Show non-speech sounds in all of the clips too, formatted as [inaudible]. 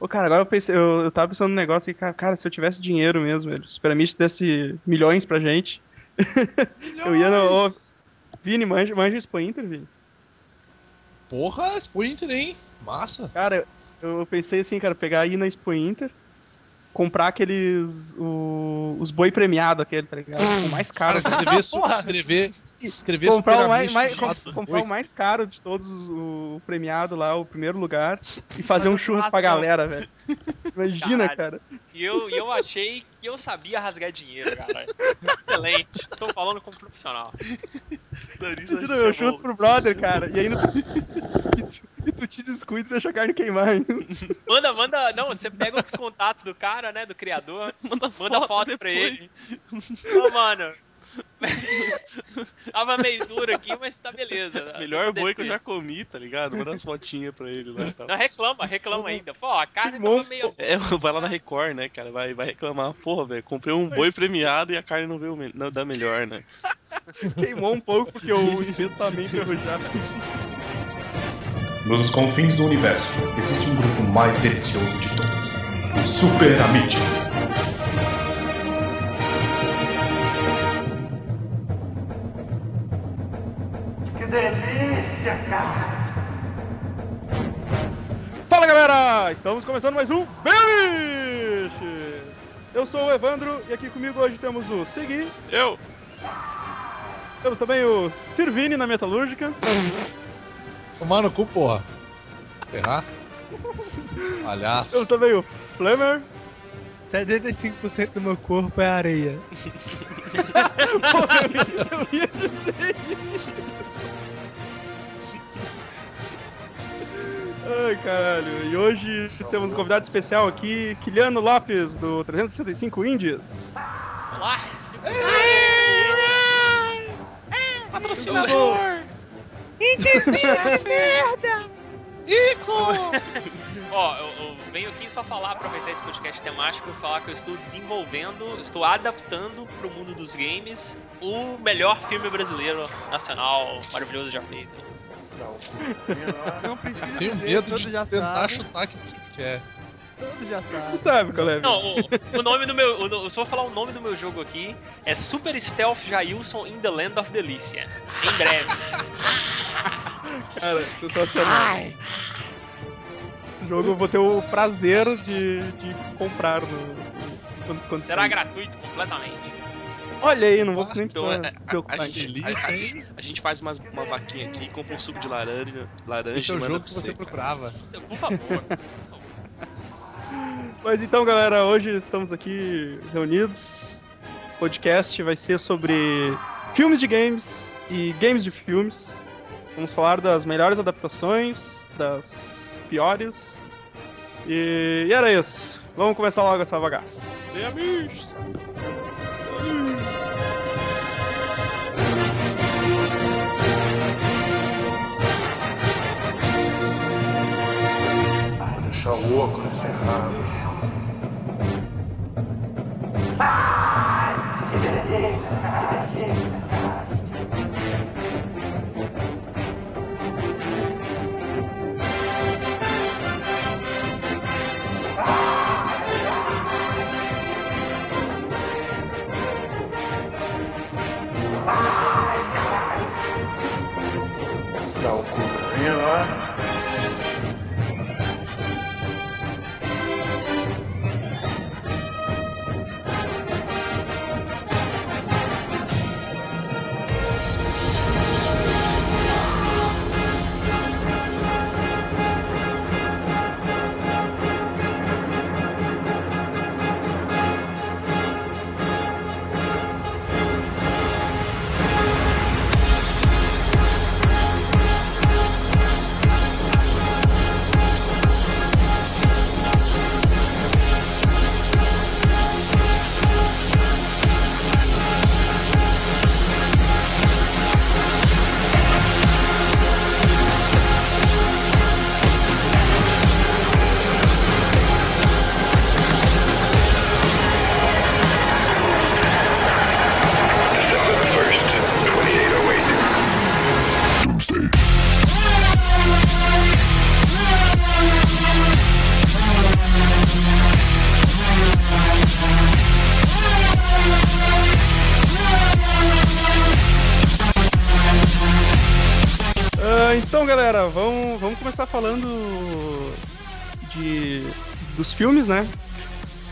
Ô, cara, agora eu pensei, eu, eu tava pensando num negócio que, cara, cara, se eu tivesse dinheiro mesmo, velho, se o Pyramid desse milhões pra gente, eu ia no. Ô, Vini, manja, manja o Expo Inter, Vini. Porra, Expo Inter, hein? Massa. Cara, eu, eu pensei assim, cara, pegar aí na Expo Inter, comprar aqueles. o- os boi premiado, aquele, tá ligado? O mais caro. Cara, escrever, [laughs] su- Porra. escrever, escrever comprar o Super mais, Amish mais- massa. comprar o mais caro de todos, os- o premiado lá, o primeiro lugar, e fazer um churras pra galera, velho. Imagina, Caralho. cara. E eu, e eu achei que eu sabia rasgar dinheiro, cara. Excelente. Estou falando como profissional. Nariz, a Imagina, gente eu é churras bom. pro brother, cara, e ainda. [laughs] e tu- E tu te descuida e deixa a carne queimar ainda. Manda, manda. Não, você pega os contatos do cara, né? Do criador. Manda foto, Manda foto pra depois. Ô, mano. [laughs] Tava meio duro aqui, mas tá beleza. Melhor boi que eu já Aconteceu. comi, tá ligado? Manda as fotinhas pra ele lá e tal. Não, é reclama, reclama ainda. Pô, a Que carne tava monstro. meio. É, [laughs] vai lá na Record, né, cara? Vai, vai reclamar. Porra, velho, comprei um boi premiado e a carne não veio me- não, da melhor, né? Queimou um pouco porque o engenho tá meio enferrujado. Nos confins do universo, existe um grupo mais delicioso de todos. Os Super Amigos. Que delícia, cara! Fala galera! Estamos começando mais um Beliche! Eu sou o Evandro e aqui comigo hoje temos o Segui, Eu! temos também o Sirvini na Metalúrgica, um- Tomar no cu, porra. Ferrar. Palhaço. temos também o Flamer, 75% do meu corpo é areia. Pô, eu ia- eu ia dizer isso. [laughs] Ai, caralho. E hoje temos um convidado especial aqui, Quiliano Lopes, do 365 Indies. Vamos lá. Patrocinador! Ó, eu, eu venho aqui só falar, aproveitar esse podcast temático, falar que eu estou desenvolvendo, estou adaptando pro mundo dos games o melhor filme brasileiro nacional maravilhoso já feito. Não precisa Tenho dizer, medo todos de já tentar sabem, chutar que, que é. Todos já Não sabem. sabe qual é, Não, o, o nome do meu. O, no- se eu falar o nome do meu jogo aqui, é Super Stealth Jailson in the Land of Delícia. Em breve. cara. Sensacional. Esse jogo eu vou ter o prazer de, de comprar no, no- quando, quando Será sair. gratuito completamente. Olha aí, não vou nem Então, precisar é- me preocupar. a- a gente... gente- Delícia, hein? A gente faz umas, uma vaquinha aqui, compra um suco de laranja, Esse laranja é e o manda jogo pra que você você. cara. procurava. Por favor. tá Mas então, galera, hoje estamos aqui reunidos. O podcast vai ser sobre filmes de games e games de filmes. Vamos falar das melhores adaptações, das piores. E, e era isso. Vamos começar logo essa bagaça. Vem, amigos! Vou deixar o óculos ferrado. Dá o cu pra mim Vem, lá. amigos! Ah, então, galera, vamos, vamos começar falando de dos filmes, né?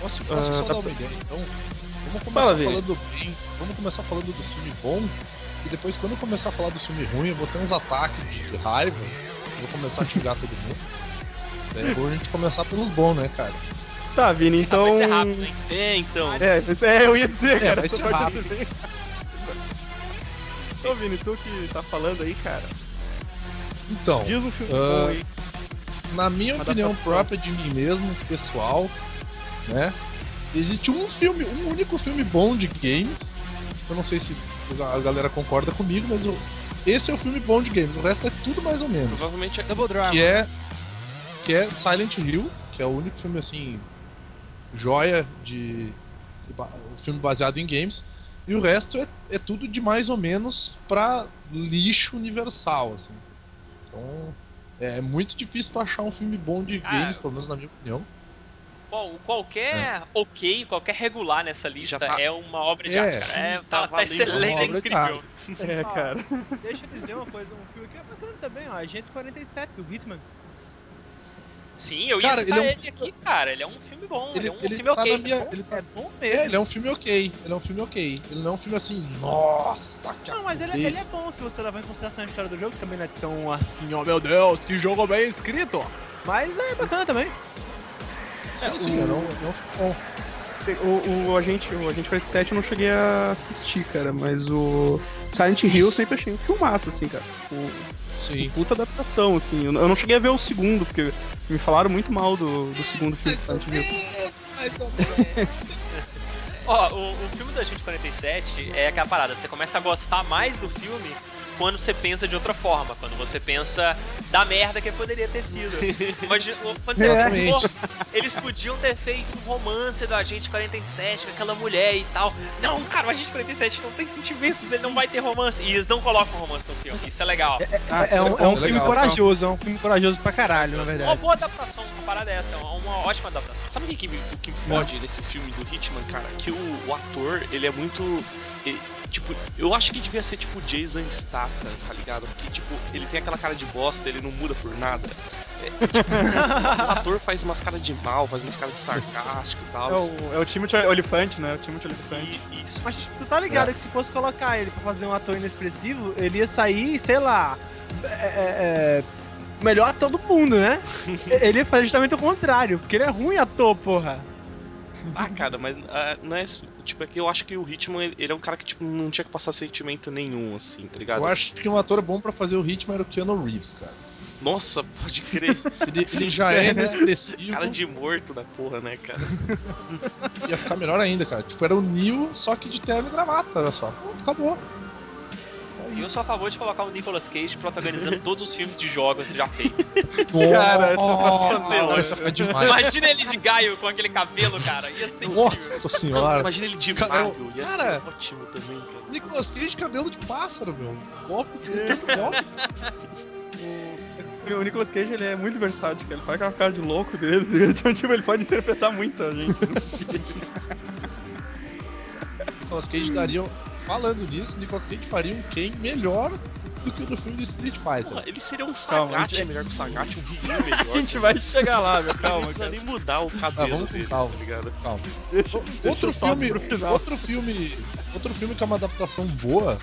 Posso, posso Ah, só tá dar uma ideia, então? Vamos começar Fala, Vini. falando bem, vamos começar falando dos filmes bons, e depois quando eu começar a falar dos filmes ruins, eu vou ter uns ataques de, de raiva, eu vou começar a xingar todo mundo. É bom a gente começar pelos bons, né, cara? Tá, Vini, Ah, então. Vai ser rápido, hein? É, então. É, isso é, eu ia dizer, É, cara. vai tu ser pode rápido. dizer. Ô, Vini, tu que tá falando aí, cara, Então, diz um filme Ah, bom aí. na minha opinião Adaptação. própria de mim mesmo, pessoal, né? Existe um filme, um único filme bom de games. Eu não sei se a galera concorda comigo, mas eu- esse é o filme bom de games. O resto é tudo mais ou menos. Provavelmente é. Double Dragon. Que é, que é Silent Hill, que é o único filme assim. joia de. de ba- filme baseado em games. E o resto é, é tudo de mais ou menos pra lixo universal, assim. Então. É muito difícil pra achar um filme bom de Ah, games, pelo menos na minha opinião. Qual- qualquer ok, qualquer regular nessa lista Já tá- é uma obra de É. É. arte. Sim, Ela tá tá, valendo, excelente, uma é obra de incrível. arte. É, cara. Deixa eu dizer uma coisa, um filme que é bacana também, ó. Agente 47, do Hitman. Sim, eu ia Cara, citar ele é um- ele aqui, cara. Ele é um filme bom, ele, Ele, é um ele filme tá ok. na minha. Ele tá- É bom é, mesmo. ele é um filme ok. Ele é um filme ok. Ele não é um filme assim, nossa, que Não, mas ele, beleza. ele é bom se você levar em consideração a história do jogo, que também não é tão assim, ó meu Deus, que jogo bem escrito. Mas é bacana também. Sim, sim, eu não, eu não fico bom. O, o Agente, o Agente 47 eu não cheguei a assistir, cara, mas o Silent Hill eu sempre achei um filmaço, assim, cara. O, Sim. puta adaptação, assim. Eu, eu não cheguei a ver o segundo, porque me falaram muito mal do, do segundo filme de Silent É, Hill. Ó, o, o filme da Gente 47 é aquela parada, você começa a gostar mais do filme quando você pensa de outra forma, quando você pensa da merda que poderia [laughs] ter sido. Mas o- quando você pensa, Exatamente. "Pô, eles podiam ter feito um romance do Agente 47 com aquela mulher e tal. Não, cara, o Agente 47 não tem sentimentos, ele não vai ter romance. E eles não colocam romance no filme, isso é legal. É, Ah, é um- é um filme corajoso, então. é um filme corajoso pra caralho, na Uma boa adaptação, uma parada é essa, é uma ótima adaptação. Sabe o que, que, me- o que me fode nesse filme do Hitman, cara? Que o, o ator, ele é muito. ele- tipo, eu acho que devia ser tipo Jason Statham, tá ligado? Porque, tipo, ele tem aquela cara de bosta, ele não muda por nada. É, tipo, o ator faz umas caras de mal, faz umas caras de sarcástico e tal. É o, é o time de Olifante, né? O time de Olifante. E isso. É. Mas tu tá ligado que se fosse colocar ele pra fazer um ator inexpressivo, ele ia sair, sei lá, é, é, é, melhor ator do mundo, [laughs] né? ele ia fazer justamente o contrário, porque ele é ruim ator, porra. Ah, cara, mas ah, não é. esse- Tipo, é que eu acho que o Hitman, ele, ele é um cara que, tipo, não tinha que passar sentimento nenhum, assim, tá ligado? Eu acho que um ator bom pra fazer o ritmo era o Keanu Reeves, cara. Nossa, pode [laughs] crer. Ele, ele já é [laughs] inexpressivo, cara de morto da porra, né, cara? ia ficar melhor ainda, cara. Tipo, era o Neo, só que de terno e gravata, olha só. Pronto, acabou. E eu sou a favor de colocar o Nicolas Cage protagonizando todos os filmes de jogos já feitos. Cara, é Nossa, sensacional, cara, isso fica demais. Imagina ele de Gaio com aquele cabelo, cara. Ia ser incrível. Nossa senhora. Imagina ele de Cara, magro, ia cara. ser ótimo também, cara. Nicolas Cage, de cabelo de pássaro, meu. Golpe, tanto golpe. O, o Nicolas Cage ele é muito versátil, cara. Ele faz aquela cara de louco dele. [laughs] Então, tipo, ele pode interpretar muita [laughs] gente. Nicolas Cage daria. Falando nisso, Nicolas Cage faria um Ken melhor do que o do filme de Street Porra, Fighter. ele seria um Calma, Sagat gente. melhor que o Sagat, um Ryu melhor. [laughs] A gente vai chegar lá, meu. Ele não Calma, precisa cara. nem mudar o cabelo vamos com dele, calma. tá ligado? Deixa, deixa Outro eu só filme, pro final. outro filme, outro filme que é uma adaptação boa,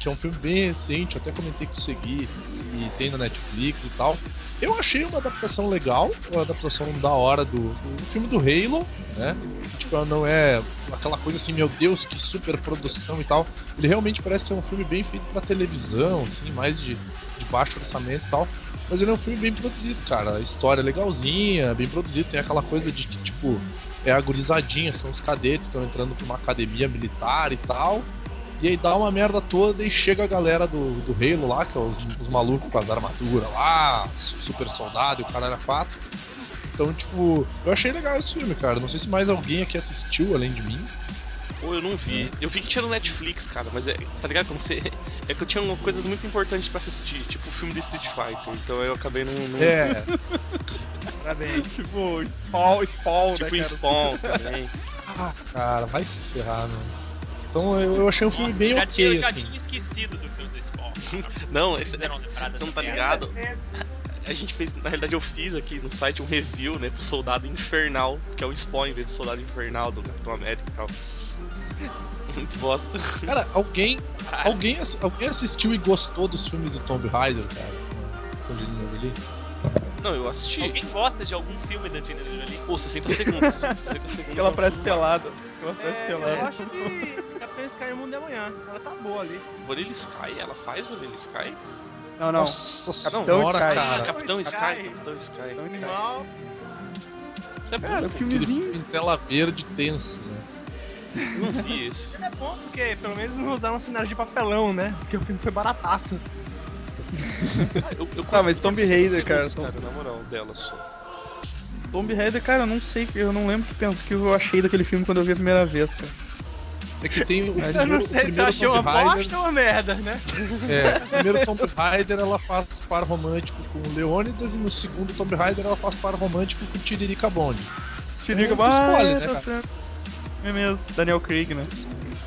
que é um filme bem recente, eu até comentei que eu segui e tem na Netflix e tal. Eu achei uma adaptação legal, uma adaptação da hora do, do filme do Halo, né? Tipo, ela não é aquela coisa assim, meu Deus, que super produção e tal. Ele realmente parece ser um filme bem feito pra televisão, assim, mais de, de baixo orçamento e tal. Mas ele é um filme bem produzido, cara. A história é legalzinha, bem produzido. Tem aquela coisa de que, tipo, é a gurizadinha, são os cadetes que estão entrando pra uma academia militar e tal. E aí dá uma merda toda e chega a galera do, do Halo lá, que é os, os malucos com as armaduras lá, su- super soldado e o caralho a quatro. Então, tipo, eu achei legal esse filme, cara. Não sei se mais alguém aqui assistiu além de mim. Pô, eu não vi. Eu vi que tinha no Netflix, cara, mas é, tá ligado? Quando você. [laughs] É que eu tinha uma- coisas muito importantes pra assistir, tipo o filme do Street Fighter, então eu acabei não. não- É, Parabéns. [laughs] Tipo, spawn, spawn, né, Tipo cara? em Spawn também. Ah, cara, vai se ferrar, mano. Então eu, eu achei um filme Nossa, bem já tinha- ok, eu já assim. tinha esquecido do filme do Spawn. Não, esse, Fizeram uma temporada você não tá de ligado? A gente fez, na realidade eu fiz aqui no site um review, né, pro Soldado Infernal, que é o Spawn em vez de Soldado Infernal do Capitão América e tal. [laughs] Muito bosta. [laughs] Cara, alguém, merda. alguém, ass- alguém assistiu e gostou dos filmes do Tomb Raider, cara? Com a Angelina Jolie? Não, eu assisti. Alguém gosta de algum filme da Angelina Jolie? Pô, 60 segundos. 60 segundos. é Ela um parece filme pelada. Ela parece É, pelada. eu acho que a Pensa caiu o mundo de amanhã. Ela tá boa ali. Vanilla Sky? Ela faz Vanilla Sky? Não, não. Nossa Capitão senhora, Sky. Ah, cara. Capitão Sky. Sky. Capitão Sky. Animal. Isso é bom, Cara, né? o filmezinho. Em tela verde tenso, né? eu não vi esse. É bom porque pelo menos não usaram um cenário de papelão, né? Porque o filme foi barataço. Ah, eu, eu Tá, mas curto Tomb 60 Raider, segundos, cara, cara. Na moral, dela só. Tomb Raider, cara, eu não sei, eu não lembro o que penso que eu achei daquele filme quando eu vi a primeira vez, cara. É que tem o primeiro, Eu não sei o se eu primeiro achei uma Tomb Raider, bosta ou uma merda, né? É, o primeiro Tomb Raider ela faz par romântico com o Leônidas e no segundo Tomb Raider ela faz par romântico com o Tiririca Bond. Te liga, Muito spoiler, ah, né, tá cara? certo. É mesmo, Daniel Craig, né?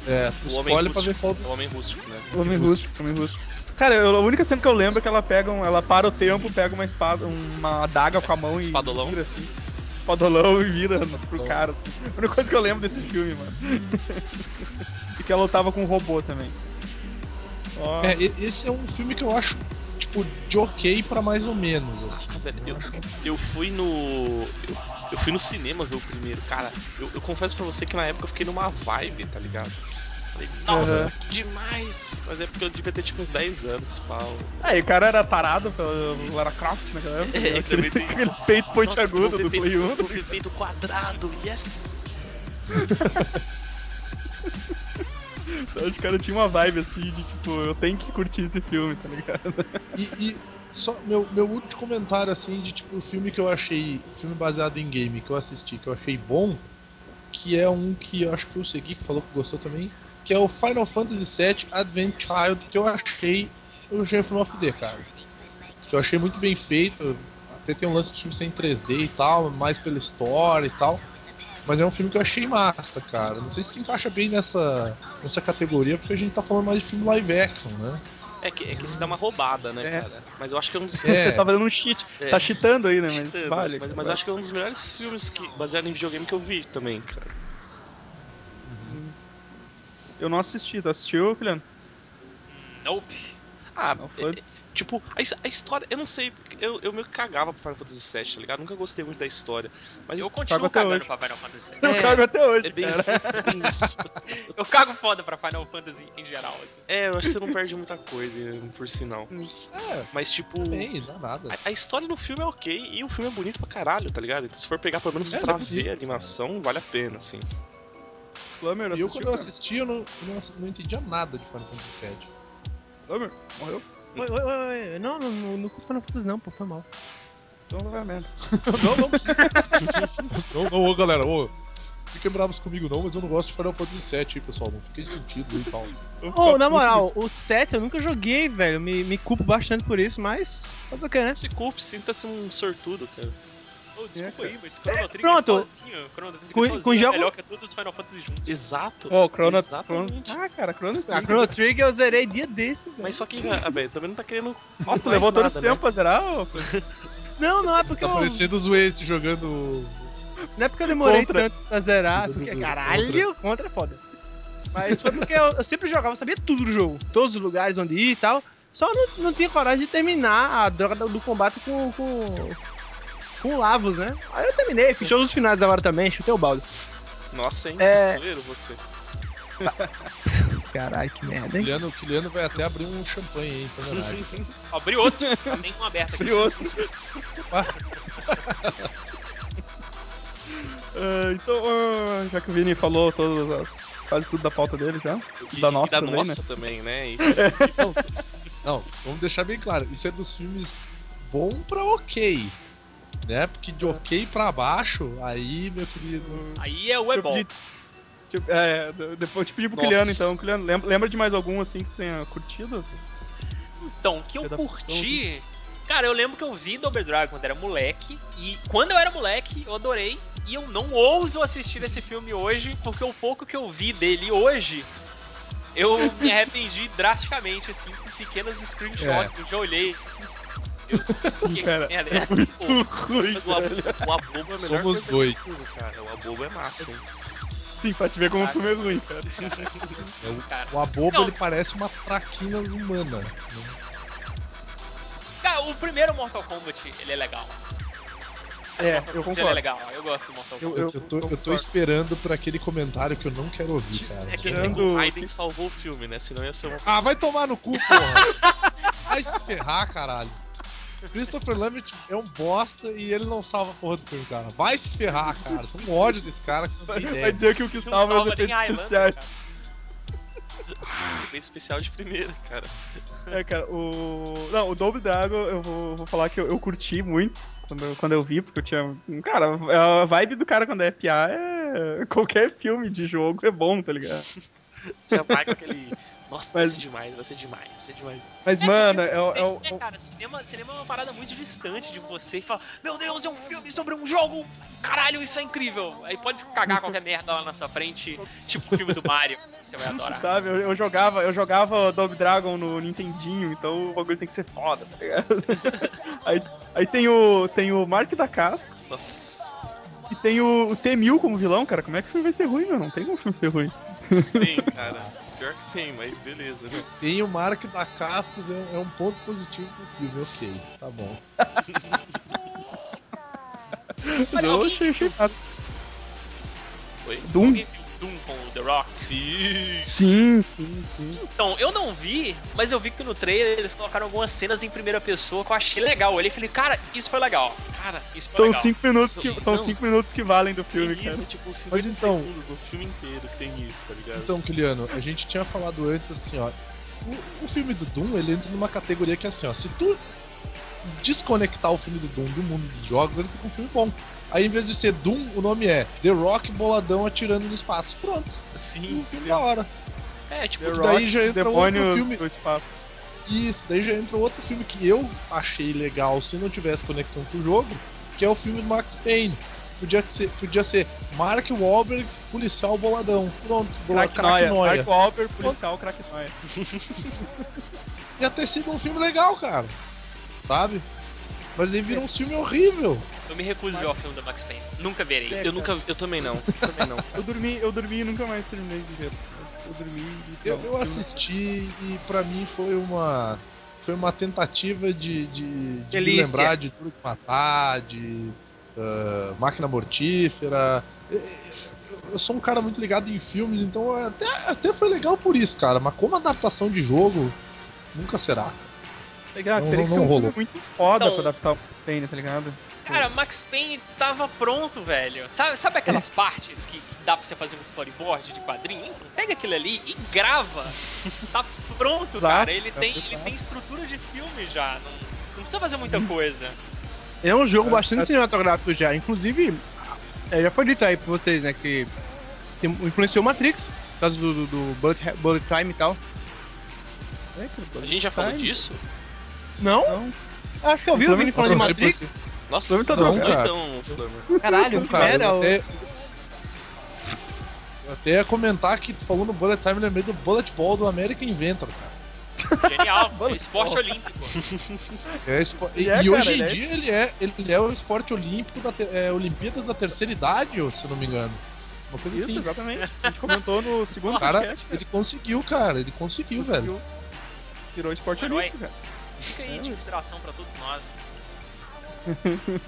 É, tu O Homem escolhe pra ver Rústico. qual É o Homem Rústico, né? Homem rústico, homem rústico. Cara, eu- a única cena que eu lembro é que ela pega um, ela para o tempo, pega uma espada, uma adaga com a mão e Espadolão. vira assim. Espadolão e vira pro cara. assim. A única coisa que eu lembro desse filme, [laughs] mano. e que ela lutava com um robô também. Ó, É, e- esse é um filme que eu acho, tipo, de ok pra mais ou menos, assim. Velho, Eu, eu fui no. Eu, eu fui no cinema ver o primeiro, cara. Eu, eu confesso pra você que na época eu fiquei numa vibe, tá ligado? Falei, nossa, que demais! Mas é porque eu devia ter tipo uns 10 anos, pau. Aí É, o cara era tarado pelo Lara Croft naquela época. [laughs] É, né? também aquele, tem isso. aqueles peitos pontiagudos do eu vou ver Play peito- 1. eu vou ver peito quadrado, yes! Então, Os caras tinham uma vibe assim de tipo, eu tenho que curtir esse filme, tá ligado? E, e só meu, meu último comentário, assim, de tipo, o filme que eu achei, filme baseado em game que eu assisti, que eu achei bom, que é um que eu acho que foi o Segui que falou que gostou também, que é o Final Fantasy VII Advent Child, que eu achei o Jeffrey of D, cara. Que eu achei muito bem feito, até tem um lance de filme ser em 3D e tal, mais pela história e tal. Mas é um filme que eu achei massa, cara. Não sei se se encaixa bem nessa, nessa categoria, porque a gente tá falando mais de filme live action, né? É que, é que esse dá uma roubada, né, É. cara? Mas eu acho que é um dos. É. Você tá fazendo um cheat. é, Tá cheatando aí, né? Mas cheatando, vale. mas, cara, mas vale. acho que é um dos melhores filmes que, baseado em videogame que eu vi também, cara. Eu não assisti, tu assistiu, Guilherme? Nope. Ah, Não é- foi? Tipo, a, his- a história, eu não sei, porque eu, eu meio que cagava pro Final Fantasy VII, tá ligado? Nunca gostei muito da história. Mas Eu Cago continuo até cagando hoje. pra Final Fantasy. Eu cago até hoje, é bem, cara. é bem isso. Eu cago foda pra Final Fantasy em geral, assim. É, eu acho que você não perde muita coisa, né, por sinal. Hum. É, Mas, tipo, bem, não é nada. a, a história do filme é ok e o filme é bonito pra caralho, tá ligado? Então, se for pegar pelo menos É, pra ele é bonito. ver a animação, vale a pena, assim. Plummer E eu, assistiu, quando eu cara? assisti, eu não, não, não entendia nada de Final Fantasy VII. [laughs] Plummer, morreu? Oi, oi, oi, oi. Não, não, não, não culpa Final Fantasy não, pô, foi mal. Então vai a merda. Não, não precisa. não, não, ô galera, ô. Fiquem bravos comigo não, mas eu não gosto de Final Fantasy VII, aí, pessoal. Não fiquei sentido e tal. Ô, na moral, o 7 eu nunca joguei, velho. Me, me culpo bastante por isso, mas. Fazer o quê, né? Se culpe, sinta-se um sortudo, cara. Ô, desculpa É, aí, mas Chrono Trigger é pronto. sozinho, Chrono Trigger Com- sozinho com é jogo- melhor que todos os Final Fantasy juntos. Exato. Ó, o Chrono. Exatamente. Chrono- Ah, cara, Chrono. A Chrono Trigger eu zerei dia desse, velho. Mas só que, ah, velho, também não tá querendo. Nossa, mais levou todo nada, esse né? tempo pra zerar? ô? Não, não é porque Tá eu. parecendo os Waze jogando. Não é porque eu demorei Contra. tanto pra zerar, porque caralho, contra, é foda. Mas foi porque eu, eu sempre jogava, sabia tudo do jogo, todos os lugares onde ir e tal. Só não, não tinha coragem de terminar a droga do, do combate com, com. com Lavos, né? Aí eu terminei, fiz todos os finais agora também, chutei o balde. Nossa, hein? É. É... Zoeiro você. Caralho, que merda, O [laughs] hein? Kiliano, o Kiliano vai até abrir um champanhe aí, então verdade. Abri [laughs] outro, tá bem com aberto aqui. Curioso. Ah, então, ah, já que o Vini falou todas as, quase tudo da pauta dele já. E, Da e nossa da também, nossa também, né? E- Não, vamos deixar bem claro, isso é dos filmes bom pra ok. Né? Porque de ok pra baixo, aí, meu querido. Aí é o Ebol. Tipo de- tipo- é, de- depois te pedir pro Nossa. Kiliano, então. Kiliano, lembra, lembra de mais algum assim que tenha curtido? Então, o que eu Adaptação, curti. Cara, eu lembro que eu vi Double Dragon quando era moleque. E quando eu era moleque, eu adorei. E eu não ouso assistir esse filme hoje, porque o pouco que eu vi dele hoje. Eu [laughs] me arrependi drasticamente, assim, com pequenas screenshots. É. Eu já olhei. Deus, [laughs] que Cara, merda. é, pô, Ruim, Mas o velho. Abobo, o Abobo é a melhor Somos coisa dois. do mundo, cara. O Abobo é massa, hein? Sim, pra te ver como o filme é ruim, cara. É o- cara. O abobo Não. ele parece uma traquina humana. Cara, o primeiro Mortal Kombat, ele é legal. É, eu Ele é concordo. legal, eu gosto do Mortal Kombat. Eu, eu tô, eu tô esperando pra aquele comentário que eu não quero ouvir, cara. É que Tirando- o Raiden salvou o filme, né? Senão ia ser uma. Ah, vai tomar no cu, porra! Vai se ferrar, caralho. Christopher Lambert é um bosta e ele não salva a porra do filme, cara. Vai se ferrar, cara. Tô com ódio desse cara que não tem Vai ideia. dizer que o que Não salva é os salva nem a efeitos Irlanda, especiais. cara. Assim, efeito especial de primeira, cara. É, cara, o. Não, o Double Dragon eu vou, vou falar que eu, eu curti muito quando, eu- quando eu vi, porque eu tinha. Cara, a vibe do cara quando é FA é. Qualquer filme de jogo é bom, tá ligado? Você já vai com aquele. Nossa, vai Mas- ser demais, vai ser demais, vai ser demais. Mas, É, mano, porque é, o- é o- né, cara, cinema, cinema é uma parada muito distante de você e fala, meu Deus, é um filme sobre um jogo! Caralho, isso é incrível! Aí pode cagar qualquer merda lá na sua frente, tipo o filme do Mario, que você vai adorar. Sabe, eu, eu jogava, eu jogava Dog Dragon no Nintendinho, então o bagulho tem que ser foda, tá ligado? [laughs] aí, aí tem o tem o Mark da Casca Nossa, e tem o, o T-1000 como vilão, cara. Como é que o filme vai ser ruim, meu? Não tem como o filme ser ruim. tem, cara. Pior que tem, mas beleza, né? Tem o Mark da Cascos, é, um- é um ponto positivo pro filme, ok. Tá bom. Eu achei, achei massa. Oi? Doom? Alguém viu Doom com o The Rock? Sim! Sim, sim, sim. Então, eu não vi, mas eu vi que no trailer eles colocaram algumas cenas em primeira pessoa que eu achei legal. Eu olhei e falei, cara, isso foi legal. Cara, isso foi São legal. cinco minutos Isso- que são não. cinco minutos que valem do filme, Tem cara. isso, tipo, 50 Mas então- segundos no filme inteiro que tem isso, tá ligado? Então, Kiliano, a gente tinha falado antes assim, ó. O, o filme do Doom, ele entra numa categoria que é assim, ó. Se tu desconectar o filme do Doom do mundo dos jogos, ele fica um filme bom. Aí, em vez de ser Doom, o nome é The Rock Boladão Atirando no Espaço. Pronto, Sim, um filme da hora. Assim, é, tipo, The daí Rock, já entra outro Demônios filme. do espaço. Isso, daí já entra outro filme que eu achei legal se não tivesse conexão com o jogo, que é o filme do Max Payne. Podia ser, podia ser Mark Wahlberg, policial boladão. Pronto, boladão, Mark cracknoia. Wahlberg, policial, crack noia. Ia ter sido um filme legal, cara. Sabe? Mas aí virou um filme horrível. Eu me recuso a ver o filme do Max Payne. Nunca verei. eu nunca. Eu também não. eu Também não. Eu dormi, eu dormi e nunca mais terminei de ver. Eu dormi e Eu, não, eu assisti e pra mim foi uma. Foi uma tentativa de, de, de me Delícia. lembrar de tudo que matar, de ah, máquina mortífera. Eh, Eu, eu sou um cara muito ligado em filmes, então até, até foi legal por isso, cara. Mas como adaptação de jogo, nunca será. Tá ligado? Não, Teria não, que ser um não filme rolou. muito foda Então- pra adaptar o Max Payne, tá ligado? Cara, Max Payne tava pronto, velho. Sabe, sabe aquelas É. partes que dá pra você fazer um storyboard de quadrinho? Então, pega aquilo ali e [laughs] grava. tá pronto, Exato, cara. Ele é tem, ele exato. tem estrutura de filme já. Não, não precisa fazer muita coisa. Ele é um jogo É, bastante é- cinematográfico já. Inclusive, é, já foi dito aí pra vocês, né? Que tem- influenciou Matrix, por causa do, do, do Bullet, Bullet Time e tal. É, cara, A gente já falou Sai. disso? Não? Não. Acho que eu vi o Vini falando de Não sei Matrix. por quê. Nossa, Flamengo tá não, drogado. então, Flamengo. Caralho, Não, que cara, merda. eu, o- até, eu até ia comentar que tu falou no Bullet Time, eu lembrei do Bullet Ball do American Inventor, cara. [laughs] Genial. é esporte olímpico. É espo- E, Ele é, e hoje cara, em ele é- dia ele é, ele é o esporte olímpico da ter- é, Olimpíadas da terceira idade, se eu não me engano. Uma coisa Isso, assim. exatamente. A gente comentou no segundo O cara, podcast, ele conseguiu, cara, ele conseguiu, velho. conseguiu- Virou esporte Herói. olímpico, cara. Fica aí de inspiração pra todos [laughs] nós.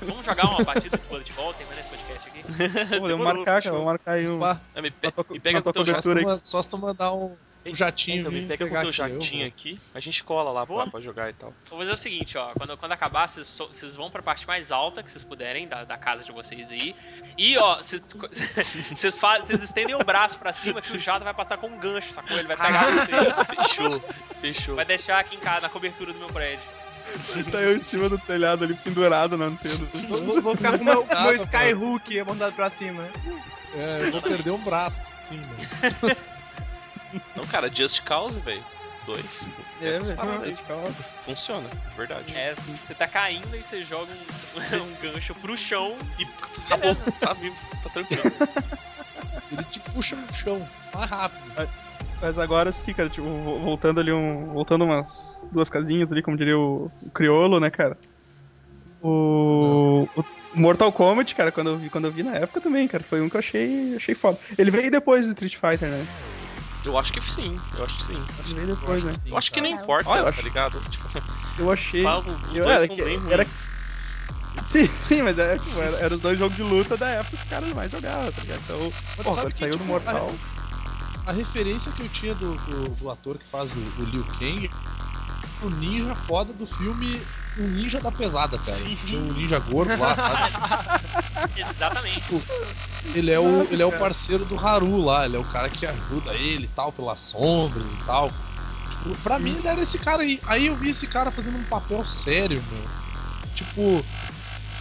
Vamos jogar uma partida de futebol, terminando esse podcast aqui. Pô, Vamos Demorou, marcar, cara. fechou. Vamos marcar aí um. Pá, Ah, me, pe- Na tua- me pega na com o tua teu Só se, jatinho. Abertura aí. tu, só se tu mandar um, um jatinho. Então, me vir pega com o pegar teu aqui, eu- jatinho aqui. A gente cola lá Boa. pra, pra jogar [laughs] e tal. Vou fazer o seguinte, ó. Quando, quando acabar, vocês so- vocês vão pra parte mais alta que vocês puderem, da, da casa de vocês aí. E, ó, vocês [laughs] vocês fa- vocês estendem o braço pra cima que o jato vai passar com um gancho, sacou? Ele vai pegar no treino, Fechou, fechou. vai deixar aqui em casa, na cobertura do meu prédio. Tá eu em cima do telhado ali, pendurado na antena. Vou, vou- vou ficar com o meu, Tá, com o meu Skyhook apontado pra cima. É, eu vou perder um braço, sim, velho. Não, cara, Just Cause, velho. Dois. É, Essas velho, paradas aí. esse cara, ó. Funciona, de verdade. É, você tá caindo e você joga um, [laughs] um gancho pro chão. E acabou, tá vivo, tá tranquilo. Ele te puxa no chão, mais rápido. Mas agora sim, cara, tipo, vo- voltando ali um. Voltando umas duas casinhas ali, como diria o, o Criolo, né, cara? O, o Mortal Kombat, cara, quando eu, vi, quando eu vi na época também, cara, foi um que eu achei, achei foda. Ele veio depois do Street Fighter, né? Eu acho que sim, eu acho que sim. Ele veio depois, né? Eu acho que nem Não. importa, Olha, eu tá acho- ligado? Tipo, Eu achei. pá, os eu- dois era são que- bem ruins. era- [laughs] Sim, sim, mas era, tipo, era, eram os dois jogos de luta da época que os caras mais jogavam, tá ligado? Então, Mas pô, sabe quando que, saiu do tipo, Mortal. A referência que eu tinha do, do, do ator que faz o, o Liu Kang, é o ninja foda do filme O Ninja da Pesada, cara. Sim. Tinha um ninja gordo lá, sabe? Exatamente. Ele é, o, ele é o parceiro do Haru lá, ele é o cara que ajuda ele e tal, pelas sombras e tal. Tipo, pra mim ele era esse cara aí. Aí eu vi esse cara fazendo um papel sério, meu. Tipo,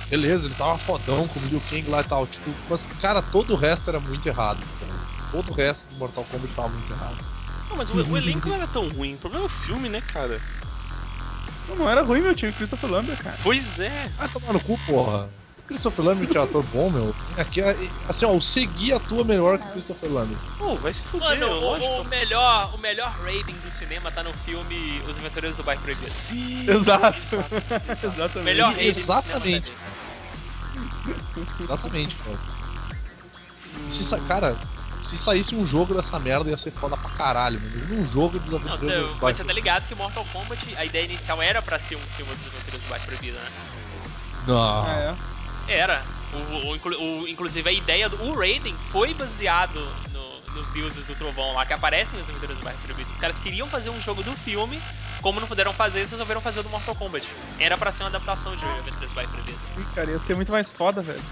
beleza, ele tava fodão como Liu Kang lá e tal. Tipo, mas, cara, todo o resto era muito errado, cara. Todo o resto do Mortal Kombat tava muito errado. Não, mas o, o elenco não era tão ruim. O problema é o filme, né, cara? Não, não era ruim, meu time, Christopher Lambert, [laughs] cara. Pois é. Ah, tomar no cu, porra. O Christopher Lambert é um ator bom, meu. Aqui, é- assim, ó, o Segui atua melhor que o Christopher Lambert. Pô, vai se fuder, Mano, é o- o, lógico. melhor, o melhor rating do cinema tá no filme Os Aventureiros do Bairro Proibido. Sim. Exato. exato. [laughs] Exatamente. Melhor rating do cinema, Exatamente. tá, gente? Exatamente, cara. E se sa- Cara, se saísse um jogo dessa merda ia ser foda pra caralho, meu. Imagina um jogo dos Não, aventureiros. do você, mas você Batman. tá ligado que Mortal Kombat, a ideia inicial era pra ser um filme dos Aventureiros do Bairro Proibido, né? Não. Ah, é. Era. O, o- inclu- o- inclusive a ideia do o Raiden foi baseado no- nos deuses do trovão lá, que aparecem nos Aventureiros do Bairro Proibido. Os caras queriam fazer um jogo do filme, como não puderam fazer, eles resolveram fazer o do Mortal Kombat. Era pra ser uma adaptação de Aventureiros do Bairro Proibido. Ih, Cara, ia ser muito mais foda, velho.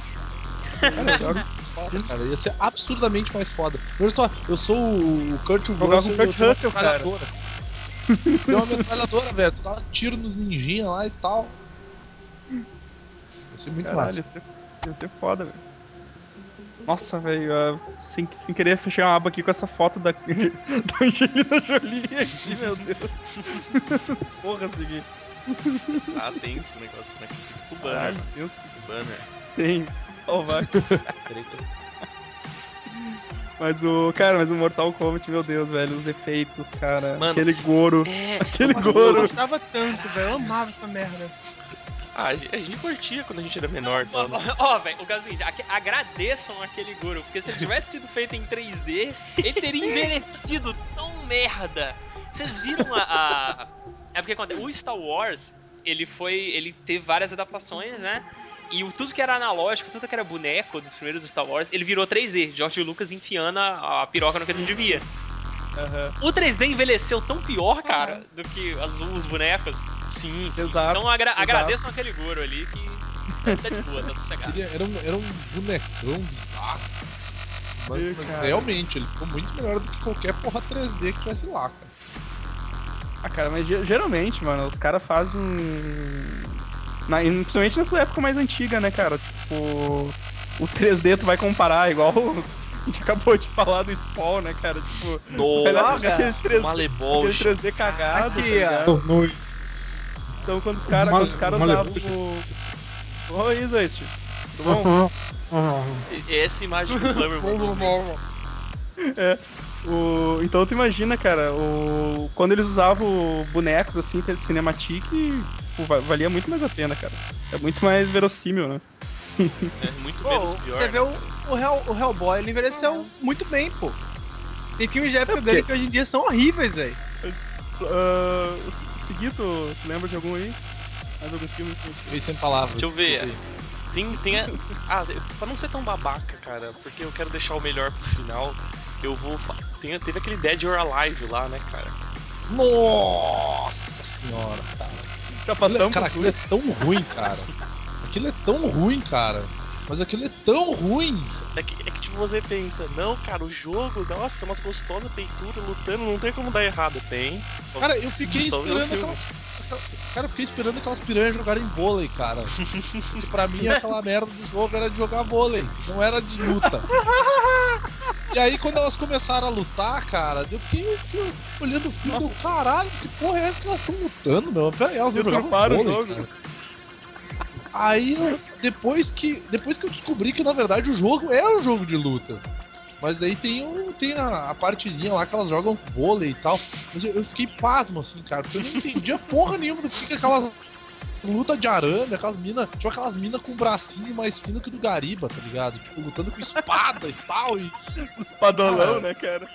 Cara, é ia ser mais foda, cara. Ia ser absurdamente mais foda. Olha só, eu sou o o Kurt Jogava Russell. com o Kurt eu tenho uma Russell, cara. metralhadora. Deu uma metralhadora, velho. Tu dava tiro nos ninjinha lá e tal. Ia ser muito massa. Caralho, ia ser, ia ser foda, velho. Nossa, velho, ah, sem, sem querer fechei uma aba aqui com essa foto da, [laughs] da Angelina Jolie aqui, meu Deus. [laughs] Porra, segui. Ah, tem esse negócio, né? O banner, Caralho, Deus. o banner. Tem. Salvar. Peraí que eu- Mas o. Cara, mas o Mortal Kombat, meu Deus, velho, os efeitos, cara. Mano, aquele Goro. É, Aquele Mas eu Goro. gostava tanto, velho. Eu amava essa merda. ah, a gente a gente curtia quando a gente era menor, né? Ó, mano. [laughs] ó, ó, velho, o caso é o seguinte, aque- agradeçam aquele Goro, porque se ele tivesse sido feito em 3D, ele teria envelhecido tão merda. Vocês viram a, a- É porque quando- o Star Wars, ele foi. ele teve várias adaptações, né? E o- tudo que era analógico, tudo que era boneco dos primeiros Star Wars, ele virou 3D. George Lucas enfiando a, a piroca no que ele não devia. Aham, O 3D envelheceu tão pior, cara, do que as- os bonecos. Sim, sim. Ah, Exato. Então agra agradeçam aquele Goro ali que tá de boa, [laughs] tá sossegado. Ele era um, era um bonecão bizarro. Mas, Ih, mas cara. realmente, ele ficou muito melhor do que qualquer porra 3D que tivesse lá, cara. Ah, cara, mas ge- geralmente, mano, os caras fazem um. Na, e principalmente nessa época mais antiga, né, cara? Tipo, o 3D tu vai comparar, igual o- a gente acabou de falar do Spawn, né, cara? Tipo, era Nossa, aquele 3D, Malebol, aquele 3D cagado, Aqui, tá ligado? No, no- Então quando os caras Mal- quando os caras usavam Malevolent. o. Oi, Zest. Tudo tá bom? É essa imagem que o Flamengo mandou. mesmo. O... Então tu imagina, cara, o... quando eles usavam bonecos assim, que é cinematic, pô, va- valia muito mais a pena, cara. É muito mais verossímil, né? É muito Pô, menos você pior. vê o, o, Hell- o Hellboy, ele envelheceu muito bem, pô. Tem filmes de É época porque- dele que hoje em dia são horríveis, velho. Ah, o Se- Seguito, tu lembra de algum aí? Mais algum filme que Fiquei sem palavras. Deixa eu ver. desculpa Tem, tem a... Ah, pra não ser tão babaca, cara, porque eu quero deixar o melhor pro final, eu vou... fa- Tem, teve aquele Dead or Alive lá, né, cara? aí. Nossa senhora, cara. tá Aquilo, é- passando? cara, aquilo é tão ruim, cara. Aquilo é tão ruim, cara. Mas aquilo é tão ruim. É que, é que, tipo, você pensa, não, cara, o jogo, nossa, tem umas gostosas peituras lutando, não tem como dar errado. Tem. Só... Cara, eu fiquei Só ver o esperando filme. aquelas. aquela- Cara, eu fiquei esperando aquelas piranhas jogarem vôlei, [laughs] cara. E pra mim, aquela merda do jogo era de jogar vôlei, não era de luta. E aí, quando elas começaram a lutar, cara, eu fiquei, eu fiquei olhando o filme do caralho, que porra é essa que elas estão lutando, meu? Pera aí, elas não jogavam Deturparam o vôlei, jogo. cara. Aí, eu- depois que, depois que eu descobri que, na verdade, o jogo é um jogo de luta. Mas daí tem, o, tem a, a partezinha lá que elas jogam vôlei e tal. Mas eu, eu fiquei pasmo, assim, cara, porque eu [laughs] não entendia porra nenhuma do que que aquelas luta de arame, aquelas minas. Tipo aquelas minas com um bracinho mais fino que o do Gariba, tá ligado? Tipo, lutando com espada e tal. E Espadolão, né, cara?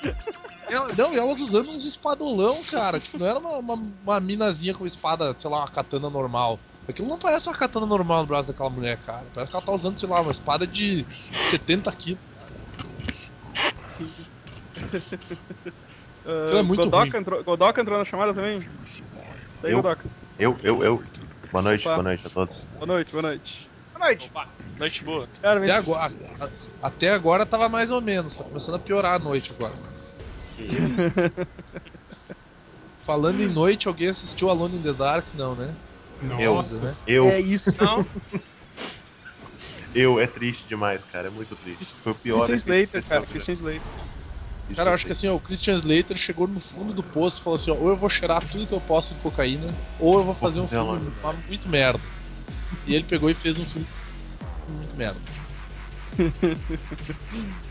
ela- não, e elas usando uns espadolão, cara. Tipo, não era uma, uma, uma minazinha com espada, sei lá, uma katana normal. Aquilo não parece uma katana normal no braço daquela mulher, cara. Parece que ela tá usando, sei lá, uma espada de 70 quilos. Ah, é muito Godoka, ruim. Entrou, Godoka entrou na chamada também? Daí, Eu? Godoka. Eu, eu, eu. Boa noite, Opa. boa noite a todos. Boa noite, boa noite. Boa noite. Opa, Noite é boa. Cara, Até agora, a- a- até agora tava mais ou menos, tá começando a piorar a noite agora. Falando em noite, alguém assistiu Alone in the Dark? Não, né? Eu, Nossa, né? eu, É isso. Não, eu, é triste demais, cara. É muito triste. Foi o pior. né, Christian é evento Slater, desse cara, programa. Christian Slater. Cara, eu acho que assim, ó, o Christian Slater chegou no fundo do poço e falou assim: ó, ou eu vou cheirar tudo que eu posso de cocaína, ou eu vou fazer um fazer uma filme muito merda. E ele pegou e fez um filme muito merda.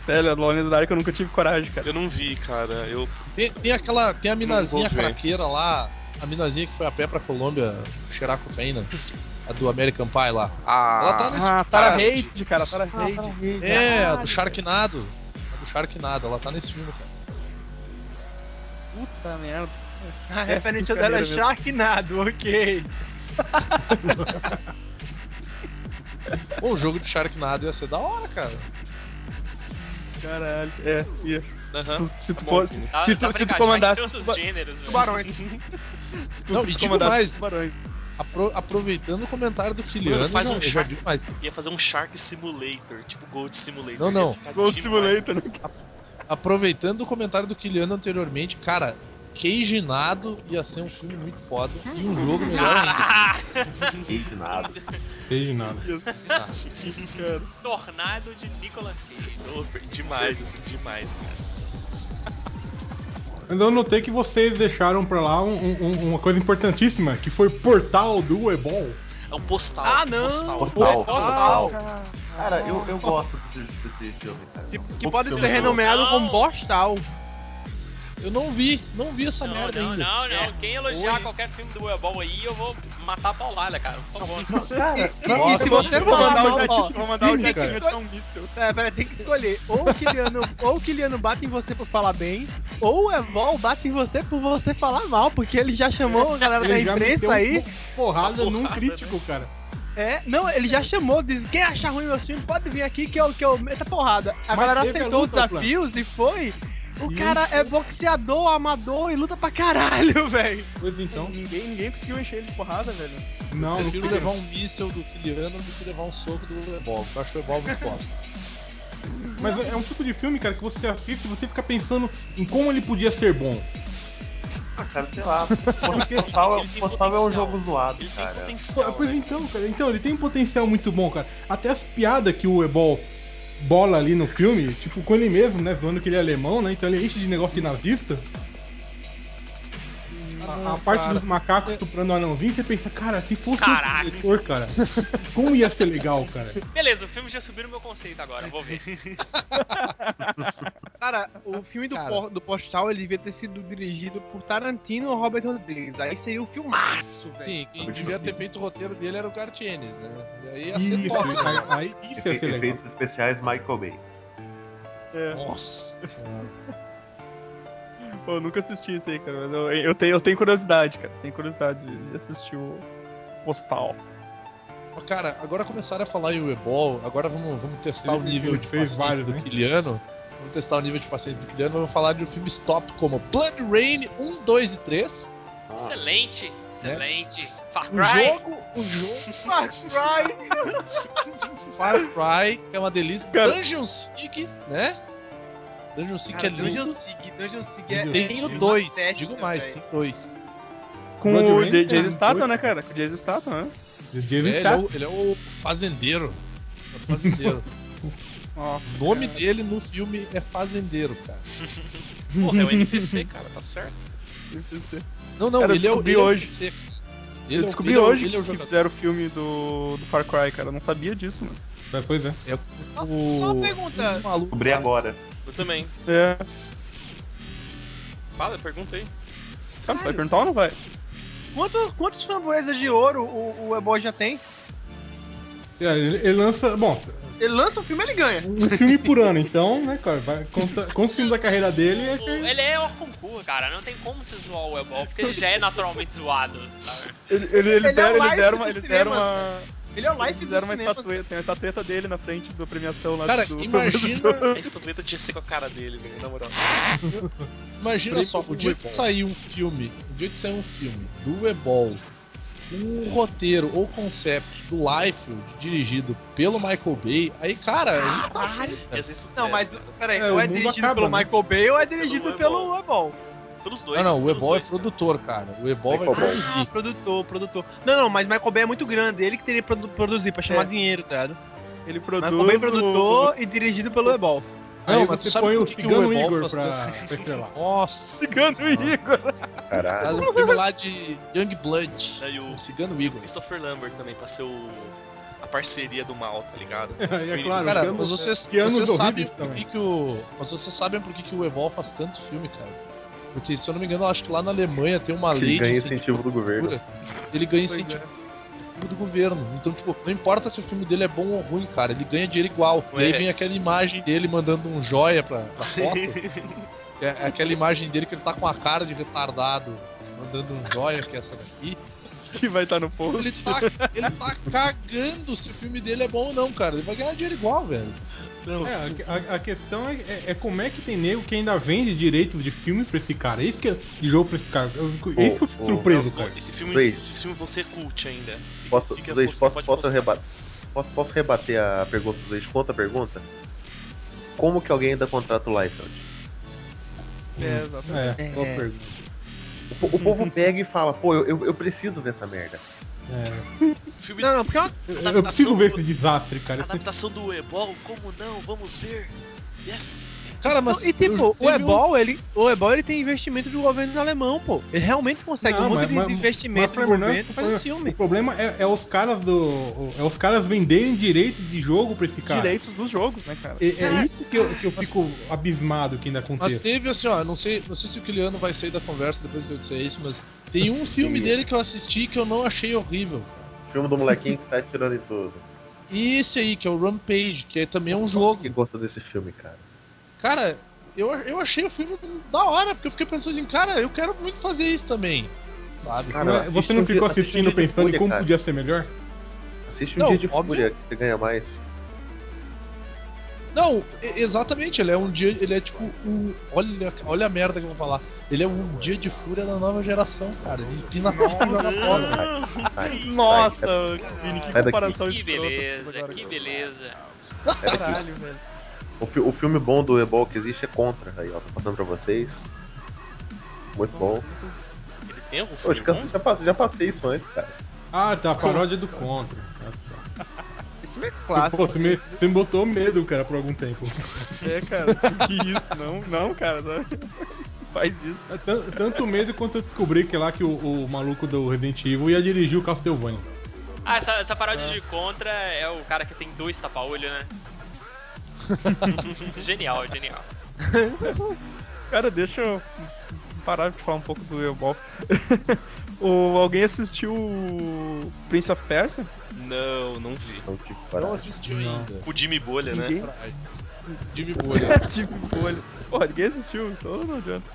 Sério, a Lone Dark eu nunca tive coragem, cara. Eu não vi, cara. Eu. Tem, tem aquela, tem a minazinha Não vou ver. craqueira lá, a minazinha que foi a pé pra Colômbia cheirar cocaína, né? a do American Pie lá. Ah. Ela tá nesse Ah, Tara cara, Reid, cara, Tara Reid. É, a do Sharknado. A do Sharknado, ela tá nesse filme, cara. Puta merda. a referência fica dela é mesmo. Sharknado, ok. Bom, o jogo de Sharknado ia ser da hora, cara. Caralho. É, ia. Aham. Tu- Se tu Bom, fosse. tá- Se tá tu, se tu brincadeira, comandasse. todos os gêneros, velho. Tubarões. Se tu Não, e digo comandasse mais. tubarões. Apro- aproveitando o comentário do Kiliano, Mano, faz já- um eu já Shark- vi mais. Ia fazer um Shark Simulator, tipo Gold Simulator. Não, não. Ia ficar Gold demais. Simulator, né? aproveitando o comentário do Kiliano anteriormente, cara, Queijinado ia ser um filme muito foda e um jogo melhor ainda. De nada. Entendi nada. Cara. Tornado de Nicolas Cage. Nossa, Demais, assim, demais, cara. Mas Então, eu notei que vocês deixaram pra lá um- um- um- uma coisa importantíssima, que foi o portal do Ebol. É um postal. Ah, não. Postal. Total. Total. Cara, eu, eu gosto desse, desse filme, cara. Que, que Pouco pode ser filme bom. renomeado Não. como Bostal. Eu não vi, não vi essa Não, merda não, ainda. não, É. não. Quem elogiar Hoje- qualquer filme do Webol aí, eu vou matar a paulada, cara. Por favor. [laughs] Cara, E se você um Eu vou falar mandar o mal, Jetinho, Tá ó, vou mandar o Sim, Jetinho cara. atirar um míssil. É, pera, tem que escolher. Ou o [laughs] Kiliano, ou o Kiliano bate em você por falar bem, ou o Evol bate em você por você falar mal, porque ele já um chamou a galera da Ele já meteu imprensa uma aí. Tá Porrada num Porrada, crítico, cara. É, não, ele já chamou, disse, quem achar ruim meu filme, pode vir aqui que eu, que eu meto a porrada. A Mas galera teve a aceitou os luta, Flan. desafios e foi. O Isso. cara é boxeador, amador e luta pra caralho, [laughs] velho. Pois então. Ninguém, ninguém conseguiu encher ele de porrada, velho. Não, Eu não prefiro fui levar um míssel do Kiliano do que levar um soco do Evolve. Eu acho que o Evolve muito [laughs] foda. Mas é um tipo de filme, cara, que você assiste e você fica pensando em como ele podia ser bom. cara, sei lá. Postal, Ele tem Postal é um potencial. jogo zoado, Ele tem cara. Pô, potencial. Pois né? então, cara. Então, ele tem um potencial muito bom, cara. Até as piadas que o Ebol bola ali no filme, tipo, com ele mesmo, né? Zoando que ele é alemão, né? Então ele enche de negócio de nazista. A, a parte Ah, cara. dos macacos estuprando o anãozinho, você pensa, cara, se fosse Caraca. um diretor, cara, como ia ser legal, cara? Beleza, o filme já subiu no meu conceito agora, vou [laughs] ver. Cara, o filme do, Cara. por- do Postal, ele devia ter sido dirigido por Tarantino ou Robert Rodrigues. Aí seria o filmaço, velho. Sim, assim, quem devia ter feito o roteiro dele era o Cartienes, né? E aí ia ser Isso, top. né? aí, aí isso ia ser legal. Efeitos especiais Michael Bay. Nossa senhora. Pô, eu nunca assisti isso aí, cara. Mas eu, eu tenho, eu tenho curiosidade, cara. Tenho curiosidade de assistir o Postal. Mas, Cara, agora começaram a falar em Webol, agora vamos, vamos testar o Ele- nível ele de fez paciência vários, do né? Kiliano. Vamos testar o nível de paciência do Kiliano, vamos falar de filmes top como Blood Rain 1, 2 e 3. Excelente, excelente. Far Um O Cry. jogo, o jogo Far Cry, que é uma delícia. Cara. Dungeon Seek, né? Dungeon Seek Cara, é lindo. Dungeon Sig, Dungeon Sig é... Tem o é 2, uma festa, digo mais, velho. tem dois. Com Blood o Rain, J- cara, Jason Statham, doido. né, cara? Com o Jason Statham, né? Jason É, ele, é Statham. o, ele é o fazendeiro. É o [laughs] fazendeiro. o nome dele no filme é Fazendeiro, cara. Porra, é um NPC, cara, tá certo. Não, não, Cara, eu ele é o descobri ele é o hoje. PC. Ele é Eu o- descobri ele é o- hoje ele é o que jogador. fizeram o filme do, do Far Cry, cara. Eu não sabia disso, mano. Pois é. O... Só uma pergunta. um dos malucos Descobri lá. agora. Eu também. É. Fala, pergunta aí. Ah, vai perguntar ou não vai? Quanto, quantos framboesas de ouro o, o Eboy já tem? É, Ele, ele lança. Bom, Ele lança um filme, ele ganha. um filme por ano, então, né, cara? Vai, conta, conta os filmes da carreira dele. É O- que... [laughs] Ele é Orconcourt, cara. Não tem como se zoar o Ebol, porque ele já é naturalmente zoado. sabe? Ele, ele, Ele é o deram, eles Life deram do uma. Eles cinema. deram uma. Ele é o Life Eles do deram uma cinema. estatueta, tem uma estatueta dele na frente da premiação lá Cara, do imagina. A estatueta tinha que ser com a cara dele, velho, na moral. Imagina só, o dia que sair um filme, o dia que sair um filme do Ebol, um roteiro ou concept do Liefeld dirigido pelo Michael Bay, aí, cara, é aí caralho, Ia ser sucesso. Não, mas cara. peraí, É, ou o é mundo dirigido acaba, pelo né? Michael Bay ou é dirigido Pelo pelo Ebol? Pelos dois. Não, não, o pelos Ebol é dois, cara. produtor, cara. O Ebol vai Michael Bay. produzir. Ah, [laughs] produtor, produtor. Não, não, mas Michael Bay é muito grande, ele que teria que produ- produzir pra chamar É. dinheiro, tá ligado? Ele produz. Michael Bay é o- produtor e dirigido pelo Ebol. Não, Aí mas tu você sabe põe por o que que Cigano Ebol Igor faz pra, pra tanto- estrelar. Nossa, Cigano Igor. Caralho. faz um filme lá de Young Blood. Aí o O Cigano Igor. Christopher Lambert também, pra ser o... a parceria do mal, tá ligado? é claro, Cara, Cigano- mas vocês, que anos vocês sabem horríveis por também. que, que o. Mas vocês sabem por que, que o Evol faz tanto filme, cara. Porque, se eu não me engano, eu acho que lá na Alemanha tem uma lei Ele ganha de incentivo do governo. cultura. Ele ganha Pois incentivo é. do governo. Então, tipo, não importa se o filme dele é bom ou ruim, cara, ele ganha dinheiro igual. E aí É. Ué. vem aquela imagem dele mandando um joia pra, [laughs] pra foto. é é aquela imagem dele que ele tá com a cara de retardado, mandando um joia, que é essa daqui. Que vai estar no post. Ele tá, ele tá cagando se o filme dele é bom ou não, cara. Ele vai ganhar dinheiro igual, velho. Não, É, a- a, a questão é, é- é como é que tem nego que ainda vende direito de filmes pra esse cara. É isso que é de jogo pra esse cara. Eu, fico- é isso que eu fico Ô, ô, surpreso, Nossa, cara. Esse filme, Luiz. esse filme vão ser cult ainda. Fica- Posso, fica- Leite, você posso, pode posso, postar. reba- posso, posso rebater a pergunta do Leite? Conta a pergunta? Como que alguém ainda contrata o Liefeld? É, exatamente. É, boa pergunta. O, po- o povo pega e fala, pô, eu, eu, eu preciso ver essa merda. É. Filme Não, não, porque é uma Eu, eu Adaptação preciso ver do- esse desastre, cara. Esse- Adaptação do Ebol, como não? Vamos ver. Yes! Cara, Não, mas. e eu- tipo, o teve um- Ebol, ele, o Ebol ele tem investimento do governo alemão, pô. Ele realmente consegue Não, um monte mas- de mas- investimento mas, do Fernando, governo pra fazer O filme. problema é, é os caras do. É os caras venderem direito de jogo pra esse cara. Direitos dos jogos, né, cara? É, é isso que eu, que eu fico abismado que ainda Mas acontece. teve assim, ó, não sei, não sei se o Kiliano vai sair da conversa depois que eu disser isso, mas tem um filme Sim. dele que eu assisti que eu não achei horrível. Filme do molequinho que tá atirando em tudo. E esse aí, que é o Rampage, que é também um Que jogo. gosta desse filme, cara? Cara, eu, eu achei o filme da hora, porque eu fiquei pensando assim, cara, eu quero muito fazer isso também. Sabe? Cara, Não é- Você não assiste um ficou dia- assiste um assistindo dia de pensando em fúria, como cara. podia ser melhor? Assiste um Não, dia de óbvio. fúria que você ganha mais. Não, e- exatamente, ele é um dia. Ele é tipo um. Olha, olha a merda que eu vou falar. Ele é um dia de fúria da nova geração, cara. Ele empina tudo na bola. Sai, sai, sai. Nossa, Vini, que Sai daqui. comparação Que escrota beleza, agora. que beleza. Sai daqui. Caralho, velho. É O, fi- o filme bom do Ebol que existe é Contra. Aí, ó, tô passando pra vocês. Muito bom. Ele tem algum Pô, filme já, bom? já, passei, já passei isso antes, cara. Ah, tá, a paródia do Contra. Tá, tá. Esse filme é Pô, clássico. você me, você me botou medo, cara, por algum tempo. É, cara. Que isso? Não, não, cara. Não. Faz isso. Tan- Tanto medo quanto eu descobri que lá que o, o maluco do Resident Evil ia dirigir o Castlevania. Ah, essa, essa parada de contra é o cara que tem dois tapa-olho, [laughs] né? genial, genial. Cara, deixa eu parar de falar um pouco do Eobol. [laughs] o, alguém assistiu o Prince of Persia? Não, não vi. Então, tipo, Não parado. assistiu ainda. Com o Jimmy Bolha, né? Ninguém? Caralho. Jimmy Bolha. [laughs] Tipo, olha. Pô, ninguém assistiu, então não adianta.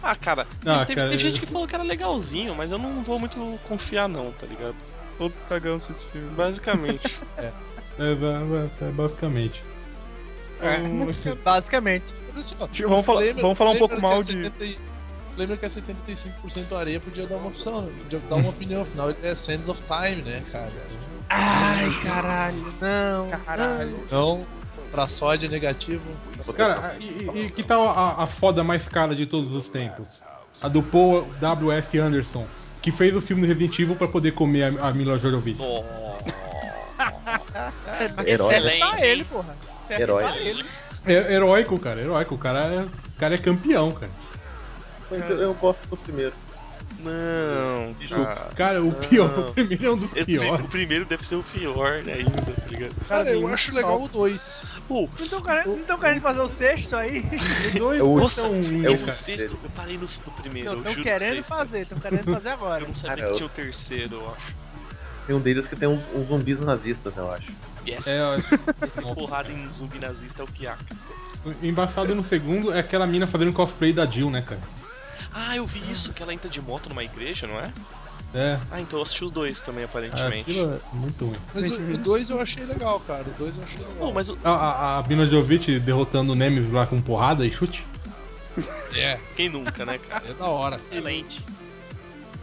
Ah, cara, Ah, teve, cara, tem gente que falou que era legalzinho, mas eu não vou muito confiar não, tá ligado? Todos cagamos com esse filme. Basicamente. é, ba- ba- é, basicamente. Então, Basicamente. Mas assim, ó, Tipo, vamos falar- Flamer- vamos falar um Flamer pouco que mal é de- 70 e- Flamer que é 75% areia podia dar uma opção, né? podia dar uma opinião, afinal ele é Sands of Time, né, cara? É. Ai, caralho, não. Caralho. Então, pra sódio negativo. Cara, a- e, e- e que tal a, a foda mais cara de todos os tempos? A do Paul W.S. Anderson, que fez o filme do Resident Evil pra poder comer a, a Mila Jovovich. é Herói, né? Excelente. Tá ele, porra. Tem que Herói. tá ele. É, heróico, cara, heróico. O cara é, o cara é campeão, cara. Mas eu, eu gosto do primeiro. [laughs] Não, cara. Cara, o pior, Não. o primeiro é um dos É, piores. O primeiro deve ser o pior ainda, né, tá ligado? Cara, eu acho legal o 2. Ou, Então, cara, então querendo fazer o sexto aí? O dois É o- são nossa, é um, né, o cara? sexto. Eu parei no, no primeiro, Não, eu estão juro pra querendo vocês. fazer, estão querendo fazer agora. Eu não sabia Cara, que eu- tinha o terceiro, eu acho. Tem um deles que tem uns uns zumbis nazistas, eu acho. Yes! É, ó. Meter porrada em zumbi nazista é o piaca. O Embaçado no segundo é aquela mina fazendo cosplay da Jill, né, cara? Ah, eu vi isso, que ela entra de moto numa igreja, não é? É. Ah, então eu assisti os dois também, aparentemente. Aquilo é muito ruim. Mas o- o 2 eu achei legal, cara. O 2 eu achei Pô, legal. mas o- A, a, a Bina Jovic derrotando o Nemesis lá com porrada e chute. É, quem nunca, né, cara? é da hora. Excelente. [laughs]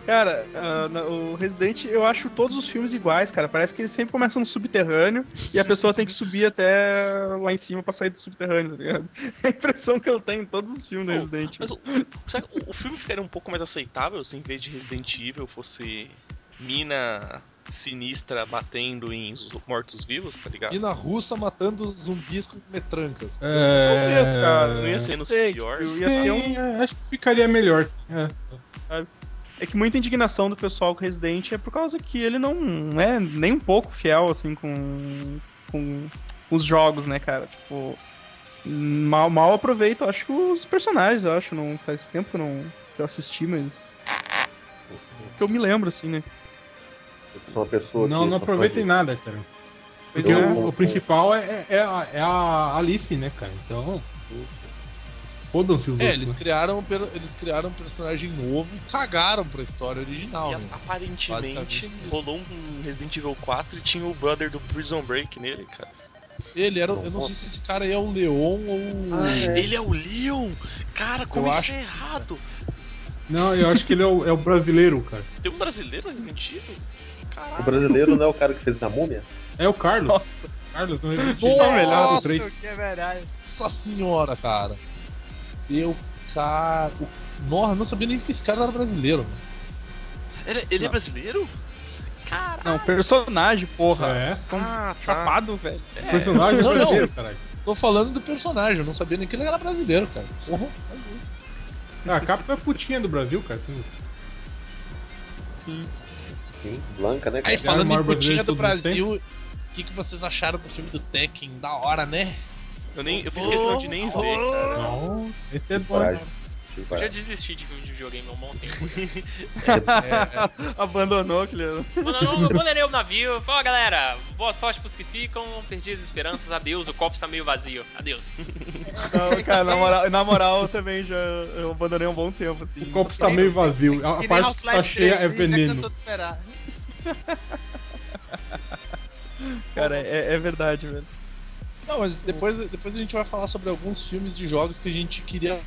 Cara, ah, na- o Resident, eu acho todos os filmes iguais, cara. Parece que eles sempre começam no subterrâneo e a pessoa tem que subir até lá em cima pra sair do subterrâneo, tá ligado? [laughs] É a impressão que eu tenho em todos os filmes do Pô, Resident. Mas o, será que o- o filme ficaria um pouco mais aceitável se em vez de Resident Evil fosse mina sinistra batendo em zo- mortos-vivos, tá ligado? E na russa matando os zumbis com metrancas. Talvez, cara. É. Não ia ser nos Sei que piores. eu ia ter um- É, Sim, é, acho que ficaria melhor. É. É que muita indignação do pessoal com Resident é por causa que ele não é nem um pouco fiel, assim, com, com os jogos, né, cara? Tipo, mal, mal aproveita, eu acho que os personagens, eu acho. Não, faz tempo que eu, não, que eu assisti, mas. que eu me lembro, assim, né? Eu sou uma pessoa Não, que não só aproveitem faz- nada, cara. Pois Porque é. o, o principal é, é, é a, é a Alice, né, cara? Então. Fodam-se os É, outros. eles né? criaram, per- eles criaram um personagem novo e cagaram pra história original, E né? a- aparentemente Basicamente isso. rolou um Resident Evil 4 e tinha o brother do Prison Break nele, cara. Ele era. Eu não sei se esse cara aí é o Leon ou. um Ele é o Leon! Cara, como Eu isso acho- é errado! Não, eu acho que ele é o, é o brasileiro, cara. Tem um brasileiro no Resident Evil? O Caralho! brasileiro não é o cara que fez na múmia? É o Carlos. Carlos, não é Nossa! tá melhor Nossa, três. que é verdade. Nossa senhora, cara. Eu, cara. o- Nossa, eu não sabia nem que esse cara era brasileiro. mano. Ele, ele é brasileiro? Caralho! Não, personagem, porra. É. Vocês tão chapado, velho. O personagem é Não, não. brasileiro, caralho. Tô falando do personagem, eu não sabia nem que ele era brasileiro, cara. Porra. Ah, a capa é putinha do Brasil, cara. Tem- Sim, blanca, né, cara? Aí falando maior em putinha brasileiro de do todos os Brasil, o que, que vocês acharam do filme do Tekken? Da hora, né? Eu, nem, eu fiz questão de nem ver, cara. Não, esse é bom. Coragem. Tipo, é. Tive Eu já coragem. desisti de filme de videogame há um bom tempo. É, Abandonou aquele. Mano, eu não- eu bandeirei o navio. Fala galera, boa sorte pros que ficam, perdi as esperanças, adeus, o copo está meio vazio. Adeus. Não, cara, na moral, na moral, eu também já eu abandonei há um bom tempo, assim. O copo está meio vazio. A, a Que nem parte que tá Half-Life cheia 3, né, é já cansou veneno. de esperar. Cara, é, é verdade, velho. [laughs] Não, mas depois, depois a gente vai falar sobre alguns filmes de jogos que a gente queria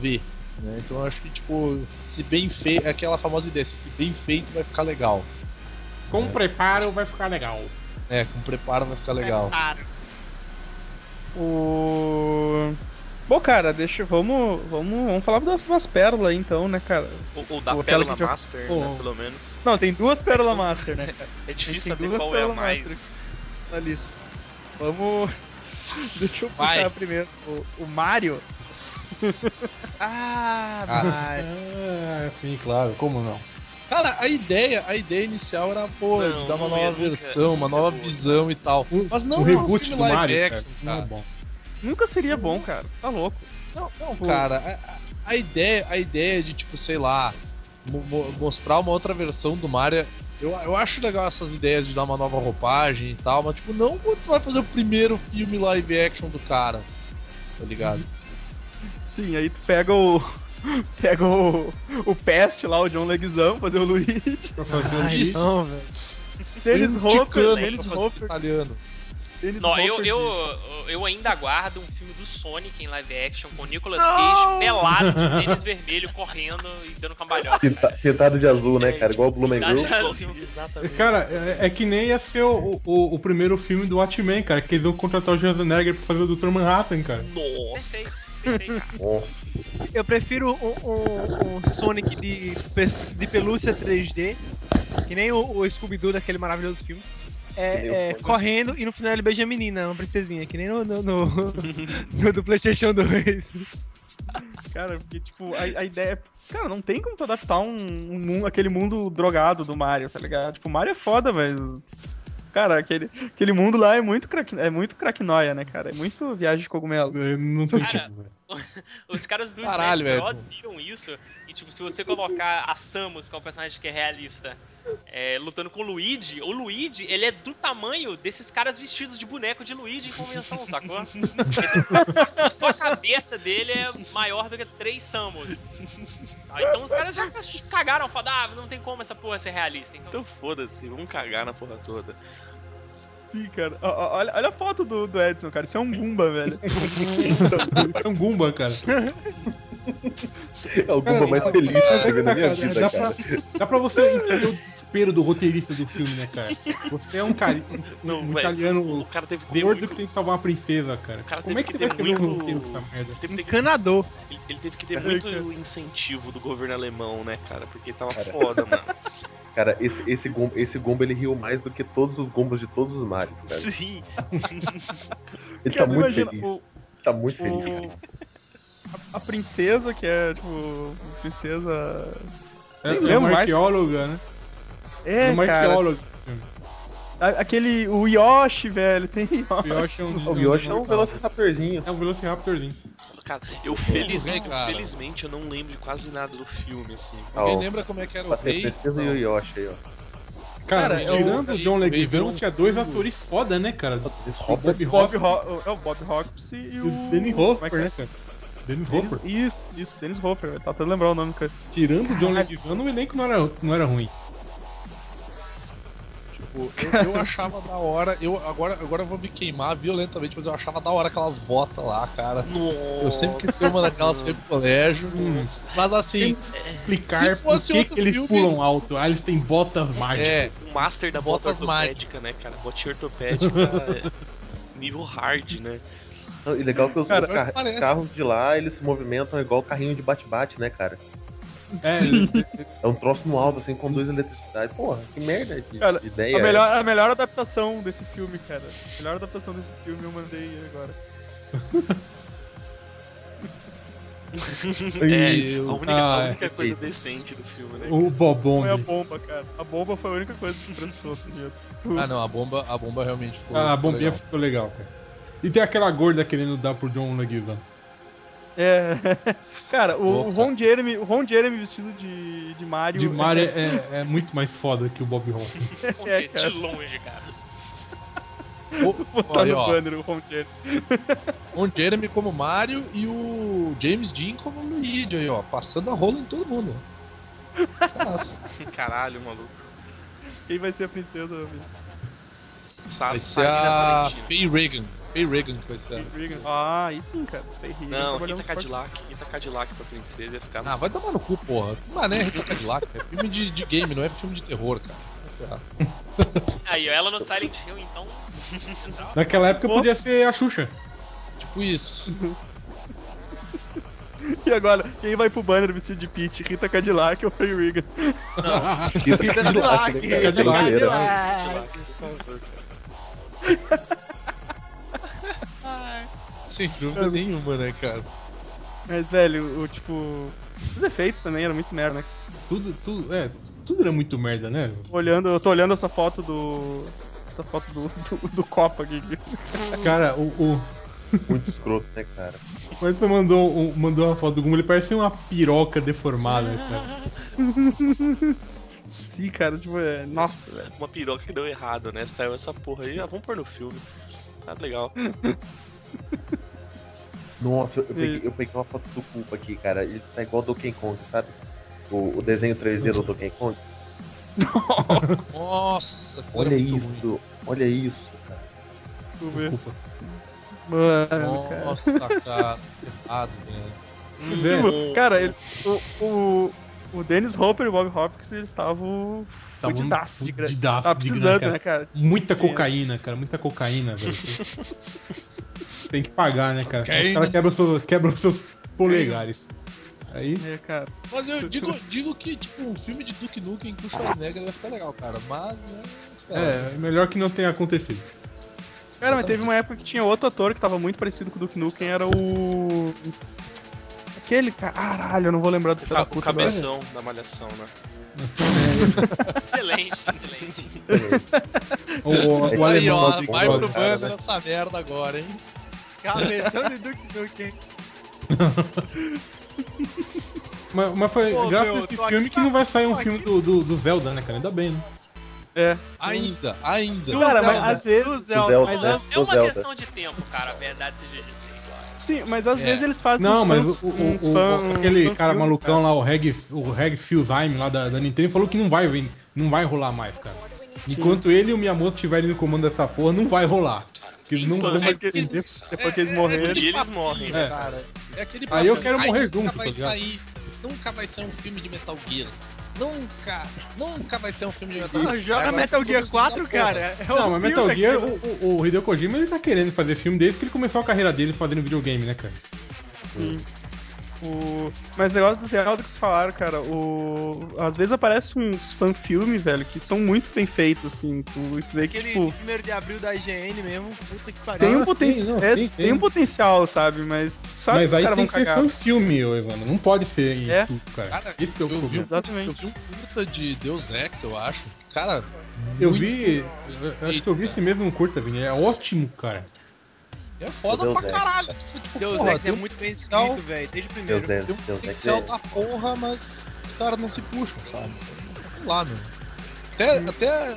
ver. Né? Então eu acho que, tipo, se bem feito. Aquela famosa ideia, se bem feito vai ficar legal. Com preparo vai ficar legal. É, com preparo vai ficar legal. O. Bom, cara, deixa. Vamos, vamos, vamos falar das, das pérolas aí, então, né, cara? Ou, ou da Pô, aquela Pérola que já- Master, Pô. né, pelo menos. Não, tem duas pérolas São- master, né, cara, É Tem difícil saber duas qual é a Pérola Master mais. na lista. Vamos. [laughs] Deixa eu puxar Vai. primeiro. O, o Mario. Ah, Ah. Mario. Ah, sim, claro, como não? Cara, a ideia, a ideia inicial era boa, Não, de dar uma não nova ia nunca, versão, uma nunca nova boa. visão e tal. Mas não o é um reboot do filme Mario, live cara, action, não é cara. bom. Nunca seria bom, cara. Tá louco. Não, não, cara, a- a, a ideia, a ideia de tipo, sei lá, mo- mo- mostrar uma outra versão do Mario, eu, eu acho legal essas ideias de dar uma nova roupagem e tal, mas tipo, não quando tu vai fazer o primeiro filme live action do cara. Tá ligado? Sim, aí tu pega o. [laughs] Pega o. O Pest lá, o John Leguizamo, fazer o Luigi. Pra fazer o Isso. Não, velho. Dennis Um Hopper, ticano Dennis pra fazer Hopper, italiano. Dennis Não, eu, Hopper eu, de- eu ainda aguardo um filme do Sonic em live action com o Nicolas Cage pelado de tênis vermelho correndo e dando [laughs] cambalhota. Pinta- Pintado de azul, né, É, cara? Igual o Blumen pintado Group. de- Brasil. [laughs] Exatamente. Cara, é, é que nem ia ser o, o, o primeiro filme do Watchmen, cara, que eles vão contratar o Schwarzenegger pra fazer o Dr. Manhattan, cara. Nossa. Perfeito, perfeito. Bom, Eu prefiro um, um- um Sonic de, pe- de pelúcia 3D, que nem o, o Scooby-Doo daquele maravilhoso filme. Que nem o É, é, Sonic. correndo e no final ele beija a menina, uma princesinha, que nem no, no, no- [laughs] no do PlayStation 2. Cara, porque, tipo, a, a ideia é. Cara, não tem como tu adaptar um, um mun- aquele mundo drogado do Mario, tá ligado? Tipo, o Mario é foda, mas. Cara, aquele, aquele mundo lá é muito, crack, é muito cracknoia, né, cara? É muito viagem de cogumelo. É, Não tem Cara, como, velho. Os caras do Caralho, Smash velho. Bros viram isso e, tipo, se você colocar a Samus, que é um personagem que é realista, é, lutando com o Luigi, o Luigi, ele é do tamanho desses caras vestidos de boneco de Luigi em convenção, sacou? Só a cabeça dele é maior do que três Samus. Ah, Então os caras já cagaram, falaram, ah, não tem como essa porra ser realista. Então, Então foda-se, vamos cagar na porra toda. Sim, cara. Ó, ó, Olha, olha a foto do, do Edson, cara. Isso é um Goomba, [laughs] velho. É um Goomba, cara. É o Gumba mais feliz que eu já vi na minha vida, é, dá, cara. Pra, dá pra você entender o desespero do roteirista do filme, né, cara? Você é um, cari- um- Não, um velho, O italiano cara teve que ter gordo muito. que tem que salvar uma princesa, cara. cara Como teve é que, que você ter vai escrever um muito- roteiro com essa merda? Teve, teve, Encanador. ele, ele teve que ter muito incentivo do governo alemão, né, cara? Porque tava foda, mano. Cara, esse, esse, Gumba, esse Gumba ele riu mais do que todos os Gumbas de todos os mares, cara. Sim. Ele Cara, tá tu muito imagina, feliz. o- Tá muito feliz. o- a, a princesa, que é, tipo, princesa... É, Nem é lembro uma mais. arqueóloga, né? É É, uma cara. arqueóloga. a- aquele... O Yoshi, velho. Tem O Yoshi. Yoshi é um, O Yoshi é um velociraptorzinho. É um Velociraptorzinho. Cara, eu feliz, Vem, cara. felizmente eu não lembro de quase nada do filme, assim. Ah, Alguém ó, lembra como é que era o pra ter rei? certeza e o Yoshi aí, ó. Cara, Cara, é o- tirando o John veio Leguizamo, um- tinha dois atores foda, né, cara? O Robert Bob Bob Hoffman Ho- é o Bob Hawks e e o... o Danny como é Hopper, que né, cara? Danny Hopper. é? Isso, isso. Dennis Hopper. velho. Tá tentando lembrar o nome, cara. Tirando o John Leguizamo, o elenco não era, não era ruim. Tipo, eu, eu achava da hora. Eu agora, agora eu vou me queimar violentamente, mas eu achava da hora aquelas botas lá, cara. Eu sempre quis ter uma daquelas foi pro colégio. Hum. Mas assim, Explicar Se por fosse que, outro que eles filme- pulam alto. Ah, eles têm botas mágicas. é, O master da bota Botas ortopédica, né, cara? Botinha ortopédica [laughs] é, nível hard, né? E legal que os, Cara, os car- parece. carros de lá, eles se movimentam igual carrinho de bate-bate, né, cara? É, É um troço no alto, assim, conduz eletricidade. Porra, que merda de, Cara, de ideia. A melhor, a melhor adaptação desse filme, cara. A melhor adaptação desse filme eu mandei agora. É, a única, a Ah, é. única coisa decente do filme, [laughs] né? o Bobon. Foi a bomba, cara. A bomba foi a única coisa que [laughs] transou esse dia. Ah não, a bomba, a bomba realmente ficou. tipo, Ah, a ficou bombinha legal. ficou legal, cara. E tem aquela gorda querendo dar pro John Leguizamo. É. [laughs] Cara, o, Opa. o Ron Jeremy, o Ron Jeremy vestido de, de Mario. De Mario é, é muito mais foda que o Bob Hoffman. com É, certeza, cara. de longe, cara. O- Tá Olha, no ó, banner o Ron Jeremy. o Um Jeremy como Mario e o James Dean como Luigi aí, ó. Passando a rola em todo mundo. Nossa, Caralho, maluco. Quem vai ser a princesa? amigo? Sa vai ser Sarina a Valentina. Faye Reagan. Faye Reagan que vai ser. ela. Reagan. Ah, aí sim, cara. Tem Reagan Não, trabalhando Rita forte. Cadillac. Rita Cadillac pra princesa ia ficar. Ah, vai tomar no cu, porra. Mané, Rita Cadillac. É filme de, de game, não é filme de terror, cara. Vai se ferrar. Aí, ó, ela no Silent Hill, então. Naquela época podia ser a Xuxa. Tipo isso. E agora, quem vai pro banner vestido de Peach? Rita Cadillac ou Ray Reagan? Fica de lá, né, cara? Cadillac. Tem maneira, né? Cadillac, por um favor. Sem dúvida nenhuma, né, cara? Mas, velho, o tipo. Os efeitos também eram muito merda, né? Tudo, tudo, é, tudo era muito merda, né? Olhando, eu tô olhando essa foto do. Essa foto do, do, do Copa aqui. Cara, o, o Muito escroto, né, cara? mas você mandou, um- mandou uma foto do Gumba, ele parece uma piroca deformada, cara. Sim, cara, tipo, é. Nossa, velho. Uma piroca que deu errado, né? Saiu essa porra aí. Ah, vamos pôr no filme. Tá legal. Hum, Nossa, eu E- peguei, eu peguei uma foto do Culpa aqui, cara. Ele tá igual do Donkey Kong, sabe? O, o desenho 3D do Donkey Kong. Nossa, cara, Olha é muito ruim. isso, olha isso, cara. Deixa eu ver. Desculpa. [laughs] Mano, cara. Nossa, cara, errado, velho. Pois é, Tipo, cara, ele- o, o, o Dennis Hopper e o Bob Hopkins, eles estavam tava fudidaço de grana. Tá fudidaço Tava de grana, precisando, cara. né, cara? Muita cocaína, cara, muita cocaína, velho. Tem que pagar, né, cara? Cocaína. Os caras quebram seus, quebra os seus polegares. Aí, É, cara. Mas eu digo, digo que, tipo, um filme de Duke Nukem com Schwarzenegger vai ficar legal, cara. Mas, né, cara, é, melhor que não tenha acontecido. Cara, mas teve uma época que tinha outro ator que tava muito parecido com o Duke Nukem, era o. Aquele cara. Caralho, eu não vou lembrar do filho Ca- da Ah, o puta agora. cabeção da malhação, né? [laughs] Excelente, excelente. O, o, o Aí, ó, É alemão. tipo, Duke vai Nukem, pro cara, bando né? nessa merda agora, hein? Cabeção de Duke Nukem. Mas, mas foi Pô, graças meu, a esse tô filme aqui que não vai sair um tô filme aqui. do, do, do Zelda, né, cara? Ainda bem, né? É. Ainda, ainda. Então, Cara, mas Zelda. às vezes. Do Zelda. Zelda, Mas né? às- É uma Zelda. questão de tempo, cara, a verdade seja dita, eu acho. Sim, mas às É. vezes eles fazem Não, uns mas fãs- o, o- uns o- fã- aquele fã cara filme, né? malucão lá, o Reg, o Reg Filzheim lá da, da Nintendo, falou que não vai, vir- não vai rolar mais, cara. Enquanto ele e o Miyamoto estiverem no comando dessa porra, não vai rolar. Porque eles não Enquanto- vão mais é que- entender. [laughs] Depois que eles morreram. E eles é papinho, morrem, né? cara. É aquele Aí eu papinho. quero morrer nunca junto, vai tá ligado? sair, nunca vai ser um filme de Metal Gear. Nunca, nunca vai ser um filme de Metal Não, Gear. joga Agora Metal vamos Gear produzir uma 4, porra. cara. É Não, horrível mas Metal Gear, é aquilo. o, o- o Hideo Kojima, ele tá querendo fazer filme desde que ele começou a carreira dele fazendo videogame, né, cara? O... Mas o negócio do Zelda que vocês falaram, cara, o... às vezes aparece uns fan-filme, velho, que são muito bem feitos, assim. Tu, tu vê que, Aquele tipo, primeiro de abril da IGN mesmo, puta que pariu. tem um, sim, poten... não, é, sim, tem sim. um potencial, sabe? Mas tu sabe que Mas Tá, os aí caras vão tem que ser cagar. um filme, ô, Evandro. Não pode ser isso, É. cara. Cara, Esse que é o eu vi, problema. um, Exatamente. eu vi um curta de Deus Ex, eu acho. Cara, Eu muito vi. eu- eu Acho que eu vi esse mesmo um curta, Vini. É ótimo, cara. é foda Deus pra Ex. caralho. Tipo, tipo, Deus porra, Ex é tem um muito bem potencial- escrito, velho, desde o primeiro. Deus Ex, Tem um Deus Ex. potencial é- da porra, mas os caras não se puxam, sabe? Sei lá, meu. Até, Hum. até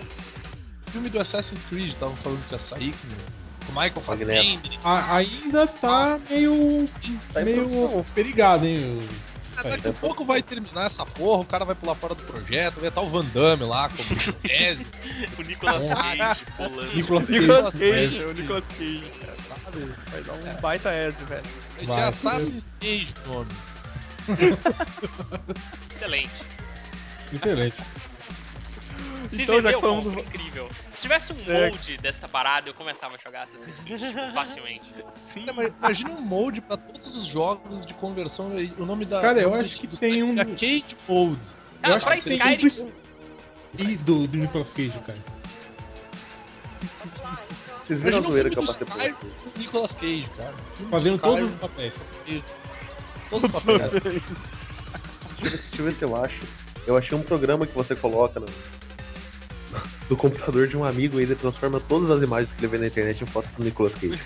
filme do Assassin's Creed, estavam falando que ia sair com, com o Michael Fassbender. A- ainda tá meio. Tá em meio perigado, hein? o- Ah, Daqui então. a pouco vai terminar essa porra, o cara vai pular fora do projeto, vai estar o Van Damme lá, como [laughs] tese, O É. Nicolas Cage [laughs] pulando. Nicolas Cage. Nicolas Mas- Cage, o Nicolas Cage. sabe? Vai dar É. um... Um baita S, velho. Vai ser Vai. Assassin's Creed o nome. Excelente. É, Excelente. Se Então, já vendeu, que falamos bom, do- incrível. Se tivesse um É. molde dessa parada, eu começava a jogar Assassin's Creed tipo, facilmente. Sim, Cara, mas Imagina um molde pra todos os jogos de conversão. e O nome da. Cara, eu o nome acho do- que do tem site um- é Cage Mode. Cara, acho pra é que Tipo, tem Skyrim, E do, do Nicolas Cage, cara. Vocês viram a Imagina um filme zoeira que eu do passei por Skyrim isso? com o Nicolas Cage, cara. Um filme do Fazendo Skyrim, todos os papéis. todos os papéis. Deixa eu ver se eu acho. Eu achei um programa que você coloca no, no computador de um amigo e ele transforma todas as imagens que ele vê na internet em fotos do Nicolas Cage.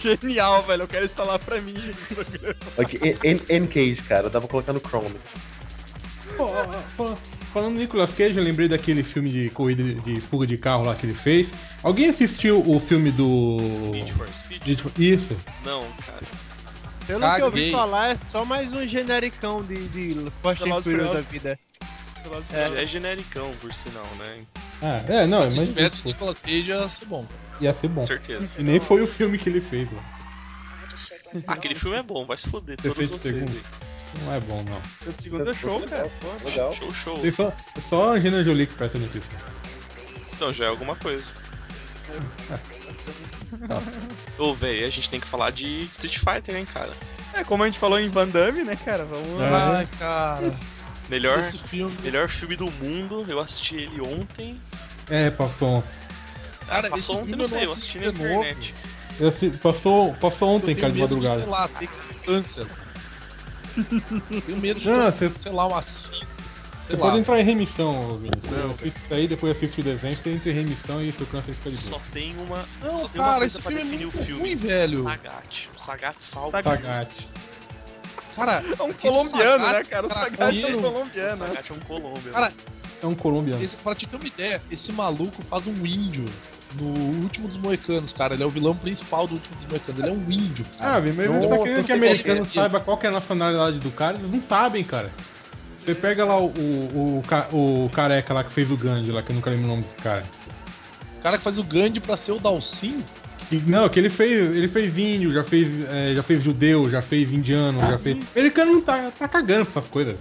Genial, velho. Eu quero instalar pra mim esse programa. Aqui, N-Cage, cara, dá pra colocar no Chrome. Pô, ó, ó, fal- Falando no Nicolas Cage, eu lembrei daquele filme de corrida de- de fuga de carro lá que ele fez. Alguém assistiu o filme do. Need for Speed? Need for- Isso. Não, cara. Pelo que Caguei. eu ouvi falar, é só mais um genericão de, de Fast Velozes and e Furious da Furiosos. vida. É, genericão, por sinal, né? Ah, é, não, Se tivesse o mas Nicolas Cage ia ser bom. ia ser É. bom. Certeza. E nem foi o filme que ele fez, ó. Ah, aquele filme é bom, vai se foder, todos Perfeito vocês aí. segundo. Não é bom, não. O segundo é show, cara. Legal. Show, show. Tem só, só a Angelina Jolie que faz essa notícia. Então já é alguma coisa. Tá. Ô, velho, a gente tem que falar de Street Fighter, hein, cara. É, como a gente falou em Van Damme, né, cara? Vamos É. lá. Ai, cara. Melhor, Esse filme. melhor filme do mundo, eu assisti ele ontem. É, passou. Cara, esse Passou filme ontem, eu não sei, eu assisti assisti na de novo. internet. Eu assi- passou, passou Eu ontem, tenho cara, de medo madrugada. Sei lá, ter câncer. Eu tenho medo de. Não, ter, Ah, você, Sei lá, uma. um Sei você lá. pode entrar em remissão, ô, Vinícius. Não. Eu assisto isso aí, depois assisto o desenho, você entra em remissão e seu câncer fica de Só boa. tem uma, Não, só tem uma cara, coisa esse pra filme é definir o muito filme. ruim, velho. Sagat. Sagat salva. Sagate. Cara, É um aquele colombiano, né, Sagat, cara? O craqueiro, Sagat é um O colombiano. né? Sagat é um Colômbia. Cara, É um colombiano. Esse, pra te ter uma ideia, esse maluco faz um índio no último dos moicanos, cara. Ele é o vilão principal do último dos moicanos. Ele é um índio, Ah, cara. Vini, mas Não, você tá querendo que eu tô americano querendo. saiba qual que é a nacionalidade do cara? Eles não sabem, cara. Você pega lá o, o, o, ca- o careca lá que fez o Gandhi lá, que eu nunca lembro o nome do cara. Ah. O cara que faz o Gandhi pra ser o Dalsin. E- Não, que ele fez, ele fez índio, já fez, é, já fez judeu, já fez indiano, já Ah, fez. Americano não tá, tá cagando pra essas coisas.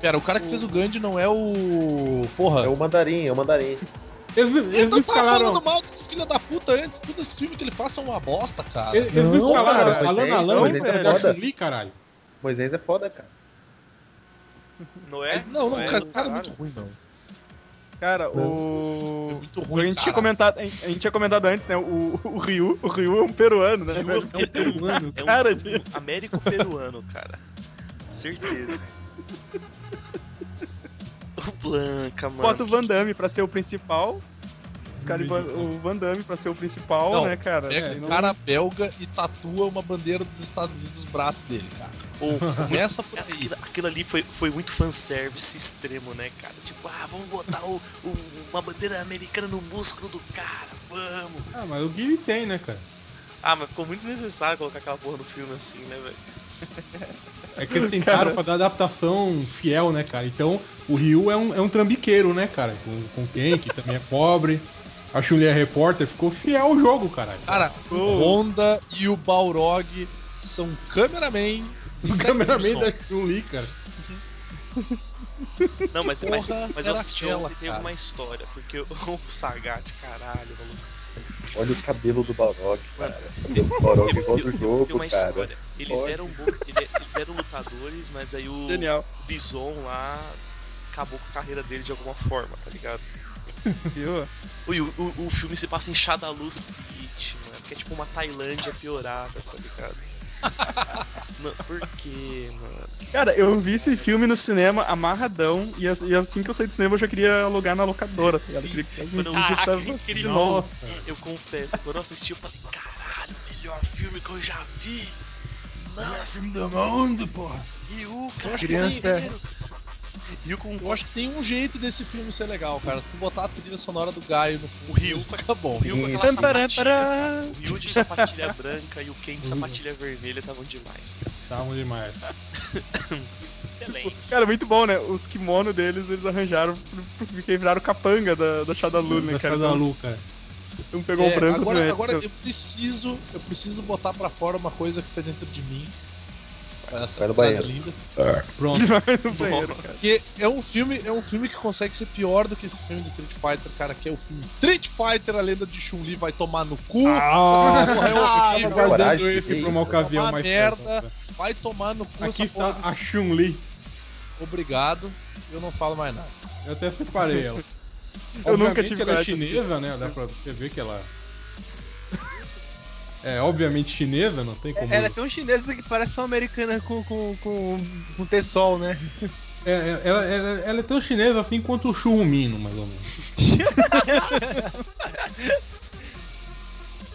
Pera, o cara que fez o Gandhi não é o. Porra. É o mandarim, é o mandarim. Eles, eles Então não tá falando escalaram. mal desse filho da puta antes. Todo esse filme que ele faça é uma bosta, cara. Eles eles não Não, cara, escalaram. Alan mas é, Alan, mas é Alan foda. Chun-Li, caralho. Moisés é foda, cara. Noé? Não, não, Noé cara, do esse cara é caralho. muito ruim, não. Cara, É o. muito A ruim, gente, tinha cara. comentado, a gente a gente tinha comentado antes, né? O, o Ryu, o Ryu é um peruano, né? Ryu Então, velho? é um peruano. É um Cara, de- américo peruano, cara. Certeza. o Blanca, mano. Bota o Van Damme pra ser o principal. Os caras o Van Damme pra ser o principal, Não, né, cara? Pega Não- um cara belga e tatua uma bandeira dos Estados Unidos no braço dele, cara. Ou- Começa por aí. Aquilo, aquilo ali foi, foi muito fanservice extremo, né, cara? Tipo, ah, vamos botar o- o- uma bandeira americana no músculo do cara, vamos. Ah, mas o Guilherme tem, né, cara? Ah, mas ficou muito desnecessário colocar aquela porra no filme assim, né, velho? É que eles tentaram Cara. fazer a adaptação fiel, né, cara? Então, o Ryu é um, é um trambiqueiro, né, cara? Com, com quem, que também é pobre. A Chun-Li é repórter, ficou fiel ao jogo, caralho. Cara, o Honda e o Balrog são cameraman. O cameraman da Chun-Li, cara. Não, mas, mas, Porra, mas eu era assisti aquela, ontem tem cara. uma história, porque o [laughs] Sagat, caralho, maluco. Olha o cabelo do Baroque, Mano, cara. O Baroque Tem- igual tem- do tem- tem jogo, uma cara. história. Eles Olha. eram, bo- ele- é, eles eram lutadores, mas aí o Genial. Bison lá acabou com a carreira dele de alguma forma, tá ligado? Viu? Ui, o, o, o filme se passa em Shadaloo City, mano. Que é tipo uma Tailândia piorada, tá ligado? [laughs] Não, por quê, mano? Cara, eu vi esse filme no cinema amarradão e, as- e assim que eu saí do cinema eu já queria alugar na locadora, tá ligado? Eu queria que alguém Sim. digitasse Caraca, de incrível. novo. É, eu confesso, quando eu assisti, eu falei, caralho, melhor filme que eu já vi! Nossa, do mundo, porra. Ryu, cara, Criança. maneiro. Ryu com Eu acho que tem um jeito desse filme ser legal, cara. Se tu botar a trilha sonora do Gaio no o [laughs] Ryu, com fica bom. o Ryu com aquela Tam, tará, sapatilha. tará. O Ryu de sapatilha branca e o Uhum. Ken de sapatilha vermelha estavam demais, cara. Estavam Tá demais. Excelente. Cara, muito bom, né? Os kimono deles, eles arranjaram pro- pro- que viraram capanga da, da Shadalu, né, Da cara? casa da Lu, cara. Não pegou o branco É, agora, também. [laughs] agora eu preciso, eu preciso botar pra fora uma coisa que tá dentro de mim. Essa Vai frase no banheiro. linda. Pronto. no banheiro, cara. Porque é um filme, é um filme que consegue ser pior do que esse filme do Street Fighter, cara, que é o filme Street Fighter, a lenda de Chun-Li vai tomar no cu, Ah, porra, é horrível. tava guardando Coragem, esse que pra uma isso. ocasião Uma mais merda. certa. vai tomar no cu Aqui essa está tá. porra. a Chun-Li. Obrigado. Eu não falo mais nada. Eu até separei ela. [laughs] Eu nunca Obviamente tive ela é coragem de assistir. chinesa, né? Dá pra você ver que ela. [laughs] É, obviamente chinesa, não tem como. Ela é tão chinesa que parece uma americana com, com, com, com tessol, né? É, é, ela, ela- ela é tão chinesa assim quanto o churrumino, mais ou menos.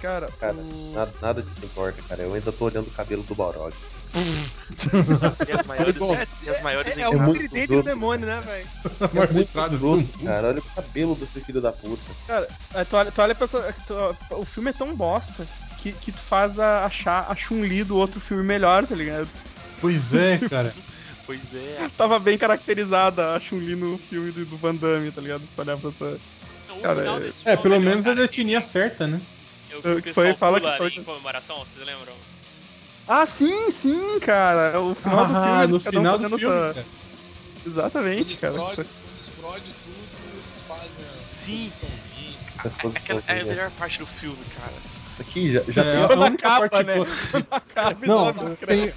Cara, Cara, nada, nada disso importa, cara. Eu ainda tô olhando o cabelo do Balrog. E as maiores, Bom, é, e as maiores É, é o entradas muito tridente doido, do um demônio, né, velho? Mais letrado do mundo. Cara, olha o cabelo desse filho da puta. É, tu olha, tu olha pra essa- tu- o filme é tão bosta que, que tu faz a, achar a Chun-Li do outro filme melhor, tá ligado? [laughs] Pois é, cara. Pois é, Tava bem caracterizada a Chun-Li no filme do, do Van Damme, tá ligado? Se tu olhar pra essa... Então, o Cara, final desse filme É, pelo melhor, menos é cara. da etnia certa, né? Eu, Eu- o que pessoal foi- fala pula que foi- em comemoração, vocês lembram? Ah, sim, sim, cara! É O final do filme, Ah, eles no cada um final do fazendo filme, essa- cara. Exatamente, Eles cara. explodem, eles explodem tudo, eles fazem. Sim. São Essa é, [laughs] aquela, é a posiçãozinha. melhor parte do filme, cara. Isso aqui já, já É, tem a na única capa, parte né? [laughs] boa. Não, tem,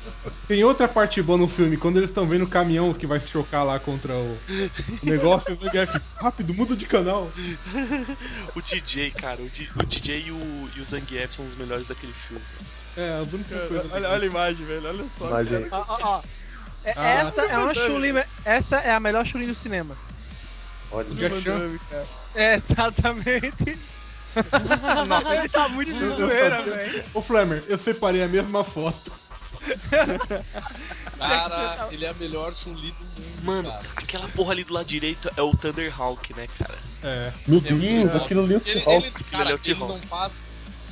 tem outra parte boa no filme, quando eles estão vendo o caminhão que vai se chocar lá contra o, o negócio, [laughs] o Jeff, rápido, muda de canal. O DJ, cara, o, Di- o DJ e o, e o Zangief são os melhores daquele filme. É, a única coisa. Cara, assim, Olha, olha a imagem, velho, olha só. Tá cara. Imagem. Ó, ó, ó. É- Ah. essa é uma Chun-Li, essa é a melhor Chun-Li do cinema. Olha, Já Van chama- Damme, cara. É, [laughs] exatamente. Nossa, ele tá muito de zoeira, velho. Ô Flamer, eu separei a mesma foto. Cara, ele é a melhor Chun-Li do mundo. Mano, cara. aquela porra ali do lado direito é o Thunderhawk, né, cara? É. Meu Deus, Deus, aquilo ali é o Ele, ele, Hulk. Aquilo cara, ali é o ele T-Hawk. não faz.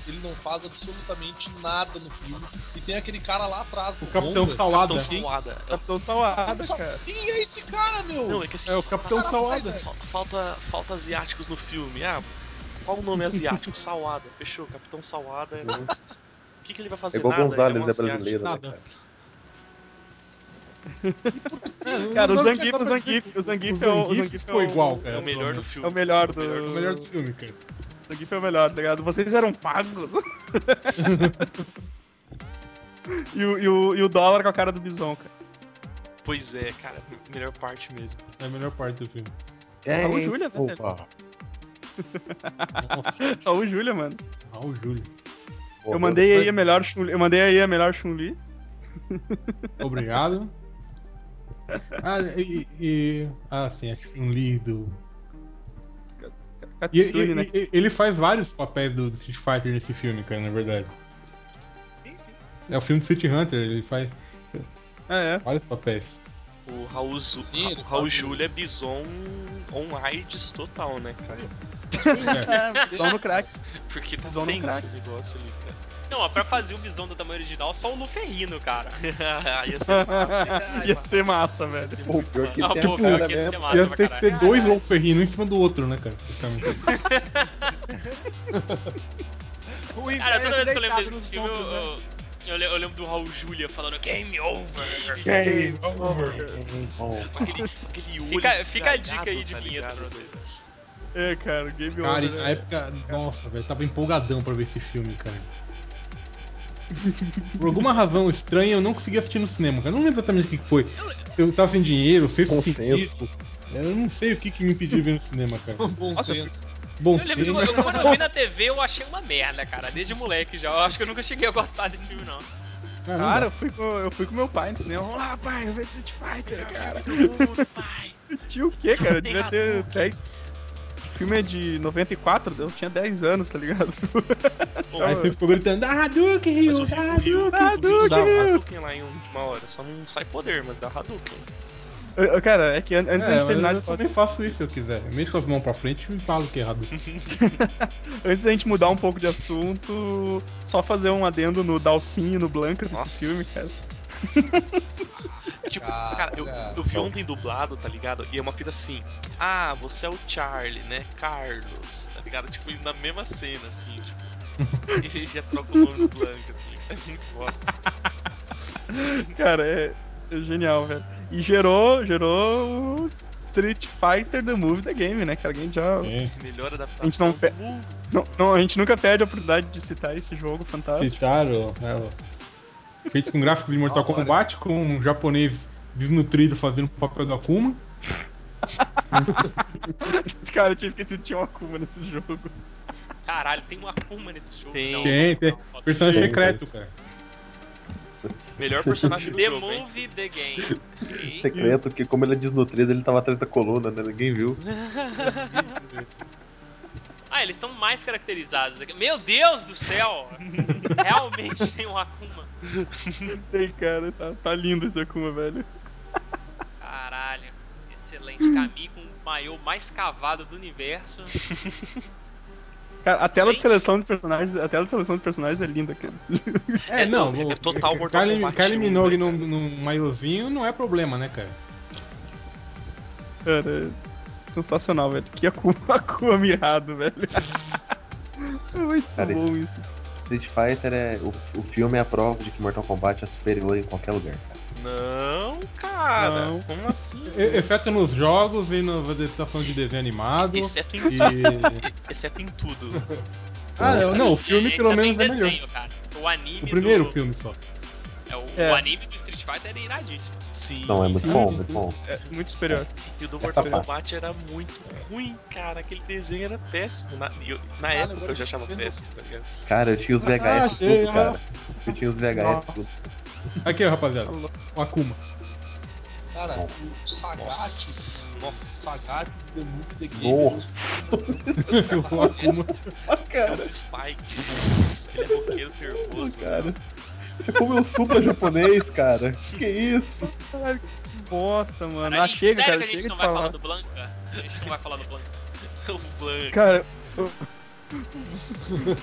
Ele não faz absolutamente nada no filme. E tem aquele cara lá atrás. O Capitão Salada. Capitão Salada. É o- Capitão Salada, Capitão cara. Quem é esse cara, meu? Não, é que assim, É o Capitão fa- Salada. fa- Falta, falta asiáticos no filme. Ah, qual o nome asiático? Salada. Fechou, Capitão Salada. O que, que ele vai É fazer? igual Nada, Gonzalez, ele é um asiático. brasileiro, né, Nada. cara? É, Cara, o Zangief, o Zangief, o Zangief, é o- o Zangief ficou é o- igual, cara. É o melhor do É filme. o melhor do... É o melhor do filme, cara. O Zangief é o melhor, tá ligado? Vocês eram pagos. [laughs] e, o, e, o, e o dólar com a cara do bison, cara. Pois é, cara, melhor parte mesmo. É a melhor parte do filme. É. Tá o Júlia, né? velho? Opa, Nossa, [laughs] Tá o Júlia, mano. ah, o Júlio. Eu mandei aí a melhor Chun-Li. Eu mandei aí a melhor Chun-Li. Obrigado. Ah, e, e- ah sim, acho que um lido. E, Katsune, e- né? e- ele faz vários papéis do Street Fighter nesse filme, cara, na verdade. Sim, sim. É o filme do Street Hunter, ele faz É, é. [laughs] vários papéis. O Raul, Zu- Sim, ele Ra- Raul um- faz- Júlia é bison on AIDS total, né, cara? Tá Só no crack. Porque tá Bison no bem esse negócio ali, Não, ó, pra fazer o bisão do tamanho original, só o Luferrino, cara. cara. [laughs] [laughs] ia ser massa, ia ser Ia ser massa, Ia velho. ser Pô, muito pior massa. que Ah, é tem pô, a cara, cara que ia ser mesmo. massa um Ia pra ter que caralho. ter dois Lon Ferrino um em cima do outro, né, [laughs] cara? Basicamente. Cara, toda vez que eu lembro nos desse filme, eu, pontos, né? eu, eu le- eu lembro do Raul Júlia falando Game Over. É, Game Com Aquele, com aquele olho Fica- fica a dica aí esbugalhado, de vinheta tá ligado, pra velho? É, cara, game Cara, é over. e na né? época, nossa, velho, tava empolgadão pra ver esse filme, cara. Por alguma razão estranha, eu não consegui assistir no cinema, cara. Eu não lembro exatamente o que que foi. Eu tava sem dinheiro, sexto Consenso. sentido. Eu não sei o que, que me impediu de ver no cinema, cara. Bom senso. Bom Eu lembro, senso. que quando- quando eu vi na TV, eu achei uma merda, cara. Desde moleque já. Eu acho que eu nunca cheguei a gostar desse filme, não. Ah, não Cara, dá. eu fui, com, eu "Ah, fui com meu pai no cinema. Vamos lá, pai, ver Street Fighter, cara. Todo pai. Tinha o quê, cara? Eu Tem devia ter Hadouken. 10. O filme é de 94, eu tinha 10 anos, tá ligado? [laughs] Então, Aí você ficou gritando, ah, Duke, Mas Ryu, o Rio, ah, o Rio, Duke. dá Hadouken. Hadouken lá em última hora. Só não sai poder, mas dá Hadouken. Eu- eu- cara, é que an- antes da É, gente terminar mas de eu também falar, faço isso se eu quiser. Eu mexo com as mãos pra frente e falo que é errado. antes da gente mudar um pouco de assunto, só fazer um adendo no Dalcinho e no Blanca desse filme, cara. assim. É [laughs] tipo, Cara. cara, eu, eu vi ontem dublado, tá ligado? E é uma fita assim. Ah, você é o Charlie, né? Carlos, tá ligado? Tipo, na mesma cena, assim, tipo. Ele já troca o nome do Blanca, tá ligado? É muito bosta. Cara, é, é genial, velho. E gerou, gerou o Street Fighter The Movie The Game, né, cara? A gente, já, É, Melhor a gente, não, adaptação Então, pe- do mundo. não- não, a gente nunca perde a oportunidade de citar esse jogo fantástico. fecharam, né? Feito com gráfico de Mortal Da hora. Kombat, com um japonês desnutrido fazendo o papel do Akuma. Cara, eu tinha esquecido que tinha uma Akuma nesse jogo. Caralho, tem uma Akuma nesse jogo. Tem. não. Tem, tem. Personagem Tem, secreto, cara. Melhor personagem do The um jogo, hein? Movie, The Game. Ok. Secreto, que como ele é desnutrido, ele tava atrás da coluna, né? Ninguém viu. Ah, eles estão mais caracterizados aqui. Meu Deus do [laughs] céu! Realmente tem um Akuma. Tem, cara, tá, tá lindo esse Akuma, velho. Caralho. Excelente. Kami com o maiô mais cavado do universo. Cara, a tela de Excelente. seleção de personagens, a tela de seleção de personagens é linda, cara. É, É, não, não, é vou- total Mortal Kylie- Kombat Kylie um, Minogue né, num, cara? num maiozinho não é problema, né, cara? Cara, é sensacional, velho. Que Akuma, [laughs] Akuma mirrado, velho. É muito Cara, bom isso. Street Fighter é. O, o filme é a prova de que Mortal Kombat é superior em qualquer lugar. cara. Não, cara. Não. Como assim? E- Exceto nos jogos e na adaptação de desenho animado. Exceto em, [laughs] E... é exceto em tudo. [laughs] Ah, não, não, o filme Esse pelo é bem menos é melhor. desenho, cara. O anime O primeiro do... filme só. É, o, É. o anime do Street Fighter é iradíssimo. Sim. Não, é muito sim. bom, muito bom. É muito superior. E o do Mortal capaz. Kombat era muito ruim, cara. Aquele desenho era péssimo. Na, eu- na Caralho, agora época eu já eu tô achava vendo. péssimo, tá ligado? Cara, eu tinha os Ah, VHS achei, né? tudo, cara. Eu tinha os VHS tudo. Aqui, ó, rapaziada. Tá O Akuma. Cara, o Sagat. Nossa, nossa. Sagat The Movie The Game. Nossa. o Akuma. Cara, os Spike. nossa, Ele é roqueiro nervoso. Cara. É como eu supla japonês, cara. Que isso? Caralho, que bosta, mano. Ah, Caralho, chega, sério cara, que a gente chega não de vai falar falar. do Blanca? A gente não vai falar do Blanca. [laughs] O Blanca. Cara,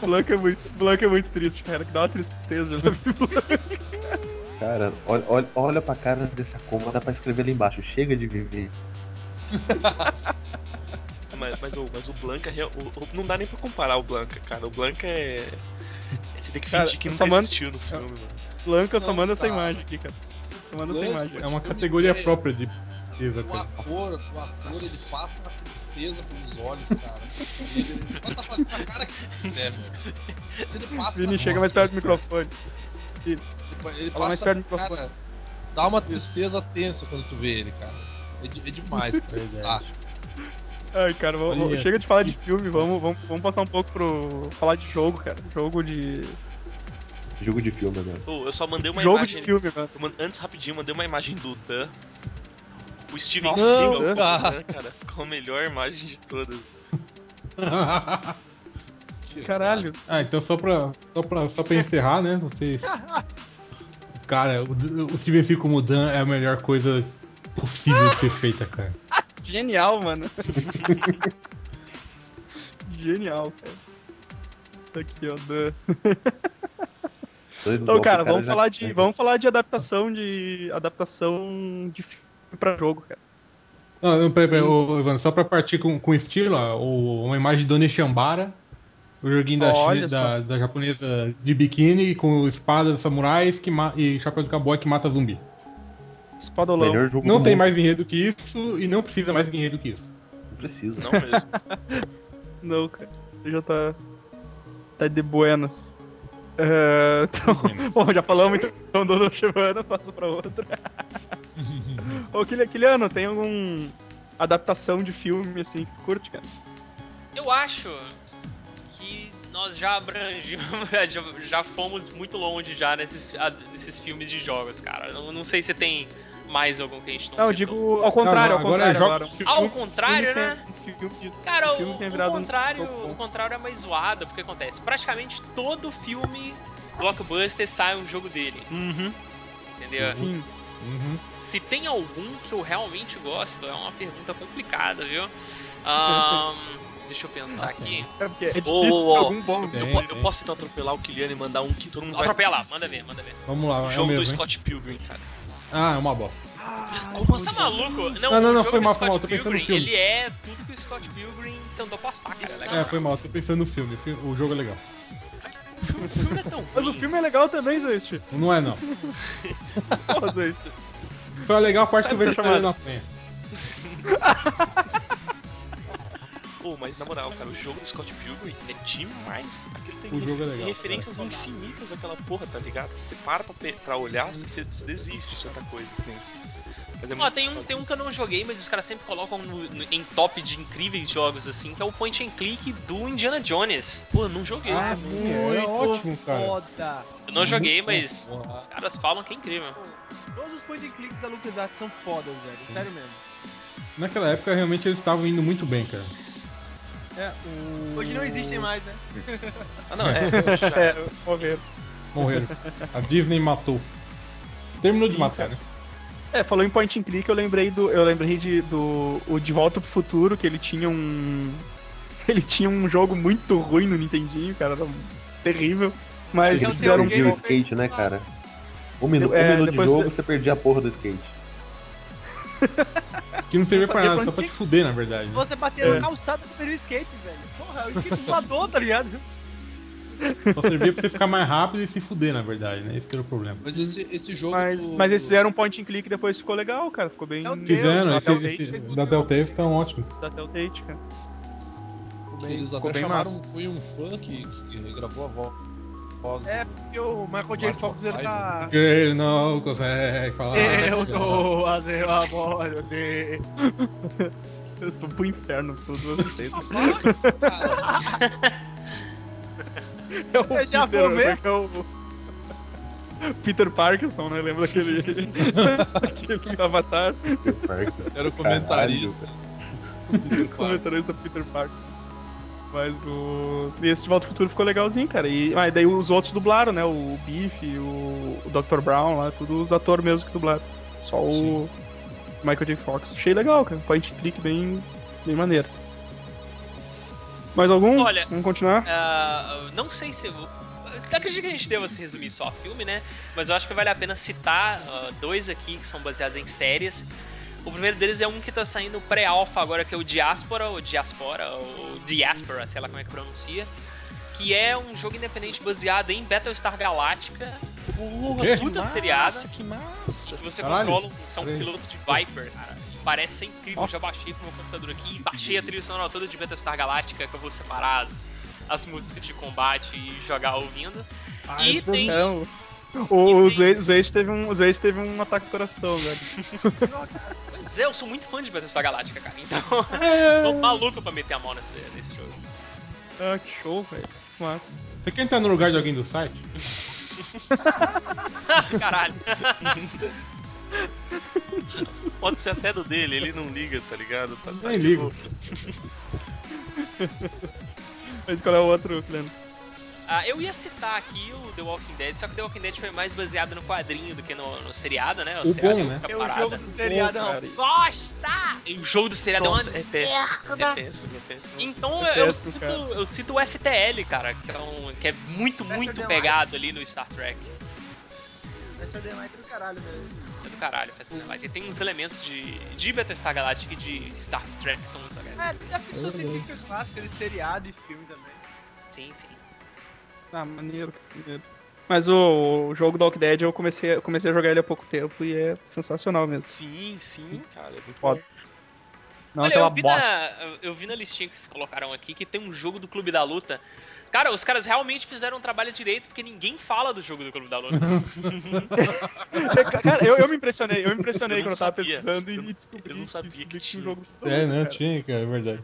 o Blanca é, muito, Blanca é muito triste, cara, que dá uma tristeza. né? Cara, olha, olha, olha pra cara dessa coma, dá pra escrever ali embaixo. Chega de viver. Mas, mas o, mas o Blanca. real- o- o- não dá nem pra comparar o Blanca, cara. O Blanca é. Você tem que Cara, fingir que eu nunca só mando- existiu no filme, mano. Blanca só Não, manda essa cara. imagem aqui, cara. Só manda essa Blanca. imagem. É uma categoria própria de pesquisa, O cara. ator, o ator, ele passa uma tristeza pelos ololhos, cara. Ele pode fazendo a cara que quiser, velho. Se ele passa Vini, uma- chega mais perto do microfone. Ele, ele Fala mais passa, perto do microfone. cara, dá uma tristeza tensa quando tu vê ele, cara. É, de- é demais, cara. Tá. Verdade. Ai, cara, vamos- Olha. chega de falar de filme, vamos, vamos, vamos passar um pouco pro. falar de jogo, cara. Jogo de. Jogo de filme agora. Ô, eu só mandei uma Ah, jogo imagem. de filme, mano. eu man- Antes, rapidinho, mandei uma imagem do Dan. O Steven Nossa. Ah. Seagal, como Khan, cara, ficou a melhor imagem de todas. [laughs] Caralho. Ah, então só pra, só pra, só pra encerrar, [laughs] né? Vocês. Cara, o, o Steven Seagal como Dan é a melhor coisa possível de ser feita, cara. Genial, mano. Genial, cara. Tá aqui, ó. Dan. Então, cara, vamos falar é de, vamos falar de adaptação de adaptação de filme pra jogo, cara. Não, não, peraí, peraí, ô, Evandro, só pra partir com, com estilo, ó, o- uma imagem de Dona Shambara, o joguinho da, Olha chi- da, da japonesa de biquíni com espadas samurais que ma- e chapéu de cowboy que mata zumbi. Espadolão. Melhor jogo Não do tem mundo. mais enredo que isso e não precisa mais de enredo que isso. Não precisa. Não mesmo. Não, cara. Você já tá. Tá de buenas. É, [laughs] então, bom, já falamos então do Chevana, passo pra [laughs] outra. Ô, Kili- Kiliano, tem algum adaptação de filme assim que tu curte, cara? Eu acho que nós já abrangimos, [laughs] já, já fomos muito longe já nesses, a- nesses filmes de jogos, cara. Eu não, não sei se tem mais algum que a gente não Não, eu citou. digo ao contrário, ao agora é contrário. jogos agora. de Ao contrário, né? Um filme que- um Cara, o, filme tem o virado um- contrário, um- o contrário é mais zoado, porque acontece. Praticamente todo filme blockbuster sai um jogo dele, Uhum. entendeu? Sim, Uhum. Se tem algum que eu realmente gosto, é uma pergunta [laughs] complicada, viu? Ahn, deixa eu pensar aqui. é porque é Ô, difícil ô, ô. algum bom. Eu, Tem, po- tem. eu posso então atropelar o Kylian e mandar um que todo mundo vai. Atropela, manda ver, manda ver. Vamos lá, é o Jogo do mesmo, hein? Scott Pilgrim, cara. Ah, é uma bosta. Como Tá assim? maluco? Não, não, o não, jogo foi do mal, foi Scott mal, tô pensando no Pilgrim, filme. Ele é tudo que o Scott Pilgrim tentou passar, cara. né? Exato. É, foi mal, tô pensando no filme. o fi- O jogo é legal. O filme, o filme não é [laughs] tão ruim. Mas o filme é legal também, Zeist. Não é, não. Pô, Zeist. Só é legal a parte que eu Vai vejo ser chamada chamado. na frente. Pô, mas na moral, cara, o jogo do Scott Pilgrim é demais. Aquilo tem O ref- jogo é legal, referências infinitas àquela porra, tá ligado? Se você para pra, pe- pra olhar, você, você desiste de tanta coisa que tem assim. Mas é Ó, muito tem um, tem um que eu não joguei, mas os caras sempre colocam no- no- em top de incríveis jogos, assim, que é o point and click do Indiana Jones. Pô, eu não joguei. Ah, é muito ótimo, cara. foda. Eu não joguei, mas bom. os caras falam que é incrível. Todos os point and clicks da LucasArts são fodas, velho. Sério mesmo. Naquela época, realmente, eles estavam indo muito bem, cara. Hoje não existem mais, né? Ah, não, é. eu já- É, morrer. Morreram. A Disney matou. Terminou de Sim, matar, né? É, falou em point and click, eu lembrei do. Eu lembrei de, do. O De Volta pro Futuro, que ele tinha um. [laughs] Ele tinha um jogo muito ruim no Nintendinho, cara, era terrível. Mas Eles eles Eu fizeram um tenho perdiam o jogo. game- skate, né, cara? Um minuto, É, um minuto de depois jogo, você- você... perdia a porra do skate. Que não servia pra Fazia nada, só pra te fuder, na verdade. né? Você bateu É. na calçada você perdeu o skate, velho. Porra, o skate voador, tá ligado? Só servia pra você ficar mais rápido e se fuder, na verdade, né? Esse que era o problema. Mas esse, esse jogo. Mas, do- mas eles fizeram um point and click e depois ficou legal, cara. Ficou bem. Meu Deus, Fizeram, da É esse, Telltale esse- fez muito da jogo. Telltale tá um estão ótimos. Da Telltale, cara. Eles Ficou até bem chamaram. Foi um fã que, que gravou a vo- voz. É, porque o Michael J. Fox ele tá. Ele não consegue falar. É. né? Eu tô a zero a bola, assim. Eu subo pro inferno tudo. eu sei. [laughs] [laughs] É o Eu já Peter, vou ver. é o... Peter Parkinson, né? [laughs] Lembra daquele. aquele [laughs] avatar. né, Era o comentarista. Peter comentarista Peter Parker. Mas o. E esse de Volta ao Futuro ficou legalzinho, cara. E ah, e daí os outros dublaram, né? O Biff, o, o Dr. Brown lá, tudo os atores mesmo que dublaram. Só o Michael J. Fox. Achei legal, cara. Point and click bem, bem maneiro. Mais algum? Olha, Vamos continuar? ah, não sei se. eu- eu Acredito que a gente deva se resumir só a filme, né? Mas eu acho que vale a pena citar ah, dois aqui que são baseados em séries. O primeiro deles é um que tá saindo pré-alpha agora, que é o Diaspora, ou Diaspora, ou Diaspora, sei lá como é que pronuncia. Que é um jogo independente baseado em Battlestar Galactica, Porra, Quê? Uh, que Puta massa, seriado. que massa. que você Caralho. controla um, são um Peraí. piloto de Viper, cara. E parece ser incrível. Eu Já baixei pro meu computador aqui e baixei a trilha sonora toda de Battlestar Galactica, que eu vou separar as, as músicas de combate e jogar ouvindo. e tem. Então, Não. O, o E tem- Zeus Zeus teve, um, o Zeus teve um ataque ao coração, velho. Pois é, eu sou muito fã de Battlestar Galactica, cara. Então, [laughs] tô maluco pra meter a mão nesse, nesse jogo. Ah, que show, velho. Mas. Você quer entrar no lugar de alguém do site? Caralho. Pode ser até do dele, ele não liga, tá ligado? Tá, tá Nem de liga. boa. Mas qual é o outro, Guilherme? Ah, eu ia citar aqui o The Walking Dead, só que The Walking Dead foi mais baseado no quadrinho do que no, no seriado, né? O seriado bom, é né? outra É o jogo parada. do seriado. cara. Bosta! E o jogo do seriado Nossa, é é uma péssimo. merda. É péssimo, é péssimo. Então É eu, péssimo, cito, cara. eu cito o FTL, cara, que é, um- que é muito, muito demais. pegado ali no Star Trek. Deixa eu demais do caralho, velho. É do caralho, faz Hum. essa imagem. Tem uns elementos de, de Battlestar Galactica e de Star Trek que são muito legais. É, a ficção científica clássica de seriado e filme também. Sim, sim. Ah, maneiro, maneiro. Mas o, o jogo do Walking Dead eu comecei, eu comecei a jogar ele há pouco tempo e é sensacional mesmo. Sim, sim, cara, é muito bom. Foda. Não Olha, aquela eu vi, bosta. na, eu vi na listinha que vocês colocaram aqui que tem um jogo do Clube da Luta. Cara, os caras realmente fizeram um trabalho direito porque ninguém fala do jogo do Clube da [laughs] Luta. [laughs] Cara, eu, eu me impressionei, eu me impressionei Eu não quando eu tava sabia. pesquisando e Eu- me descobri. um eu não sabia que tinha. É, né? Tinha, cara, é verdade.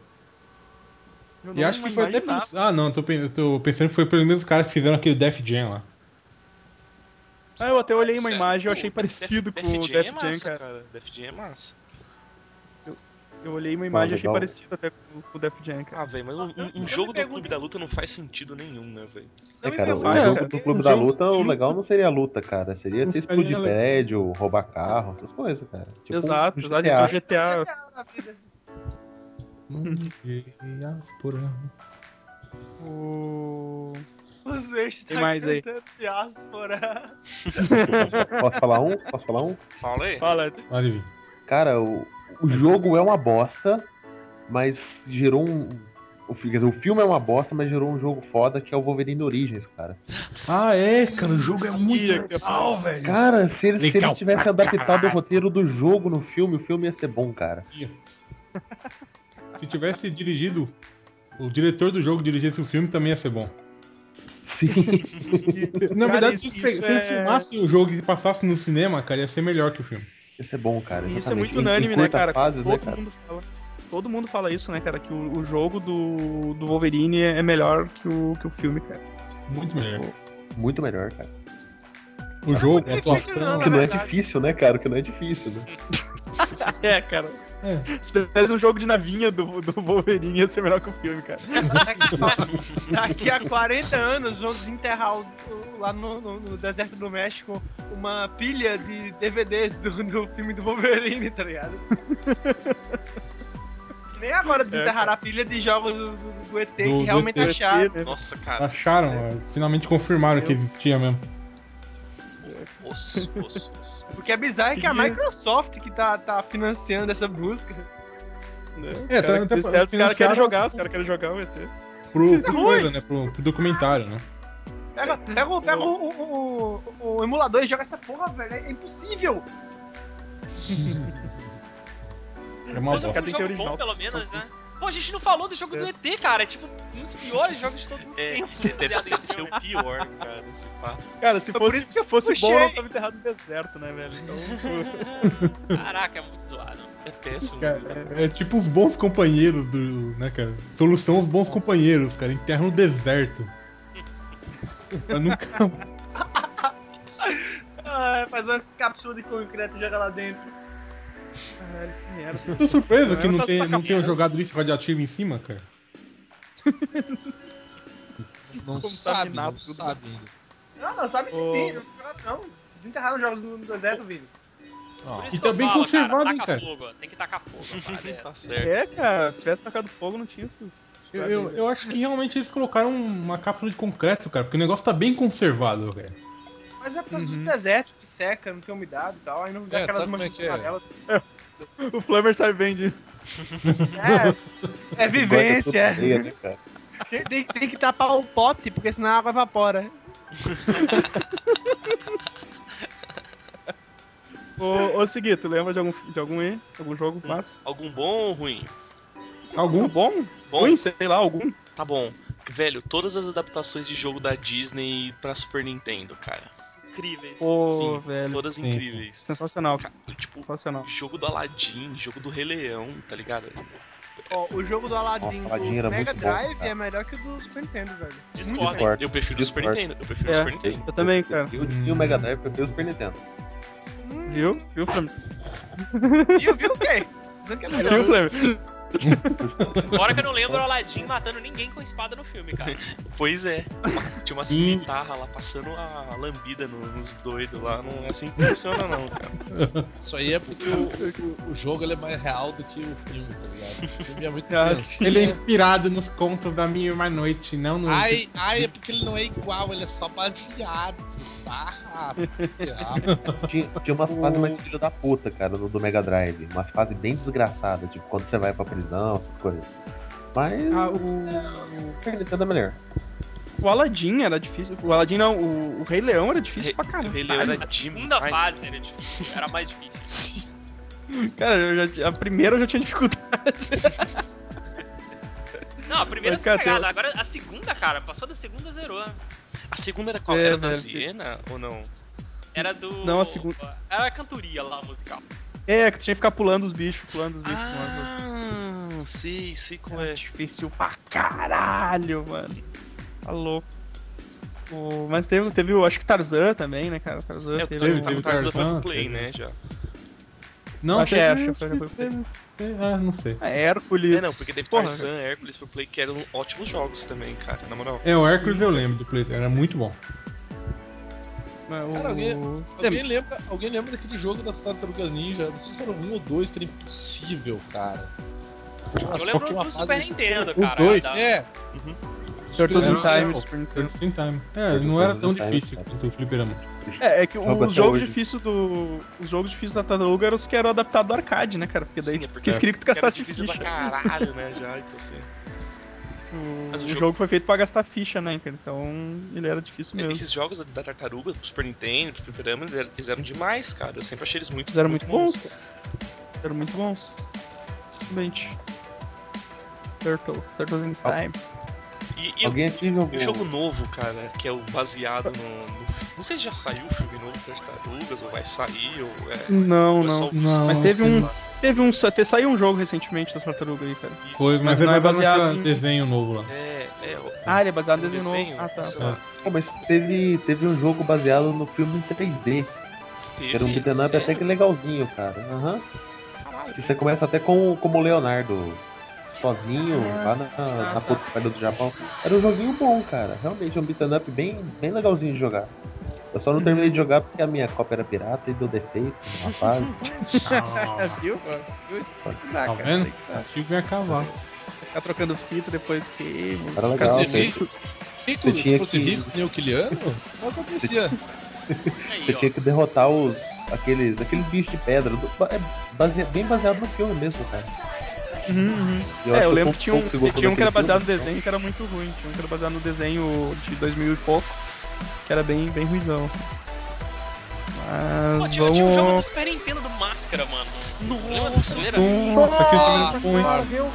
Eu E não acho que foi até. imaginava. pelo- Ah, não, tô, pen- eu tô pensando que foi pelo mesmo cara que fizeram aquele Def Jam lá. Ah, eu até olhei uma Sério, imagem e eu pô, achei parecido com Def o Jam é Death Jam, massa, cara. cara. Def Jam é massa. Eu olhei Ah, uma imagem e achei legal. parecido até com com o Death Jam, cara. Ah, velho, mas um- um, um eu jogo me do pergunto- Clube da Luta não faz sentido nenhum, né, velho? Não É, me cara, o faz, pergunte. jogo cara. do clube Um da jogo luta, o junto. legal não seria a luta, cara. Seria Não ter seria explodir legal. prédio, roubar carro, essas coisas, cara. Tipo um Exato, exato. GTA. Esse é o GTA. O... [laughs] Os eixos Tem mais aí. diáspora. Posso falar um? Posso falar um? Fala aí. Fala, Olha, Vini. Cara, o, o jogo é uma bosta, mas gerou um. O, fi- quer dizer, o filme é uma bosta, mas gerou um jogo foda que é o Wolverine Origins, cara. Ah, é, cara, o jogo é Sim, muito cara. legal, velho. Cara, se eles, se Legal eles tivessem adaptado o roteiro do jogo no filme, o filme ia ser bom, cara. Se tivesse dirigido, o diretor do jogo dirigisse o filme também ia ser bom. Sim. Na Cara, verdade, isso- se, eles- isso se eles é- filmassem o jogo e passassem no cinema, cara, ia ser melhor que o filme. Ia ser bom, E cara. isso é muito exatamente. Em- em unânime, né, curta cara? Fases, né, Todo cara? mundo fala. Todo mundo fala isso, né, cara? Que o, o jogo do, do Wolverine é melhor que o, que o filme, cara. Muito melhor. Muito melhor, cara. O jogo, não a é difícil, atuação. não, Que não é verdade. difícil, né, cara? Que não é difícil, né? É, cara. É. Se fizesse um jogo de navinha do, do Wolverine, ia ser melhor que o filme, cara. Daqui a 40 anos vão desenterrar o- o- lá no, no- no deserto do México uma pilha de DVDs do, do filme do Wolverine, tá ligado? Que Nem agora desenterrar a pilha de jogos do, do- do ET É, Do- que do realmente ET. acharam. Ah, Nossa, cara. Acharam, É. ó, finalmente confirmaram que existia mesmo. Osso, osso, osso. O que é bizarro é que a Microsoft que tá, tá financiando essa busca. É, É, tá- cara, que tá- disseram, os caras querem financiaram- jogar, os caras querem jogar o ET. Pro, pro coisa, né? Pro, pro documentário, né? Pega, pega, o- pega o, o- o- o emulador e joga essa porra, velho. É impossível. É uma Mas é um bosta. Cara, tem que jogo ter original, bom, pelo menos, são- né? Pô, a gente não falou do jogo do ET, cara. É tipo um dos piores jogos de todos os É, tempos. de- deve, baseado em deve ser filme. o pior, cara, esse pá. Cara, se Foi por fosse, isso que eu se fosse puxei. bom, não tava enterrado no deserto, né, velho? Então, Caraca, é muito zoado. É péssimo mesmo. Cara, é, é tipo os bons companheiros do. né, cara? Solução os bons companheiros, cara. Enterra no [laughs] deserto. Pra nunca. Ah, faz uma cápsula de concreto e joga lá dentro. caralho, que merda. Tô surpreso Não, que eu não faço tenha pra não tenham caminhar. jogado lixo radioativo em cima, cara. Não Como sabe, sabe, não tudo. sabe ainda. Não, não, sabe se Ô. sim, não fizeram, não. Desenterraram jogos no deserto, Vini. Por E isso que tá eu bem falo, conservado, cara, hein, taca cara? Fogo, ó, tem que tacar fogo. a parada é- [laughs] Tá certo. É, cara, se tivesse tacado fogo, não tinha esses. Eu, eu, né? eu acho que realmente eles colocaram uma cápsula de concreto, cara, porque o negócio tá bem conservado, velho. Mas é por causa Uhum. do deserto que seca, não tem umidade e tal. Aí não dá É, aquelas sabe como é manchas que é? amarelas. O Flammer sai bem de. É, é vivência. Agora eu tô feia, né, cara? [laughs] Tem, tem- tem que tapar o pote, porque senão a água evapora. Ô, ô Segui, tu lembra de algum, de algum aí? Algum jogo massa? Algum bom ou ruim? Algum Algum bom? Bom, Ruim, sei lá, algum. tá bom. Velho, todas as adaptações de jogo da Disney pra Super Nintendo, cara. Incríveis. Pô, Sim, velho. Todas sim. incríveis. Sensacional, Ca- Tipo, sensacional. jogo do Aladdin, jogo do Rei Leão, tá ligado? Ó, o jogo do Aladdin Nossa, do Aladdin era Mega muito bom, Drive cara. é melhor que o do Super Nintendo, velho. Discordo. hein? Discordo. Eu prefiro o Super Discord. Nintendo. Eu prefiro o É. Super Nintendo. Eu também, cara. Eu tinha o Mega Drive, eu tenho o Super Nintendo. Viu? Viu, Flamengo? Viu, viu, quem? Dizendo que é Viu, melhor. Flamengo? Fora que eu não lembro é o Aladdin matando ninguém com espada no filme, cara. Pois é. Uma- Tinha uma cimitarra lá passando a lambida no- nos doidos lá. Não é assim que funciona, não, cara. [laughs] Isso aí é porque o, o- o jogo ele é mais real do que o filme, tá ligado? O filme é muito Ah, tenso. sim. Ele é inspirado nos contos da minha irmã noite, não no. Ai, ai, é porque ele não é igual, ele é só baseado. Tá? Tinha, tinha umas fases mais filho da puta, cara, no do Mega Drive. Uma fase bem desgraçada, tipo, quando você vai pra prisão, essas coisas. Mas. Ah, o... Super Nintendo é melhor. o Aladdin era difícil. O Aladdin não, o, o Rei Leão era difícil Re- pra caralho. O Rei Leão A era segunda Tá demais. fase era, difícil, era mais difícil. Cara, eu já ti- a primeira eu já tinha [laughs] dificuldade. Não, a primeira é Mas, cara, sossegada. Agora a segunda, cara, passou da segunda, zerou. A segunda era qual? É, era da né? Siena ou não? Era do. Não, a segunda- Era a cantoria lá, musical. É, que tu tinha que ficar pulando os bichos, pulando os bichos, pulando. os- Ah, sei, sei qual Era é. difícil pra caralho, mano. Tá louco. O- Mas teve, teve, o- acho que Tarzan também, né, cara? O Tarzan É, o teve. Tarzan o- tá- teve o Tarzan foi pro Tarzan, Play, teve. né, já. não, acho que é, acho que foi- foi- teve- teve- Ah, não sei. É, Hércules. É, não, porque teve Porra, Tarzan, Hércules pro Play, que eram ótimos jogos também, cara, na moral. É, o Hércules eu lembro do Play, era muito bom. mas né? o- Cara, alguém- Tem- Alguém lembra, alguém lembra daquele jogo das Tartarugas Ninja? Não sei se era um ou dois, que era impossível, cara. Tinha uma- Eu tinha lembro uma do fase- Super Nintendo, Os cara. dois. da- É, Turtles in Era- Time, era- Spring Time. Turtles in Time. É, não era tão Turtles in Time, difícil quanto o Fliperama. É, é que Jogo os até jogos hoje. difíceis do. Os jogos difíceis da Tartaruga eram os que eram adaptados do arcade, né, cara? Porque daí Sim, é fica porque escrito que tu Porque era gastasse difícil ficha. pra caralho, né, já, então assim. O, Mas o o jogo- É, jogo... foi feito pra gastar ficha, né, cara? Então ele era difícil mesmo. Esses jogos da Tartaruga, pro Super Nintendo, pro Fliperama, eles eram- eles eram demais, cara. Eu sempre achei eles muito, Eles eram muito bons, cara. Eram muito bons. Realmente. Turtles, Turtles in Al- Time. E, e Alguém o- aqui jogou. o jogo novo, cara, que é o baseado no, no- Não sei se já saiu o filme novo do Tartarugas, ou vai sair, ou é... Não, ou é só não. o visual, Mas teve um- sei lá, Teve um. sa- te- Saiu um jogo recentemente das Tartaruga aí, cara. isso. Foi, mas mas, não ele é vai baseado baseado em em- desenho novo [laughs] lá. É, é, o- Ah, ele é baseado o em desenho desenho, novo. Ah, tá. sei lá, Pô, mas teve, teve um jogo baseado no filme em 3D. que teve, Era um beat'em up sério? até que legalzinho, cara. Aham. E Você começa até com, como o Leonardo, sozinho, lá na, na puta que pariu do Japão. Era um joguinho bom, cara. Realmente, um beat'em up bem, bem legalzinho de jogar. Eu só não terminei de jogar porque a minha cópia era pirata e deu defeito, rapaz. É, Ah, viu? Viu? Dá, Tá cara. vendo? Tem que Achei que ia acabar. Ficar trocando fita depois que. Era cara, legal. você Você, vive, rico, Você tinha se fosse que- rico, que nem o Kiliano, não acontecia. Aí, você ó. tinha que derrotar os, aqueles, aqueles bichos de pedra. do- é base- bem baseado no filme mesmo, cara. É, eu acho lembro pouco- que tinha um, pouco se gostou tinha um que era daquele baseado no filme. desenho que era muito ruim. Tinha um que era baseado no desenho de 2000 e pouco, que era bem, bem ruizão. assim. Mas Pô, tinha, vamos... tinha um jogo do Super Nintendo do Máscara, mano. Nossa, Lembra? Nossa, que filme ruim.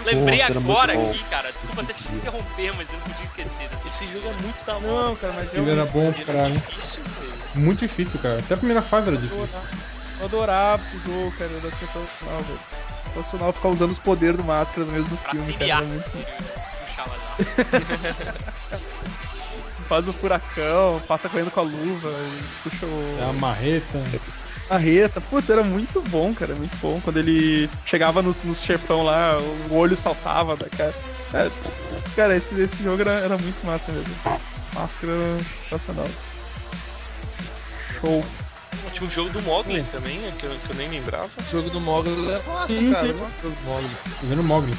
Lembrei Nossa, era muito agora bom. aqui, cara. Desculpa até te interromper, mas eu não podia esquecer. dessa- esse jogo é muito da hora. Não, cara, mas Ele era eu, bom Ele pra era caralho. difícil, velho. Muito difícil, cara. Até a primeira fase era difícil. eu adorava esse jogo, cara. Eu achei sensacional, velho. Sensacional ficar usando os poderes do Máscara no mesmo Pra filme, cara. ciliar. Era muito... Puxava lá. Faz o furacão, passa correndo com a luva, e puxa o... Ah, A marreta. Marreta, putz, era muito bom, cara, muito bom. Quando ele chegava nos, nos chefão lá, o olho saltava da cara. Cara, cara, esse, esse jogo era, era muito massa mesmo. Máscara sensacional. Show. Tinha um jogo do Mogli também, né, que eu, que eu nem lembrava. O jogo do Mogul é massa, Sim, cara. sim. eu gosto do Mogul. Fazendo Mogli.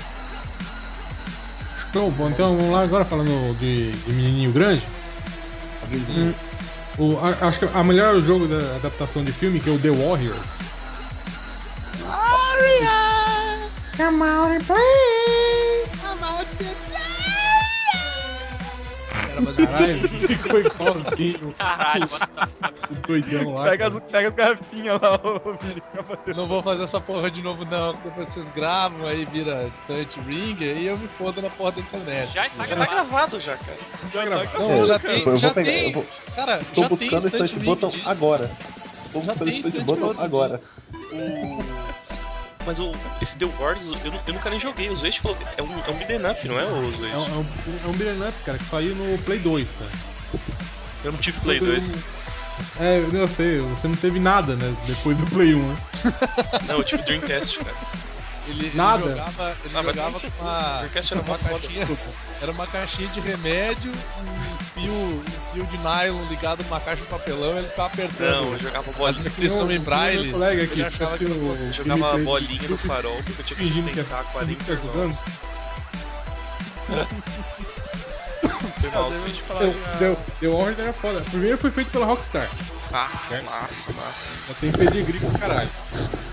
Show, bom. Então vamos lá agora falando de, de menininho grande. Hum, O- a- acho que a melhor jogo da adaptação de filme que é o The Warriors. Cara, mas [laughs] Caralho, ficou igualzinho. Caralho, what the fuck. O doidão lá. Pega as, pega as garrafinhas lá, ô Vini. eu não vou fazer essa porra de novo, não. que Depois vocês gravam, aí vira stunt ring, aí eu me fodo na porra da internet. Já está É. Já tá gravado. gravado já, cara. Não, já Eu tem, vou já pegar- eu tem. vou- Cara, Tô já tem buscando stunt Stunt ring Button disso. agora. Tô Já buscando tem Stunt Stunt Button Button agora. Mas o, esse The Wars, eu, nu- eu nunca nem joguei. O Zuete falou que é um, é um beat'em up, não é, o É um, Zuete? é um, é um beat'em up, cara, que saiu no Play 2, cara. Eu não tive Play 2. É, eu sei, você não teve nada, né? Depois do Play 1, né? Não, eu tive Dreamcast, cara. Ele, ele Nada. jogava, ele Ah, vai tomar jogava no seu com cu. uma, Dreamcast era era então uma mó foda. caixinha. Era uma caixinha de remédio, um fio, um fio de nylon ligado numa caixa de papelão, ele ficava apertando. Não, eu jogava a bolinha. descrição Tinha em um- braille. tinha um colega ele aqui, achava que que era o- Eu jogava Felipe- bolinha no farol porque eu tinha que Fingindo que é- sustentar 40 fingindo que é irmãos. tá Foi Ah, mal, só te falar. Deu, deu Order era foda. Primeiro foi feito pela Rockstar. Tá, massa, massa. Já tem pedigree pra caralho.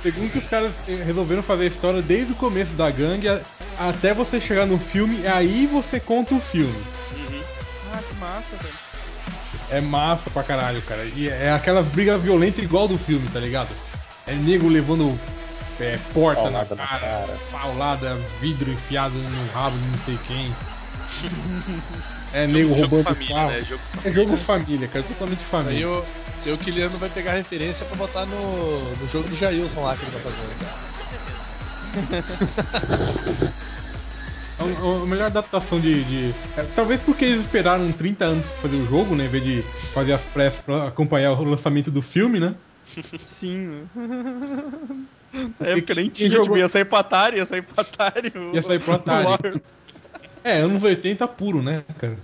Segundo que os caras eh, resolveram fazer a história desde o começo da gangue a- até você chegar no filme, e aí você conta o filme. Uhum. Ah, que massa, velho. É massa pra caralho, cara. E é aquela briga violenta igual do filme, tá ligado? É nego levando é, porta Paulada na na cara, cara. paulada, vidro enfiado no rabo de não sei [laughs] quem. É nego Jogo, jogo roubando família, carro. né? Jogo família. É jogo família, cara, totalmente família. Aí o seu Kiliano vai pegar referência pra botar no, no jogo do Jailson lá que ele tá fazendo. É um- é a melhor adaptação de. de- é, talvez porque eles esperaram 30 anos pra fazer o jogo, né? Em vez de fazer as pressas pra acompanhar o lançamento do filme, né? [laughs] Sim. Na época nem Quem tinha, jogou- tipo, ia sair pro Atari, ia sair pro Atari. Ia sair [laughs] [laughs] pro Atari. É, anos 80 puro, né, cara?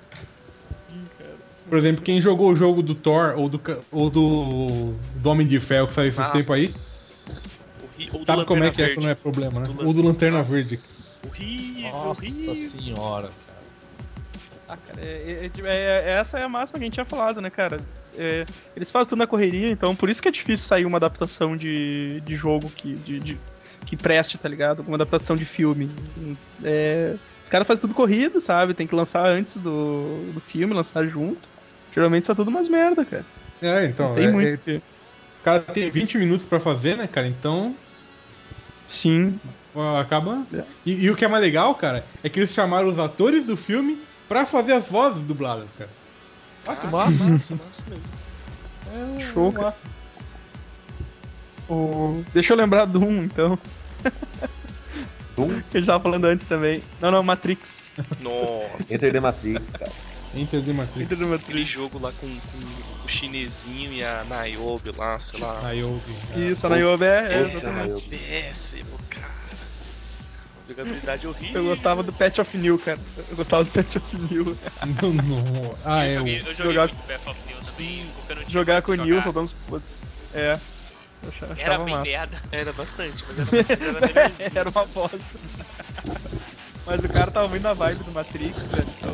Por exemplo, quem jogou o jogo do Thor ou do, ca- ou do, do Homem de Ferro que saiu esses tempos aí, Nossa. Horri- Ou do sabe como é Lanterna que é que Verde. não é problema, né? Do lan- Ou do Lanterna Nossa, Verde. Horrível, Nossa horrível. senhora. Ah, cara, é- é- é- é- essa é a máxima que a gente tinha falado, né, cara? É, eles fazem tudo na correria, então por isso que é difícil sair uma adaptação de, de jogo que, de- de- que preste, tá ligado? Uma adaptação de filme. É, os caras fazem tudo corrido, sabe? Tem que lançar antes do, do filme, lançar junto. Geralmente isso é tudo umas merda, cara. É, então. Tem é- muito. é- o cara tem 20 minutos pra fazer, né, cara? Então. Sim. Ó, Acaba. E, e o que é mais legal, cara, é que eles chamaram os atores do filme pra fazer as vozes dubladas, cara. Ah, que Ah, massa. massa, massa mesmo. É, Show, cara. massa. O- Deixa eu lembrar do um, então. Doom, [laughs] Que a gente tava falando antes também. Não, não, Matrix. [laughs] Enter Nossa. the Matrix, cara. Enter the Matrix. Entra no Aquele Matrix. jogo lá com, com o chinesinho e a Niobe lá, sei lá. Aí eu. Isso, a Nayobe é, é Puta, Era Niobe. péssimo, cara. Jogabilidade horrível. Eu gostava do Patch of New, cara. Eu gostava do Patch of New. [laughs] [laughs] Não, não. Ah, eu joguei, é. o- eu joguei jogar- muito Breath of the Wild Sim. também, porque eu não tinha Jogar mais o com o que Neil, jogar. soltando os putos. É. Eu acha- achava Era bem massa. merda. Era bastante, mas [laughs] era, mas era melhorzinho. Era uma bosta. [laughs] Mas o cara tava muito na vibe do Matrix, velho. Então.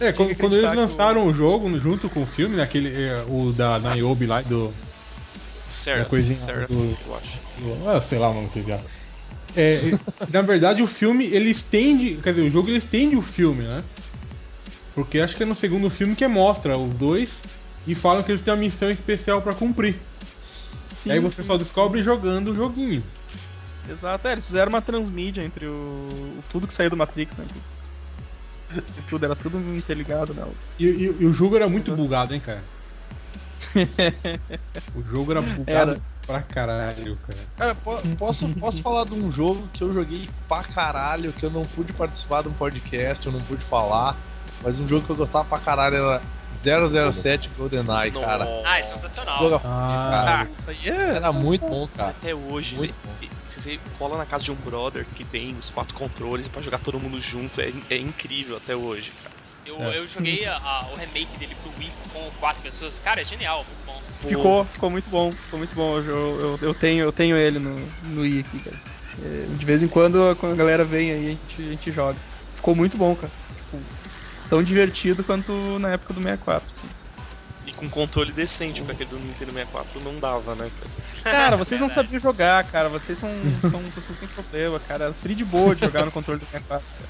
É, quando, quando eles acreditar que o- lançaram o jogo junto com o filme, né, aquele, é, o da Niobe lá e do, Seraph, Uma coisinha Seraph, do- eu acho. do- ah, sei lá o nome que é. é e- na verdade, o filme ele estende, quer dizer, o jogo ele estende o filme, né? Porque acho que é no segundo filme que mostra os dois e falam que eles têm uma missão especial pra cumprir. Sim, Aí você só descobre jogando o joguinho. Exato, é, eles fizeram uma transmídia entre o... o tudo que saiu do Matrix, né? [laughs] Tudo, era tudo interligado, né? Os- E, e- e o jogo era muito bugado, hein, cara? o jogo era bugado Era. pra caralho, cara. Cara, po- posso, posso falar de um jogo que eu joguei pra caralho, que eu não pude participar de um podcast, eu não pude falar, mas um jogo que eu gostava pra caralho era 007 GoldenEye, cara. Nossa. Ah, é sensacional. Tá. Jogo Ah, cara. Isso aí é. Era muito bom, cara. Até hoje, Ah. Muito né, se você cola na casa de um brother que tem os quatro controles pra jogar todo mundo junto, é, é incrível até hoje, cara. Eu, É. eu joguei a- a- o remake dele pro Wii com quatro pessoas. Cara, é genial, muito bom. Pô, Ficou, ficou muito bom, ficou muito bom. Eu, eu, eu tenho, eu tenho ele no, no i aqui, cara. É, de vez em quando, quando a galera vem aí, a gente, a gente joga. Ficou muito bom, cara. Tipo, tão divertido quanto na época do 64. assim. E com controle decente, porque aquele do Nintendo 64 não dava, né, cara? Cara, vocês não sabiam jogar, cara. Vocês são, são vocês têm problema, cara. Era free de boa de jogar no controle do 64. Ah,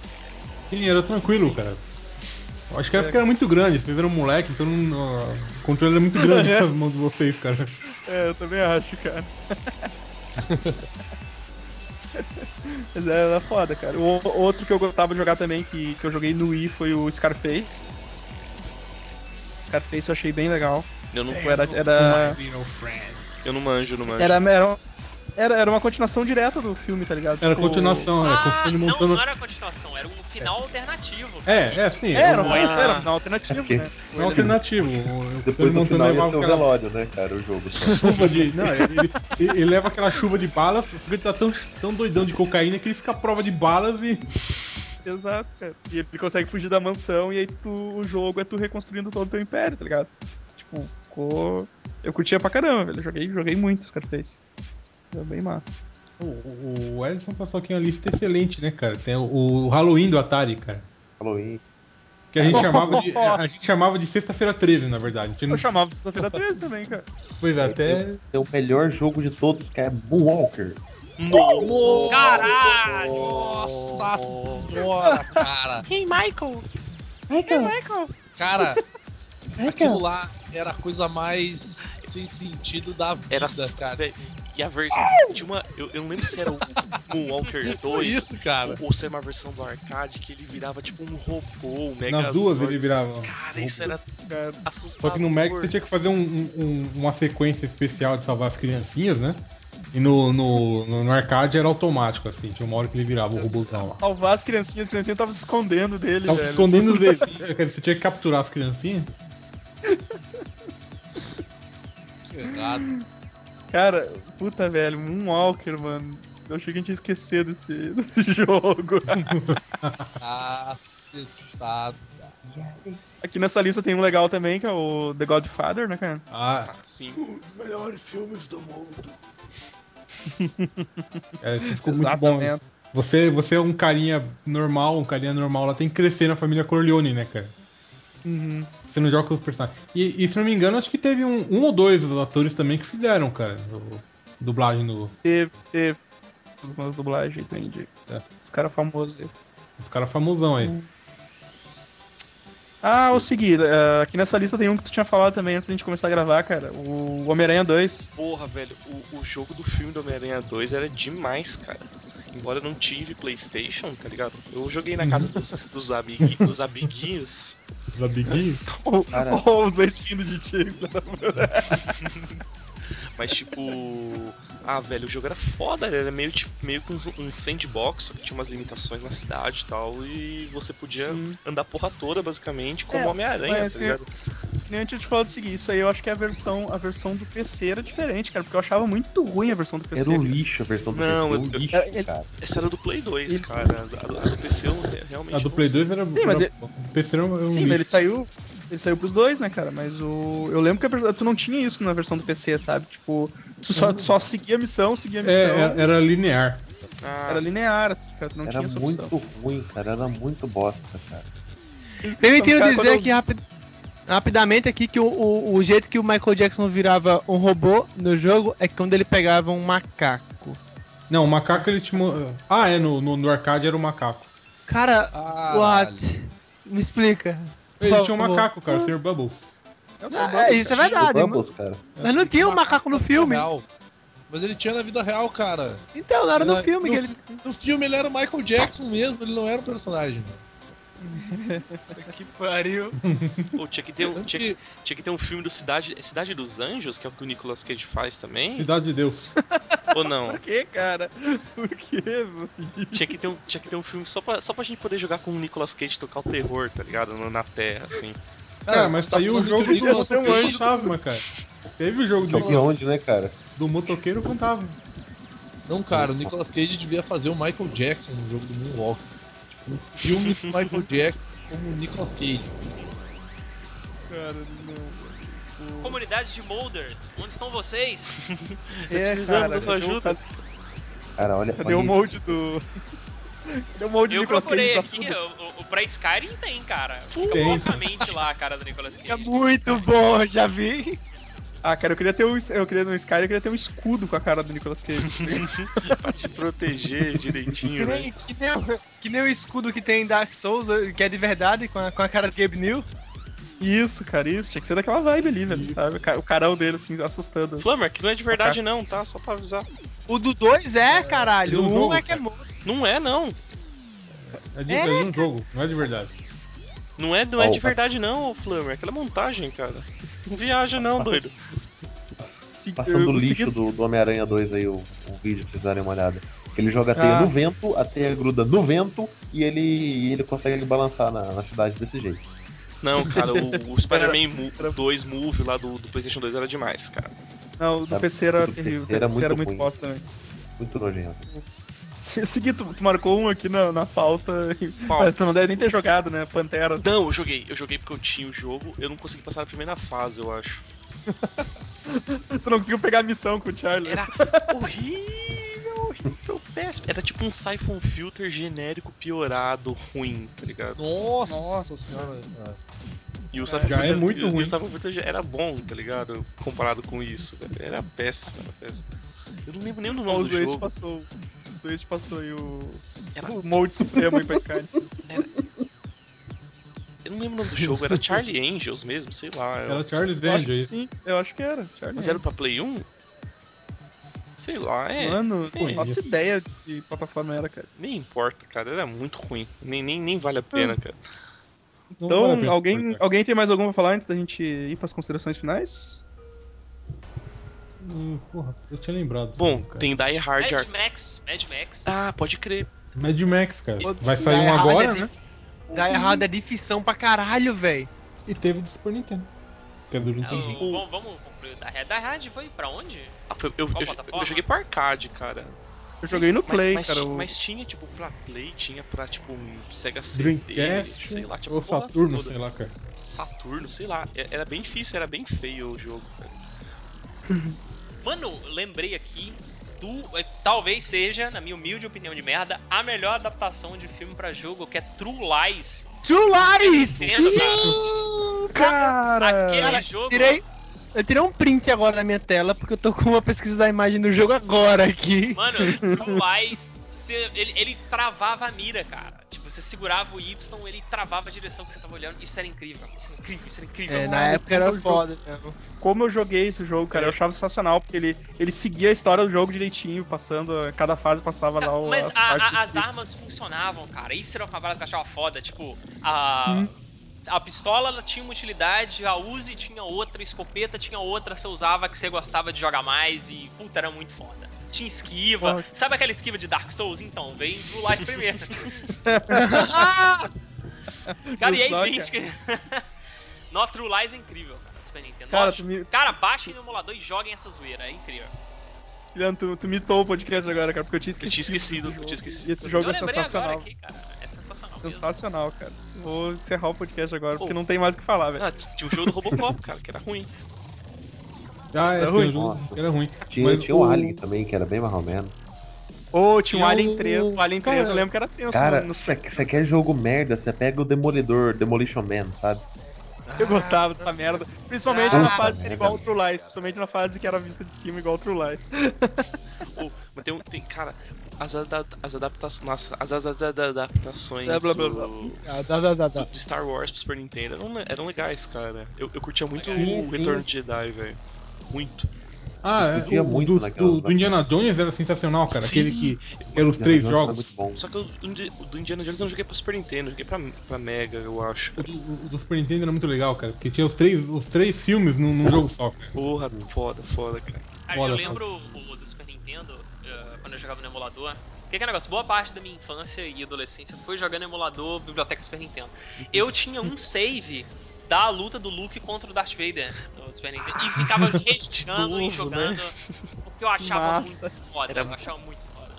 Sim, era tranquilo, cara. Eu Acho que era porque era muito grande, vocês eram moleque, então não- o controle era muito grande nas mãos de vocês, cara. É, eu também acho, cara. [laughs] Mas era foda, cara. O, outro que eu gostava de jogar também, que, que eu joguei no Wii, foi o Scarface. Scarface É, eu achei bem legal. Tipo, Eu não, Era, era, eu não manjo, não manjo. era, era, um- Era, era uma continuação direta do filme, tá ligado? Era continuação, é, Ah, conforme Não, montando. não era continuação, era um final alternativo. É, é, sim. Era, um- era, era final alternativo, né? É um alternativo. O Depois no final ia ter levava o aquela velório, né, cara, o jogo. chuva de. Não, ele, ele- ele leva aquela chuva de balas, porque ele tá tão, tão doidão de cocaína que ele fica à prova de balas e. Exato, cara. E ele consegue fugir da mansão e aí tu, o jogo é tu reconstruindo todo o teu império, tá ligado? Tipo, ficou... Eu curtia pra caramba, velho. Eu Joguei, joguei muito os Scarface. Foi bem massa. O, o Ellison passou aqui uma lista excelente, né, cara? Tem o, o Halloween do Atari, cara. Halloween. Que a gente chamava de. A gente chamava de sexta-feira 13, na verdade. A gente não- Eu chamava de Sexta-feira 13 também, cara. Pois é, até. É o melhor jogo de todos, que é Moonwalker. Um Caralho! Nossa senhora, cara. Hey, Michael! Cara, aquilo lá era a coisa mais sem sentido da vida, Era. s- cara. velho, E a versão. Tinha uma. Eu, eu não lembro se era o Foi Moonwalker 2 isso, cara. ou se era uma versão do arcade que ele virava tipo um robô, um mega Nas duas ele virava. Cara, isso era Só assustador. que no Mac você tinha que fazer um- um- um- uma sequência especial de salvar as criancinhas, né? E no, no, no, no arcade era automático, assim. Tinha uma hora que ele virava o robôzão lá. Salvar as criancinhas, as criancinhas estavam se escondendo dele, Tava velho. escondendo os dedos. Quer dizer, Você tinha que capturar as criancinhas? Que errado. Cara, puta, velho, Moonwalker, mano. Eu achei que a gente ia esquecer desse, [laughs] desse jogo. Cacetado. Aqui nessa lista tem um legal também, que é o The Godfather, né, cara? Ah, Sim. é, isso ficou muito bom. Você, você é um carinha normal, um carinha normal. Ela tem que crescer na família Corleone, né, cara? Uhum. Você não joga com os personagens. E, e se não me engano, acho que teve um, um ou dois dos atores também que fizeram, cara. o- dublagem do, Teve, teve. Umas dublagens, entendi. Tá. Os caras famosos aí. dos cara famosão aí. Ah, o seguinte, eh, aqui nessa lista tem um que tu tinha falado também antes da gente começar a gravar, cara. O Homem-Aranha [laughs] 2. Porra, velho, o, o jogo do filme do Homem-Aranha 2 era demais, cara. Embora eu não tive Playstation, tá ligado? Eu joguei na Uhum. casa dos, dos, amigui- dos amiguinhos. Da Big Cara, Oh, os dois vindo de ti. Mas tipo. Ah, velho, o jogo era foda, ele era meio tipo meio com um sandbox, só que tinha umas limitações na cidade e tal. E você podia andar a porra toda, basicamente, como É, Homem-Aranha, mas tá que- ligado? Nem antes de falar do seguinte, isso aí eu acho que é a versão, a versão do PC era diferente, cara, porque eu achava muito ruim a versão do PC. era um lixo a versão do Não, PC, um eu- eu- lixo, Era- ele- cara. Essa era do Play 2, cara. A do, a do PC eu re- realmente. A do não Play sei. 2 era. Sim, mas era- O PC era um. Sim, lixo. mas ele saiu. Ele saiu pros dois, né, cara? Mas o. Eu lembro que a vers- tu não tinha isso na versão do PC, sabe? Tipo, tu só, tu só seguia a missão, seguia a missão. É, era, era linear. Ah, Era linear, assim, cara. Tu não é. Era tinha essa muito opção. ruim, cara. Era muito bosta, cara. Eu Então, entendo cara, um dizer quando eu- aqui rapi- rapidamente aqui que o, o- o jeito que o Michael Jackson virava um robô no jogo é quando ele pegava um macaco. Não, o macaco ele te. mo- Ah, é, no, no, no arcade era o macaco. Cara, Caralho. what? Me explica. Ele Por tinha um favor. macaco, cara, o Sr. Bubbles. Ah, é, isso é verdade. o Mas Bubbles, cara. mas não tinha um macaco no Na vida filme. real. Mas ele tinha na vida real, cara. Então, não era no Na- filme que ele. fi- No filme ele era o Michael Jackson mesmo, ele não era um personagem. Que pariu. pô, tinha, que ter, um- Tanto tinha, que- tinha que ter um filme do Cidade, é Cidade dos Anjos, que é o que o Nicolas Cage faz [laughs] também? Cidade de Deus. ou não? Por que, cara? [laughs] Por que você Tinha que ter um, tinha que ter um filme só pra, só pra gente poder jogar com o Nicolas Cage tocar o terror, tá ligado? No- Na terra, assim. Cara, mas tá saiu o falando jogo que do Nicolas motoqueiro Cage- fantasma, cara. Teve o jogo Só que do, onde, né, cara? do motoqueiro fantasma. Não, cara, o Nicolas Cage devia fazer o Michael Jackson no jogo do Moonwalker. Tipo, um filme do Michael Jackson como o Nicolas Cage. cara? Não. Comunidade de Molders, onde estão vocês? É, precisamos tá da sua cadê o- ajuda. Cara, olha. Cadê olha o molde do. [laughs] Cadê o molde Tá do Eu Nicolas procurei Cage? aqui, o, o pra Skyrim tem, cara. Tem. Loucamente lá a cara do Nicolas É Cage. muito bom, já vi. Ah, cara, eu queria ter um. Eu queria no Sky, eu queria ter um escudo com a cara do Nicolas Cage. pra te proteger Que direitinho, né? [laughs] nem, que, nem, o- que nem o escudo que tem em Dark Souls, que é de verdade, com a, com a cara de Gabe New. isso, cara, isso. Tinha que ser daquela vibe ali, velho. Sabe? O ca- O carão dele, assim, assustando. Flammer, que não é de verdade não, tá? Só pra avisar. O do 2 é, é caralho. um O 1 jogo, um é que é morto. Não é, não. É de, é de um jogo, não é de verdade. Não é, não é de Oh, verdade não, ô Flammer. Aquela montagem, cara. Não viaja não, doido. Se- Passando eu- o o lixo seguinte- do, do Homem-Aranha 2 aí, o, o vídeo pra vocês darem uma olhada. Ele joga a teia Ah. no vento, a teia gruda no vento e ele, e ele consegue balançar na, na cidade desse jeito. Não, cara, o, o Spider-Man Mo- 2 Move lá do, do PlayStation 2 era demais, cara. Não, o do Tá, PC era o do terrível. O PC era PC era muito muito ruim. bosta também. Muito nojento. Eu Segui, tu, tu marcou um aqui na, na pauta. e- Qual? Mas tu não deve nem ter jogado, né? Pantera. Não, eu joguei, eu joguei porque eu tinha o jogo, eu não consegui passar na primeira fase, eu acho. Tu não conseguiu pegar a missão com o Charlie. Era horrível, horrível, péssimo. Era tipo um siphon filter genérico piorado, ruim, tá ligado? Nossa, senhora. E o Siphon Já é Filter, muito e, o- e ruim. o Siphon Filter já era bom, tá ligado? Comparado com isso. velho. Era péssimo, era péssimo. Eu não lembro nem do Ó, nome o do Zueste jogo. passou. O Zueste passou aí o. Era- O molde supremo aí pra Sky. Eu não lembro o nome do jogo, era Charlie Angels mesmo, sei lá. eu- Era Charles Eu acho Angel que isso. sim, eu acho que era. Charlie. Mas era pra Play 1? Sei lá, é. Mano, eu não é. faço ideia de que plataforma era, cara. Nem importa, cara. Era muito ruim. Nem, nem, nem vale a pena, cara. Não Então, vale a pena se alguém, importar. alguém tem mais alguma pra falar antes da gente ir pras considerações finais? Hum, Porra, eu tinha lembrado. Bom, cara. tem Die Hard Mad Ar... Max, Mad Max. Ah, pode crer. Mad Max, cara. Pô, Vai sair um Die Hard agora, é né? Dá errado é de ficção pra caralho, velho. E teve do Super Nintendo. Que é do Ah, o- Nintendo. bom, vamos concluir. Da Die Hard foi pra onde? Ah, foi- eu, eu, Qual eu- plataforma? eu joguei pro arcade, cara. Eu joguei no Mas- Play, mas, cara. ti- o- mas tinha, tipo, pra Play, tinha pra, tipo, um Sega CD, Dreamcast sei lá, tipo, ou porra Saturno, toda. sei lá, cara. Saturno, sei lá. É- Era bem difícil, era bem feio o jogo, cara. Mano, lembrei aqui do. eh, Talvez seja, na minha humilde opinião de merda, a melhor adaptação de filme pra jogo, que é True Lies. True Lies! Entendo, Cara! Aquele Cara, jogo. Tirei. Eu tirei um print agora na minha tela, porque eu tô com uma pesquisa da imagem do jogo agora aqui. Mano, True Lies. você- ele, ele travava a mira, cara. Tipo, você segurava o Y, ele travava a direção que você tava olhando. Isso era incrível. Isso era incrível, isso era incrível. É, na época era foda. Como eu joguei esse jogo, cara, eu achava sensacional, porque ele, ele seguia a história do jogo direitinho, passando, cada fase passava lá o. Tá, Mas Então, as a- a- partes do as ciclo. armas funcionavam, cara. Isso era uma parada que eu achava foda. Tipo, a. A pistola ela tinha uma utilidade, a Uzi tinha outra, a escopeta tinha outra, você usava que você gostava de jogar mais e, puta, era muito foda. Tinha esquiva. Sabe aquela esquiva de Dark Souls? Então, vem [laughs] do Light primeiro. cara, e é Viu só, idêntico. [laughs] No True Lies é incrível, cara. do Super Nintendo. Cara, Nossa, tu me, cara, baixem no emulador e joguem essa zoeira, é incrível. Leandro, tu, tu mitou o podcast agora, cara, porque eu tinha Eu esquecido. tinha esquecido, eu tinha esquecido. E esse jogo eu é lembrei agora sensacional. aqui, cara. É sensacional. mesmo. Sensacional, cara. Vou encerrar o podcast agora, porque Oh. não tem mais o que falar, velho. Ah, t- tinha o jogo do Robocop, cara, que era ruim. Ah, Era é, era ruim? ruim. Jogo, Nossa. era ruim. Tinha, Mas tinha o o- Alien também, que era bem mais ou menos. Ô, tinha o Eu- Alien 3. O Alien 3 eu Cara, lembro que era tenso. né? Cara, no- no- você você quer jogo merda, você pega o Demolidor, Demolition Man, sabe? Eu gostava dessa merda. Principalmente Ah, na puta fase que era merda. igual o True Lies. Principalmente na fase que era vista de cima igual o True Lies. Pô, mas tem um. Tem, cara, as, ada- as adaptações. Nossa, as as- as- as- adaptações É, blá, blá, blá. do, Ah, dá, dá, dá, dá. do- do Star Wars pro Super Nintendo eram, le- eram legais, cara. Eu, eu curtia muito Sim, o sim. Retorno de Jedi, velho. Muito. Ah, é. Podia O, muito do, naquela- do- do Indiana Jones era sensacional, cara. Sim. Aquele que eram os três Era jogos. é Muito bom. Só que o do Indi- o do Indiana Jones eu não joguei pra Super Nintendo, eu joguei pra, pra Mega, eu acho. O, do- o do Super Nintendo era muito legal, cara. Porque tinha os três, os três filmes num, num jogo só, cara. Porra, foda, foda, cara. Cara, Foda, eu lembro o, do Super Nintendo, eh, quando eu jogava no emulador. Porque que é o negócio? Boa parte da minha infância e adolescência foi jogando emulador, biblioteca Super Nintendo. Eu tinha um save da luta do Luke contra o Darth Vader no Super Nintendo. E ficava [laughs] registrando e novo, né? jogando. Porque eu achava Massa. muito foda. Era- Eu achava muito foda.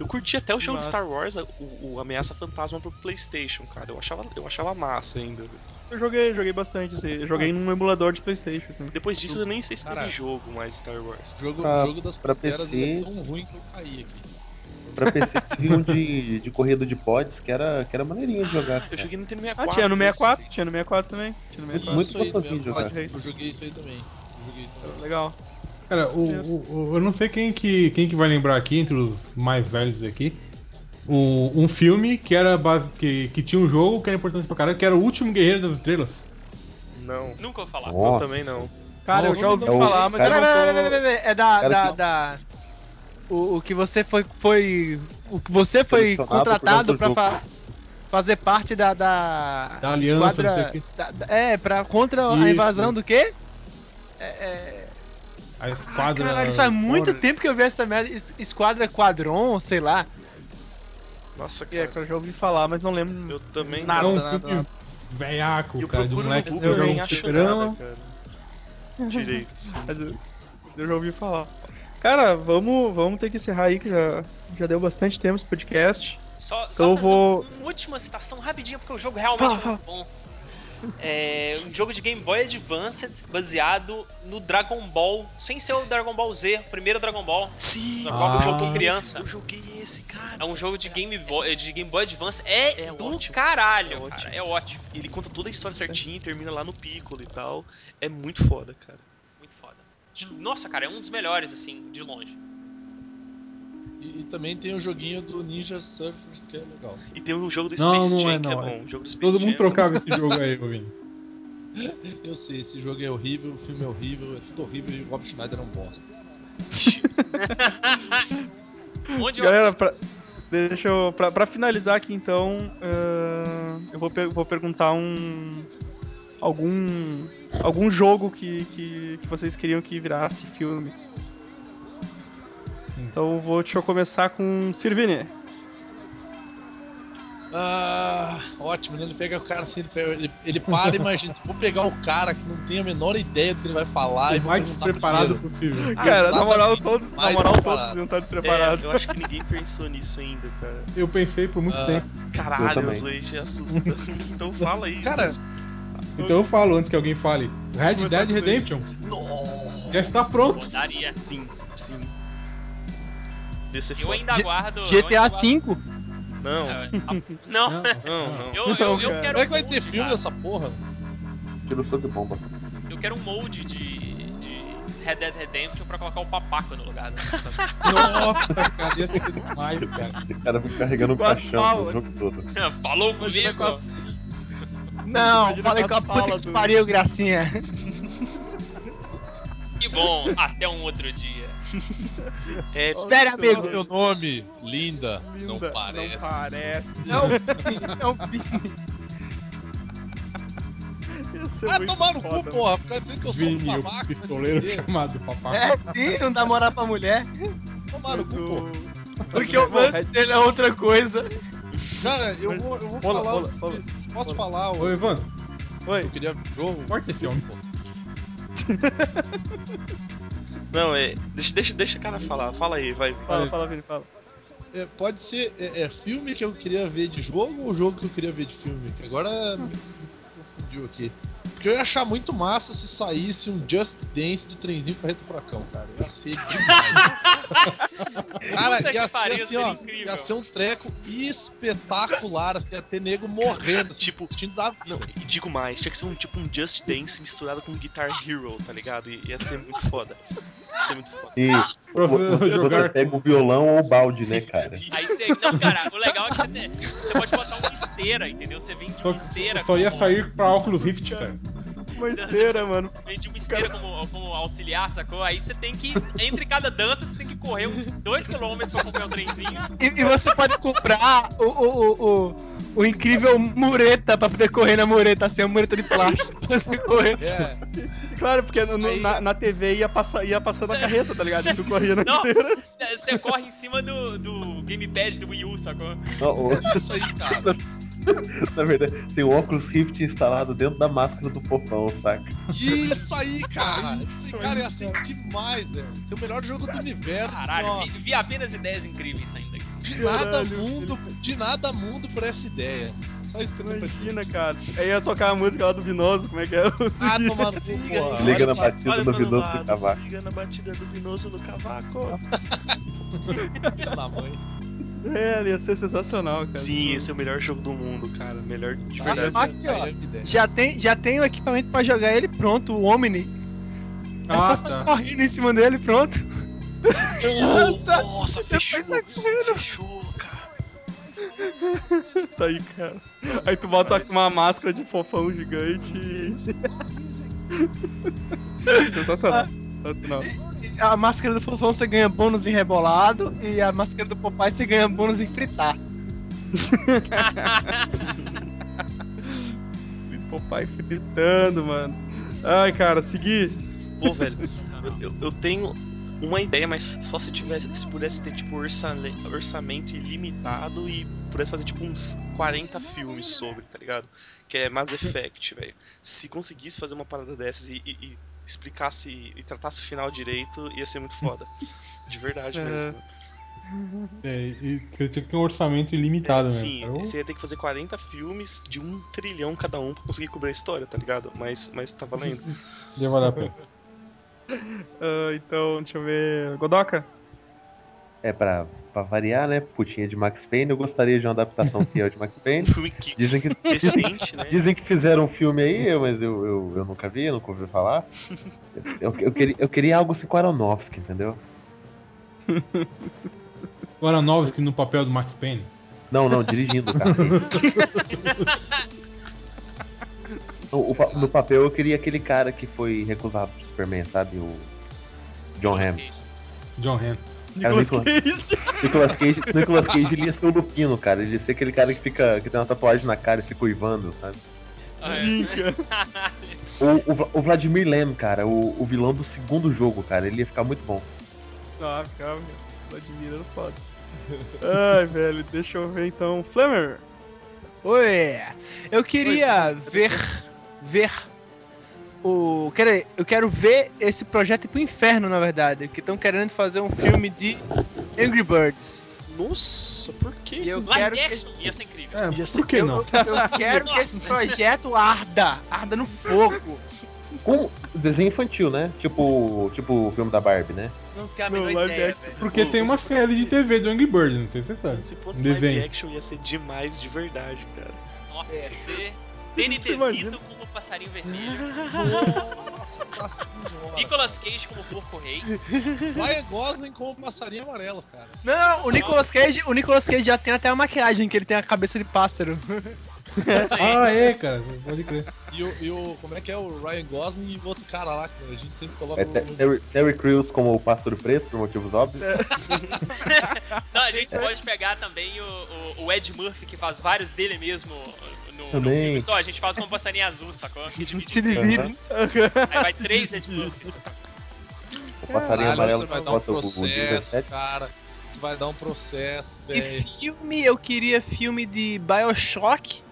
Eu curti até o jogo de Nossa. Star Wars, o, o Ameaça Fantasma pro Playstation, cara. Eu achava, eu achava massa ainda. [laughs] Eu joguei, joguei bastante. Assim. Eu joguei num emulador de Playstation. Assim. Depois disso eu nem sei se teve Caralho. jogo mais Star Wars. O jogo, Pra- o jogo das Ah, pra panteras PC. ele é tão ruim que eu caí aqui. Pra PC tinha um de, de corrida de pods que era, que era maneirinho de jogar. Eu cara. joguei no Ah, Nintendo 64. tinha no esse. 64. Tinha no 64 também. Tinha no Muito, 64. muito né? Isso aí, gostosinho de mesmo, jogar. né? Eu joguei isso aí também. Eu joguei também. Legal. Cara, o, o- o- eu não sei quem que, quem que vai lembrar aqui, entre os mais velhos aqui, o- um filme que era base, que, que tinha um jogo que era importante pra caralho, que era o último Guerreiro das Estrelas. Não. Nunca vou falar. Eu Nossa, também não. Cara, eu Não, já ouvi é o- falar, mas eu não cara- Pera, pera, tô... pera, pera, pera. É da. Cara, assim, da, que- da- O, o que você foi. foi o que você foi Selecionado contratado por pra dentro do fa- fazer parte da. Da, Da aliança, não sei o quê. da- da- é, pra, contra a Isso. invasão do quê? É, é, A esquadra. Caralho, faz muito tempo que eu vi essa merda. Es- Esquadra Quadron, sei lá. Nossa, É, que eu já ouvi falar, mas não lembro. Eu também nada, É um nada, filme nada. velhaco, Eu cara. De procuro no moleque Google, eu jogando nem acho fliperama. nada, cara. Direito, sim. Mas eu, eu já ouvi falar. Cara, vamos, vamos ter que encerrar aí, que já, já deu bastante tempo esse podcast. Só, Então eu só fazer vou- Ah, uma última citação rapidinha, porque o jogo realmente é muito bom. É um jogo de Game Boy Advance baseado no Dragon Ball, sem ser o Dragon Ball Z, o primeiro Dragon Ball. Sim, Na eu qual eu joguei joguei esse, criança. Ah, Eu joguei esse, cara. É um jogo de Game Boy, de Game Boy Advance. É, É do ótimo, é caralho, ótimo. cara. É ótimo. E ele conta toda a É. história certinho, termina lá no Piccolo e tal. É muito foda, cara. Muito foda. Nossa, cara, é um dos melhores, assim, de longe. E, e também tem o joguinho do Ninja Surfers que é legal. E tem o jogo do Não, Space não Jam, é, que é não, é. bom. O jogo do Space Todo Jam. mundo trocava esse jogo aí, ô Vini. Eu sei, esse jogo é horrível, o filme é horrível, é tudo horrível e o Rob Schneider é um bosta. Onde eu Galera, pra, deixa eu. Pra, pra finalizar aqui então, ahn, eu vou, per- vou perguntar um. algum. algum jogo que, que, que vocês queriam que virasse filme. Então vou deixa eu começar com Sirvini. Ah, ótimo, né? Ele pega o cara assim, ele, pega- ele, ele para e imagina, se for pegar o cara que não tem a menor ideia do que ele vai falar, e o mais perguntar despreparado primeiro. possível. Ah, Cara, na moral, exatamente. todos, na Mais moral, despreparado. todos iam estar despreparados. É, eu acho que ninguém pensou nisso ainda, cara. Eu pensei por muito Ah. tempo. Eu Caralho, também. os dois te [laughs] assustam. Então fala aí. Cara, Então eu falo antes que alguém fale. Red Dead Redemption Nossa. já está pronto. daria. Sim, sim. Desse Eu foda. ainda G- aguardo. eu GTA ainda V. Não, aguardo- Não, não, não, não. eu, eu, Não, eu cara. quero. como é que vai um ter molde, filme cara. dessa porra? Tiro soco é de bomba. Eu quero um molde de, de Red Dead Redemption pra colocar o papaco no lugar. né? da- Nossa, cara, ia ser demais, cara. Esse cara fica carregando um Quase caixão fala. o jogo todo. Falou Imagina comigo. com as- Não, Imagina falei com com a as puta falas que do- pariu, gracinha. Que bom. Até um outro dia. É, Espera, amigo. Qual é o seu nome? Linda. Linda, não parece. Não parece. É o fim, é o fim. Ia ser Ah, é muito tomar no foda, né? cu, porra. Fica dizendo que eu sou um Vini, babaca. o vai se pistoleiro fuder. chamado [laughs] papaco. É sim, não dá moral pra mulher. Tomar no mas cu, [laughs] porra. o- Porque o lance dele é outra coisa. Cara, eu vou, eu vou Rola, falar. rola, rola. Posso falar? Ô, o- Evandro, Oi. Eu queria ver o jogo. corta esse homem. não, é. Deixa, deixa, deixa o cara falar. Fala aí, vai. Fala, fala, Vini, fala. É, pode ser é, é filme que eu queria ver de jogo ou jogo que eu queria ver de filme? Que Agora me confundiu aqui. Porque eu ia achar muito massa se saísse um Just Dance do trenzinho pra Reto Furacão, cara. Ia ser [laughs] demais. Puta cara, que ia ser pariu, assim, seria ó. incrível. Ia ser um treco espetacular, assim, ia ter nego morrendo, assim, Tipo, assistindo da Não, e digo mais, tinha que ser um tipo um Just Dance misturado com Guitar Hero, tá ligado? I- ia ser muito foda. Ia ser muito foda. E Pra você, você [laughs] jogar. pega o violão ou o balde, né, cara? Aí você. Não, cara, o legal é que você, tem- você pode botar uma esteira, entendeu? Você vende Só, uma esteira. só ia como- sair pra óculos Rift, cara. Uma esteira, mano. Vende uma esteira como, como auxiliar, sacou? Aí você tem que. Entre cada dança, você tem que correr uns 2km pra comprar o trenzinho. E, e você pode comprar o, o, o, o, o incrível mureta pra poder correr na mureta, assim, uma mureta de plástico pra você correr. É, [laughs] Claro, porque no- no- Aí- na, na TV ia, passar, ia passando a carreta, tá ligado? E tu corria na Não. esteira. Você corre em cima do, do gamepad do Wii U, sacou? Não, o- é isso aí, cara. na verdade, né? tem o óculos Rift instalado dentro da máscara do fofão, saca? Isso aí, cara. Esse é cara ia ser demais, velho. Esse é o melhor jogo do universo. assim, ó. Caralho, vi, vi apenas ideias incríveis saindo daqui. De nada Caralho, mundo, de nada mundo por essa ideia. Só isso que eu tô pra dizer. [laughs] Imagina, cara. Aí ia tocar a música lá do Vinoso, como é que é? [laughs] [laughs] Ah, tomar no Se cu, liga, porra. aí, Liga olha na pra- batida olha do pra Vinoso lado, do Cavaco. Se liga na batida do Vinoso do Cavaco. Filha da mãe. É, ia ser sensacional, cara. Sim, esse é o melhor jogo do mundo, cara. Melhor de Tá? verdade. Aqui, ó. Aí é a ideia. Já tem, já tem o equipamento pra jogar ele pronto, o Omni. É Ah, só sair tá. correndo em cima dele, pronto. Nossa, fechou. Fechou, cara. Tá aí, cara. Aí tu bota uma máscara de fofão gigante e... [laughs] Sensacional. Sensacional. E A máscara do fofão você ganha bônus em rebolado e a máscara do Popeye você ganha bônus em fritar. E Popeye fritando, mano. Ai, cara, seguir. Pô, velho. eu, eu- eu tenho uma ideia, mas só se tivesse, se pudesse ter tipo orçale- orçamento ilimitado e pudesse fazer tipo uns 40 filmes sobre, tá ligado? Que é Mass Effect, velho. Se conseguisse fazer uma parada dessas e, e- e explicasse e tratasse o final direito, ia ser muito foda. De verdade É. mesmo. É, e que tinha que ter um orçamento ilimitado, né? Sim, cara? Eu- você ia ter que fazer 40 filmes de um trilhão cada um pra conseguir cobrir a história, tá ligado? Mas, mas tá valendo. Ia valer a pena. Ah, então, deixa eu ver. Godoka? É, pra, pra variar, né? Putinha de Max Payne, eu gostaria de uma adaptação fiel de Max Payne. Um filme [laughs] dizem que, decente, né? Dizem que fizeram um filme aí, eu- mas eu, eu, eu nunca vi, nunca ouvi falar. Eu, eu, queria, eu queria algo assim com Aronofsky, entendeu? O Aronofsky no papel do Max Payne. Não, não, dirigindo, tá? cara. No, o pa- no papel eu queria aquele cara que foi recusado pro Superman, sabe? O John Hamm. John Hamm. Cara, Nicolas Nicolas Cage, Nicolas Cage ele ia ser o Lupino, cara. Ele ia ser aquele cara que fica que tem uma tatuagem na cara e fica uivando, sabe? É. O, o Vla- o Vladimir Lem, cara, o, o vilão do segundo jogo, cara, ele ia ficar muito bom. Ah, calma. Vladimir era foda. Ai, velho, deixa eu ver então. Flamer! Oi! Eu queria ver. ver. O. Quero, eu quero ver esse projeto ir pro inferno, na verdade. Que estão querendo fazer um filme de Angry Birds. Nossa, por quê? Eu Live quero action ia ser incrível. É, por que não? Eu quero que esse projeto arda, arda no fogo. Com desenho infantil, né? Tipo, tipo o filme da Barbie, né? Não tem a menor ideia, Porque tem uma série de TV do Angry Birds, não sei se você sabe. Se fosse Um live desenho. action, ia ser demais de verdade, cara. Nossa, ia ser Danny DeVito como um passarinho vermelho. [laughs] Nicolas Cage como porco rei. Ryan Gosling com o passarinho amarelo, cara. Não, o Nicolas Cage, o Nicolas Cage já tem até a maquiagem que ele tem a cabeça de pássaro. Ah, é, cara, pode crer. E o, e o- Como é que é o Ryan Gosling e o outro cara lá, que a gente sempre coloca É Uhum. o- Terry, Terry Crews como o pássaro preto, por motivos óbvios. Não, a gente pode pegar também o, o- o Ed Murphy, que faz vários dele mesmo no, no Também. filme só. A gente faz uma passarinha azul, sacou? Que divide. Se divide. Aí vai três Ed Murphys. O passarinho Caralho, amarelo você vai dar um bota o- o processo, 17. cara. Você vai dar um processo, E velho. filme, eu queria filme de Bioshock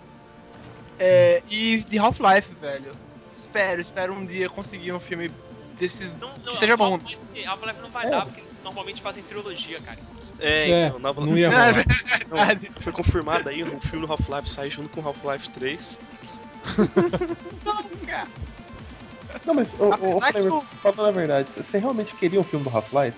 é, e de Half-Life, velho. Espero, espero um dia conseguir um filme desses. Não, Então, não, que seja bom. Half-Life- Half-Life não vai dar, porque eles normalmente fazem trilogia, cara. É, É, então, nova- não ia rolar. Não, Foi confirmado aí, o filme do Half-Life sai junto com Half-Life 3. Não, mas o, o, o Apesar que Flamer, o- falando a verdade, você realmente queria um filme do Half-Life?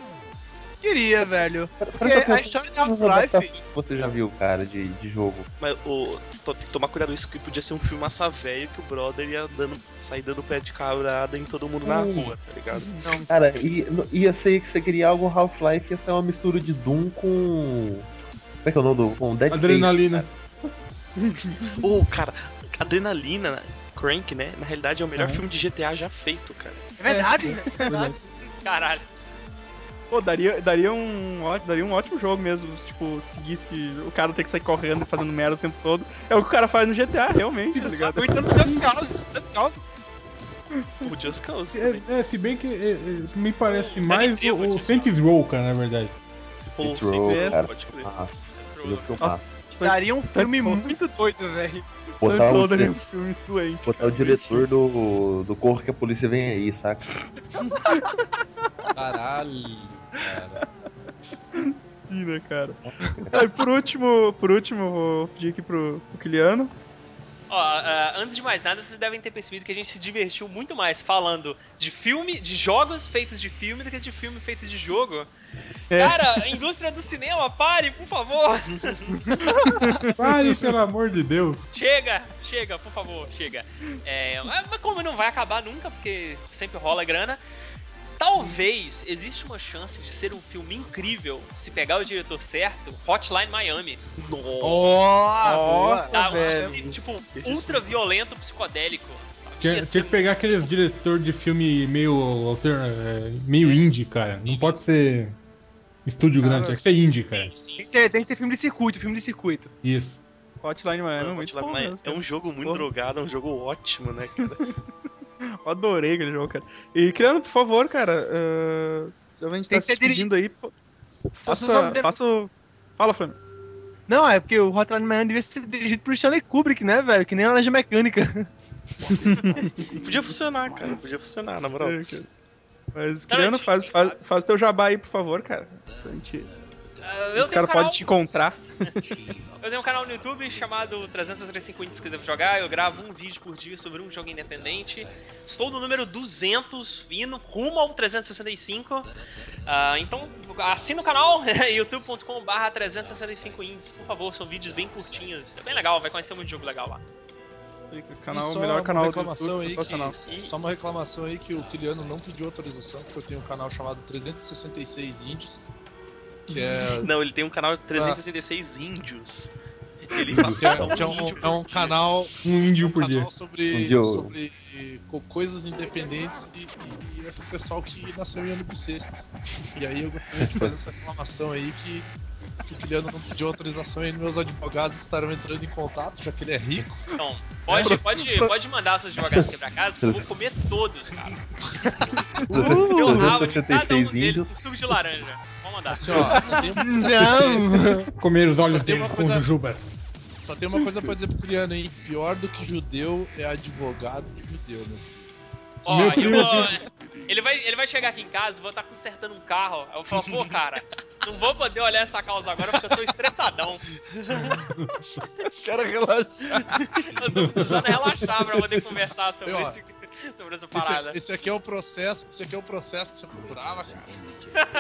Queria, velho. Porque Presta atenção a história de nas adaptações Half-Life. que Você já viu, cara, de, de jogo. Mas o, to- tem que tomar cuidado isso, que podia ser um filme massa velho que o brother ia dando, sair dando pé de cabrada em todo mundo na Hum. rua, tá ligado? Cara, ia, no- ia ser que você queria algo Half-Life, ia ser uma mistura de Doom com. Como é que é o nome do. Com Dead Space. Adrenalina. Ô, cara, Adrenalina, Crank, né? Na realidade é o melhor filme de GTA já feito, cara. É verdade, velho. Caralho. Pô, daria, daria, um, ó- daria um ótimo jogo mesmo, se, tipo, seguisse o cara ter que sair correndo e fazendo merda o tempo todo. É o que o cara faz no GTA, realmente, tá ligado? Ou então no Just Cause, Just Cause. O Just Cause também. É, é, se bem que é, é, me parece mais o, o Saints Row, cara, na verdade. Ou Saints Saints Row, Row, cara. pode crer. Ah, Throw eu no- filmar. Daria um filme Cole. muito doido, velho. botar, o, Todo um filme doente. botar o diretor do, do Corra que a polícia vem aí, saca? Caralho, cara. Sim, né, cara? Aí, por último, por último, vou pedir aqui pro, pro Kiliano. Ó, ah, antes de mais nada, vocês devem ter percebido que a gente se divertiu muito mais falando de filme, de jogos feitos de filme do que de filme feitos de jogo. É. Cara, a indústria do cinema, pare, por favor! [laughs] Pare, pelo amor de Deus. Chega, chega, por favor, chega. É, mas como não vai acabar nunca, porque sempre rola grana, talvez exista uma chance de ser um filme incrível se pegar o diretor certo, Hotline Miami. Nossa, Ah, Nossa, Tá, um velho. filme, tipo, Esse ultra violento psicodélico. sabe? Ia Tinha, ser tinha que pegar aqueles diretor de filme meio alterna, é, meio indie, cara. Não pode ser estúdio grande, tinha que ser É indie, cara. Tem que, ser, tem que ser filme de circuito, filme de circuito. [laughs] Isso. Hotline Miami é mano, muito Hotline bom Miami mesmo, é cara. um jogo muito Porra. [laughs] drogado, é um jogo ótimo, né, cara? Eu adorei aquele jogo, cara. E Criano, por favor, cara. ah, a gente Tem tá se que ser dirigido. despedindo aí. pô. Posso só Faça, dizer- faça o... Fala, Flamengo. Não, é porque o Hotline Miami devia ser dirigido pro Stanley Kubrick, né, velho? Que nem a Laranja Mecânica. Podia funcionar, cara. Podia funcionar, na moral. É, Mas, Criano, faz, faz, faz teu jabá aí, por favor, cara. A gente- eu Os tenho um caras canal, podem te encontrar. eu tenho um canal no YouTube chamado 365 Indies que devo jogar. Eu gravo um vídeo por dia sobre um jogo independente. Estou no número 200, indo rumo ao 365. Ah, então, assina o canal, [laughs] youtube.com.br 365 Indies. Por favor, são vídeos bem curtinhos. É bem legal, vai conhecer muito jogo legal lá. Canal, E só melhor canal é uma do reclamação YouTube, é aí sensacional. que, Só uma reclamação aí que o Kiliano não pediu autorização, porque eu tenho um canal chamado 366 Indies. Que é. Não, ele tem um canal de 366 índios. Ele faz que é- postar um que é um, índio é um canal Um índio por dia. canal sobre, Um dia. sobre co- coisas independentes e, e é pro pessoal que nasceu em ano bissexto. E aí eu gostaria de fazer essa reclamação aí que, que o Kiliano não pediu autorização e meus advogados estarão entrando em contato, já que ele é rico. Então, pode, pode, pode mandar seus jogadas quebra-casa, que eu vou comer todos, cara. Uh, Meu rabo de cada um 366 deles índios. com suco de laranja. Vamos mandar. Assim, ó, só tem, [laughs] Não. Comer os olhos Só tem dele uma com coisa- jujuba. só tem uma coisa pra dizer pro Kiliano, hein? Pior do que judeu é advogado de judeu, né? Ó, Meu eu primo vou... ele, vai, ele vai chegar aqui em casa, vou estar consertando um carro. Aí eu falo, pô, cara, não vou poder olhar essa causa agora porque eu tô estressadão. Cara, relaxa. Eu tô precisando relaxar pra poder conversar sobre, Eu, ó, esse, sobre essa parada. Esse, esse aqui é o processo, esse aqui é o processo que você procurava, cara.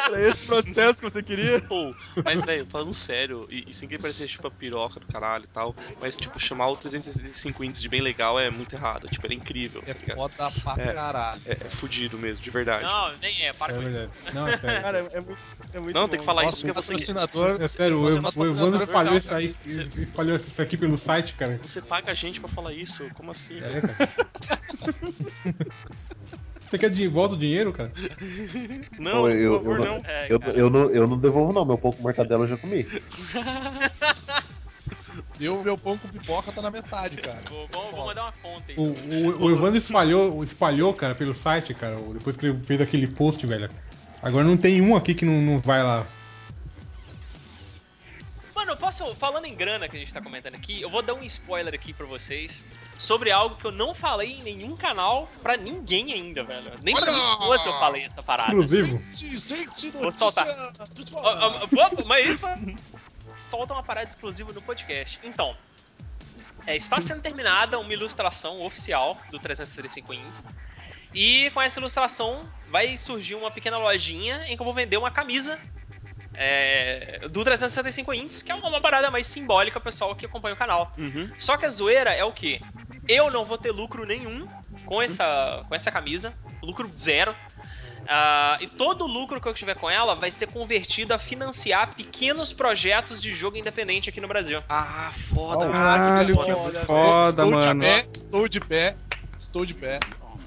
Era esse processo que você queria. Pô, Tipo, mas, velho, falando sério, e, e sem querer parecer, tipo, a piroca do caralho e tal, mas, tipo, chamar o 365 índios de bem legal é muito errado. Tipo, ele é incrível, tá É ligado? foda pra É. caralho. É, é fudido mesmo, de verdade. Ah, Não, Não, nem é, para É com isso. verdade. Não, [laughs] é sério. Cara, é muito, é muito tem que bom. falar isso Nosso porque você, patrocinador É sério, o, você é Ev- nosso o Evandro patrocinador, falhou cara. isso aí. Você- ele Falhou isso aqui pelo site, cara. você paga a gente pra falar isso. Como assim, velho? É, cara. Você quer de volta o dinheiro, cara? Não, Ô, por eu- favor, eu- não. É, [laughs] Eu, cara. eu, não, eu não devolvo, não. Meu pouco mortadela eu já comi. Eu, meu pão com pipoca tá na metade, cara. Vou, vou- vou mandar uma conta aí. O, o, o Evandro espalhou, espalhou, cara, pelo site, cara. o- Depois que ele fez aquele post, velho. Agora não tem um aqui que não, não vai lá. Mano, eu posso, falando em grana que a gente tá comentando aqui, eu vou dar um spoiler aqui pra vocês sobre algo que eu não falei em nenhum canal pra ninguém ainda, velho. Nem pra minha Olha! esposa eu falei essa parada. Exclusivo. Gente, gente, Vou soltar. Ó, ó, ó, pô, Mas isso solta uma parada exclusiva no podcast. Então, é, está sendo terminada uma ilustração oficial do 365 Indies. E com essa ilustração vai surgir uma pequena lojinha em que eu vou vender uma camisa é, do 365 Indies, que é uma parada mais simbólica, pessoal, que acompanha o canal. Uhum. Só que a zoeira é o quê? Eu não vou ter lucro nenhum com essa, com essa camisa, lucro zero. Ah, e todo o lucro que eu tiver com ela vai ser convertido a financiar pequenos projetos de jogo independente aqui no Brasil. Ah, foda. Olha. Caralho, que Olha, foda, estou mano. De pé, estou de pé, estou de pé.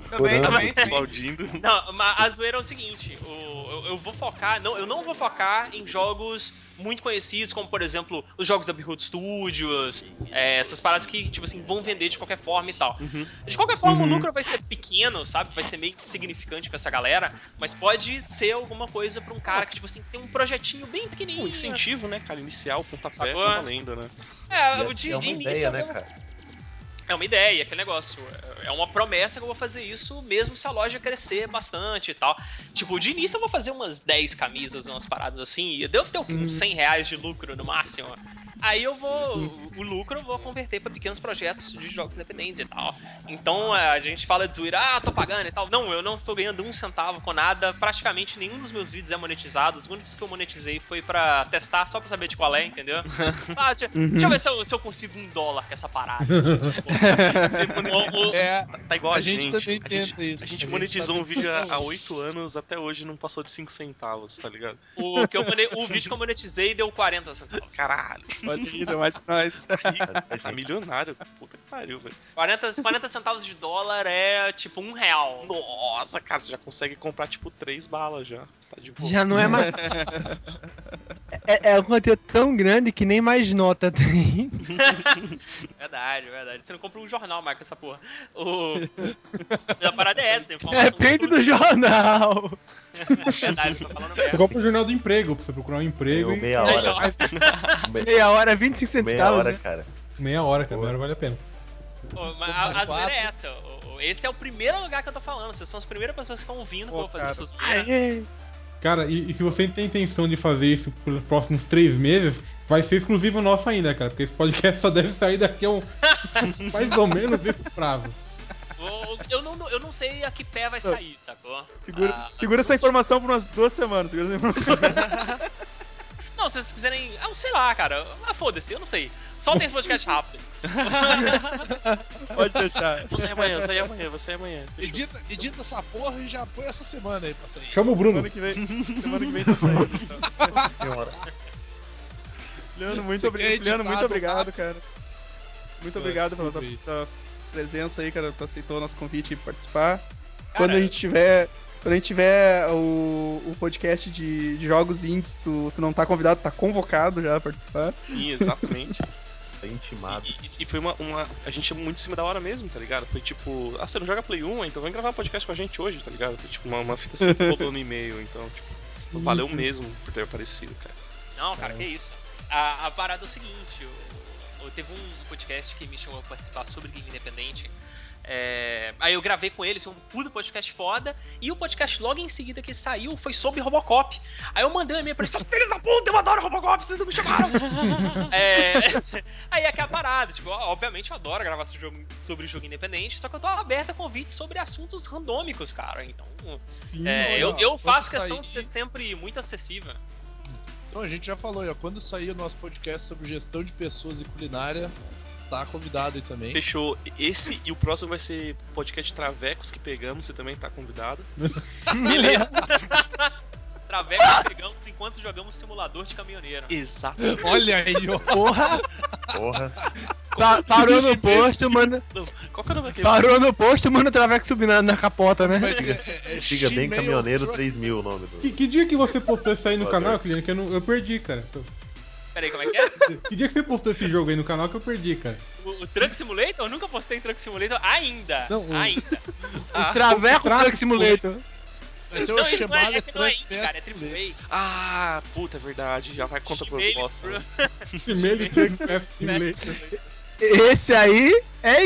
Também, Porra. também. Aplaudindo. Não, mas a zoeira é o seguinte: o- eu, eu vou focar, não, eu não vou focar em jogos muito conhecidos, como por exemplo os jogos da Behold Studios, é, essas paradas que tipo assim vão vender de qualquer forma e tal. Uhum. De qualquer forma, Uhum. o lucro vai ser pequeno, sabe? Vai ser meio que insignificante pra essa galera, mas pode ser alguma coisa pra um cara que tipo assim tem um projetinho bem Um pequenininho. incentivo, né, cara? Inicial, pontapé, Sacou? valendo, né? É, É- o de é uma início ideia, eu né, vou- cara? É uma ideia, aquele negócio. É uma promessa que eu vou fazer isso mesmo se a loja crescer bastante e tal. Tipo, de início eu vou fazer umas 10 camisas, umas paradas assim, e eu devo ter uns 100 reais de lucro no máximo. Aí eu vou. O lucro eu vou converter pra pequenos projetos de jogos independentes e tal. Então é, a gente fala de zoeira, ah, tô pagando e tal. Não, eu não estou ganhando um centavo com nada. Praticamente nenhum dos meus vídeos é monetizado. Os únicos que eu monetizei foi pra testar, só pra saber de qual é, entendeu? Ah, deixa, deixa eu ver se eu, se eu consigo um dólar com essa parada. Tipo, um, Você monetiza- o- o- É, Tá igual a, a gente, também A gente, tenta isso. a gente monetizou tá um vídeo há- tentando. há 8 anos, até hoje não passou de 5 centavos, tá ligado? O, [laughs] que eu mone- o vídeo que eu monetizei deu 40 centavos. Caralho, Pode ir, mais pra nós. tá milionário. Puta que pariu, velho. 40, 40 centavos de dólar é tipo um real. Nossa, é cara, você já consegue comprar, tipo, 3 balas já. Tá de boa. Já não é mais. [laughs] é, é uma quantia tão grande que nem mais nota tem. verdade, verdade. Você não compra um jornal mais com essa porra. O... A parada é essa, informação. [laughs] Depende do jornal. verdade, tô falando merda. Você compra o É jornal do emprego pra você procurar um emprego. Deu e- meia hora. Meia hora, 25 Meia centavos. hora, né? cara. Meia hora, cara. Meia hora vale a pena. Ô, mas a, a zoeira é essa. ô, ô, Esse é o primeiro lugar que eu tô falando. Vocês são as primeiras pessoas que estão ouvindo pra eu fazer essas É, zoeiras. Aê. Cara, e, e se você tem intenção de fazer isso pelos próximos três meses, vai ser exclusivo nosso ainda, cara. Porque esse podcast só deve sair daqui a um. mais ou menos esse prazo. Ô, Eu não, eu não sei a que pé vai sair, sacou? Segura, Ah, segura essa informação por umas duas semanas. Segura essa informação. Não, se vocês quiserem. Ah, sei lá, cara. Ah, foda-se, eu não sei. Só tem esse podcast rápido. Pode deixar. Você é amanhã, sai amanhã, você é amanhã. Fechou. Edita, edita essa porra e já põe essa semana aí pra sair. Chama o Bruno. Semana que vem, semana que vem tá saindo. então. Leandro, muito, Você obri- quer editar, Leandro, muito tá? obrigado, cara. Muito obrigado pela tua, desculpa aí. tua presença aí, cara. Tu aceitou o nosso convite de participar. Cara, quando a gente tiver. Quando a gente tiver o, o podcast de, de jogos indies, tu, tu não tá convidado, tá convocado já a participar. Sim, exatamente. Tá intimado. E, e foi uma, uma- A gente chegou muito em cima da hora mesmo, tá ligado? Foi tipo, ah, você não joga Play 1, então vem gravar podcast com a gente hoje, tá ligado? Foi tipo uma, uma fita assim que rolou no e-mail, então, tipo, valeu mesmo por ter aparecido, cara. Não, cara, que isso. A, a parada é o seguinte, eu, eu- teve um podcast que me chamou pra participar sobre game independente. é, aí eu gravei com ele, foi um puto podcast foda. E o podcast logo em seguida que saiu foi sobre Robocop. Aí eu mandei um e-mail pra ele, seus filhos da puta, eu adoro Robocop, vocês não me chamaram. [laughs] É, [laughs] aí é que é a parada, tipo, ó, obviamente eu adoro gravar sobre jogo, sobre jogo independente, só que eu tô aberta a convites sobre assuntos randômicos, cara. Então, Sim, é, olha, eu, ó, eu quando faço questão sair- de ser sempre muito acessível. Então a gente já falou aí, ó. Quando sair o nosso podcast sobre gestão de pessoas e culinária, tá convidado aí também. Fechou. Esse e o próximo vai ser podcast Travecos que pegamos, você também tá convidado. [laughs] Beleza. Travecos pegamos enquanto jogamos simulador de caminhoneiro. Exato. [laughs] Olha aí, ó. Porra, Porra. pa- parou no posto, manda. Qual que é o nome daquele? Parou no posto, manda o Traveco subir na, na capota, né? Mas é- é- é Siga bem Gmail caminhoneiro Truck. 3000 o nome do. Que, que dia que você postou isso aí no Valeu. canal, Cliente? Que eu, não- eu perdi, cara. Peraí, como é que é? Que dia que você postou esse jogo aí no canal que eu perdi, cara? O, o Truck Simulator? Eu nunca postei em Truck Simulator ainda. Não, o- Ainda. Traveco Truck Simulator. Vai ser Não, uma isso não é, chamada é que não é indie, Truck cara. É Fest Play. AAA. Ah, puta, é verdade. Já vai contra a Gmail, proposta. né? Esse meio de Truck Fest Simulator. Esse aí é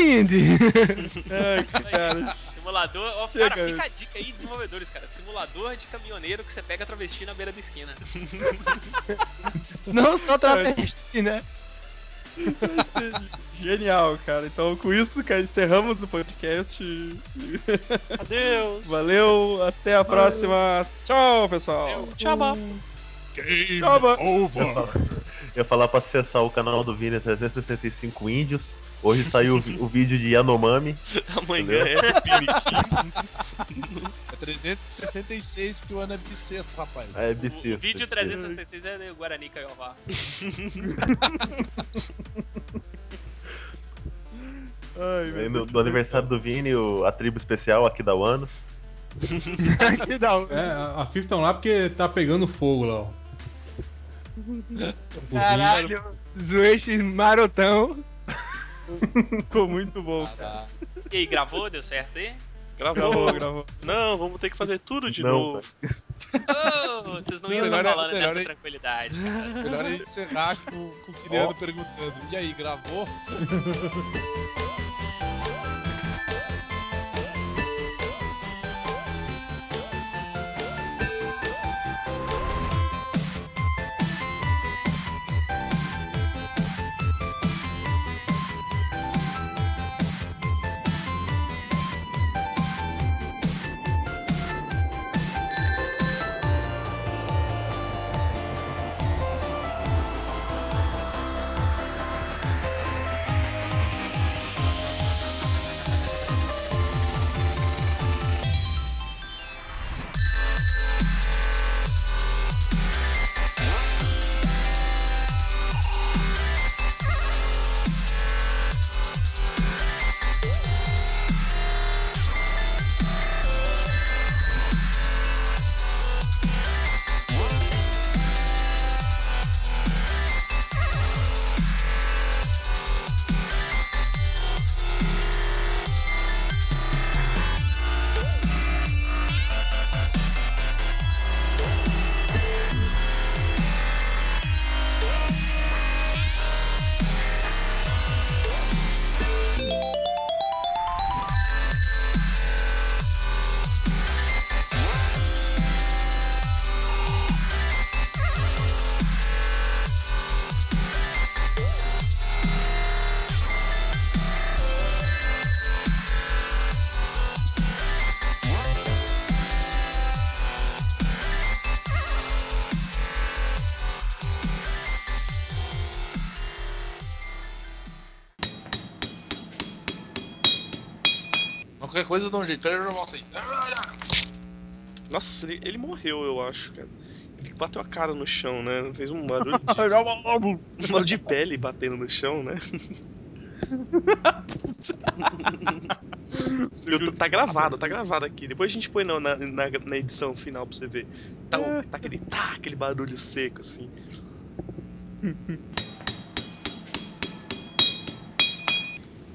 [laughs] indie. [laughs] Ai, cara. Simulador. Ó, Chega, cara, fica cara. a dica aí, desenvolvedores, cara. Simulador de caminhoneiro que você pega travesti na beira da esquina. Não só travesti, né? Genial, cara. Então, com isso, cara, encerramos o podcast. Adeus. Valeu, até a próxima. Tchau, pessoal. Tchau, bá. Game Tchau, mano. over. Eu ia falar pra acessar o canal do Vini 365 Índios. Hoje saiu o vi- o vídeo de Yanomami. Amanhã é do Piniquim. É 366 porque o ano é bissexto, rapaz. É O, bicicleta. o vídeo 366 é do Guarani Caiová. Ai, Aí No, meu Deus. no aniversário É, do Vini, o- a tribo especial aqui da Wanos. Que da um- hora. É, a- assistam lá porque tá pegando [laughs] fogo lá, ó. O Vini- Caralho. Zueixi marotão. Ficou muito bom. Caraca. E aí, gravou? Deu certo aí? Gravou, Gravou. gravou. Não, vamos ter que fazer tudo de Não, novo. Ô, vocês não iam estar Melhor é- falando melhor dessa é- tranquilidade. Melhor é encerrar com, com o Criando perguntando. E aí, gravou? qualquer coisa dá um jeito. Pera aí, eu já volto aí. Nossa, ele, ele morreu, eu acho, cara. Ele bateu a cara no chão, né? Fez um barulho de. um barulho de pele batendo no chão, né? Eu- tá gravado, tá gravado aqui. Depois a gente põe na, na, na- na edição final pra você ver. Tá, o- tá aquele, tá aquele barulho seco, assim.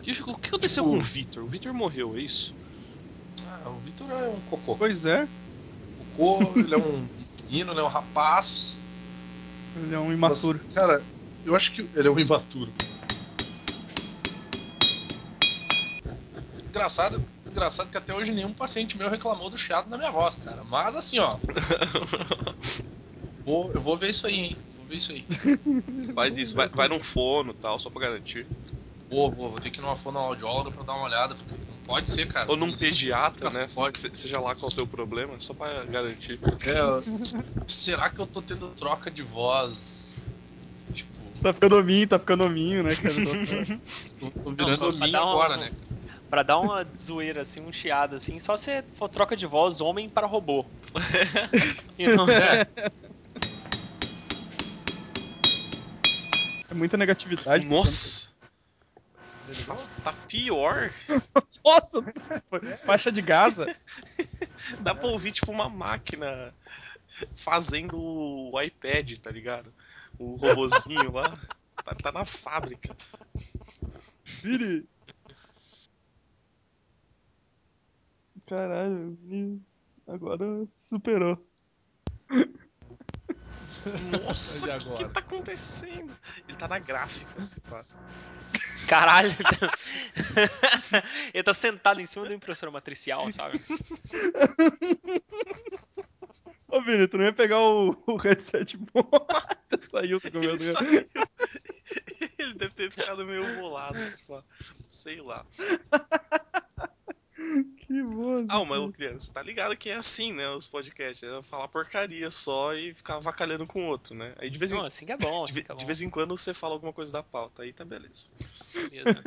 E o que aconteceu com o Victor? O Victor morreu, é isso? Ah, o Vitor é um cocô. Pois é. Cocô, ele é um menino, ele é um rapaz. Ele é um imaturo. Cara, eu acho que ele é um imaturo. Engraçado, engraçado que até hoje nenhum paciente meu reclamou do chiado na minha voz, cara. Mas assim, ó. vou, eu vou ver isso aí, hein? Vou ver isso aí. Faz isso, vai, vai num fono e tal, só pra garantir. Vou, vou, vou ter que ir numa fonoaudióloga pra dar uma olhada. porque Não pode ser, cara. Ou [laughs] num pediatra, né? Se- Seja lá qual é o teu problema, só pra garantir. É, ó, será que eu tô tendo troca de voz? Tipo, Tá ficando hominho, tá ficando hominho, né, cara? Tô Não, pra- virando pra mim dar um- agora, né? Pra dar uma zoeira, assim, um chiado, assim, só se for troca de voz homem para robô. E não- [laughs] É muita negatividade. Nossa! Tá pior. Nossa! Faixa de Gaza. Dá pra ouvir, tipo, uma máquina fazendo o iPad, tá ligado? O robozinho lá. Tá, tá na fábrica. Vire. Caralho, me- agora superou. Nossa, o que, que tá acontecendo? Ele tá na gráfica, esse pá. Caralho. Ele tá sentado em cima da impressora matricial, sabe? Ô, Vini, tu não ia pegar o, o headset bom? [laughs] Saiu, [laughs] tu [laughs] comeu. saiu. Ele deve ter ficado meio bolado, esse pá. Sei lá. Que bom. Ah, mas ô criança, tá ligado que é assim, né? Os podcasts. É falar porcaria só e ficar avacalhando com o outro, né? Aí de vez em Não, assim que é bom, de, assim ve- que é de bom. vez em quando você fala alguma coisa da pauta, aí tá beleza. Beleza.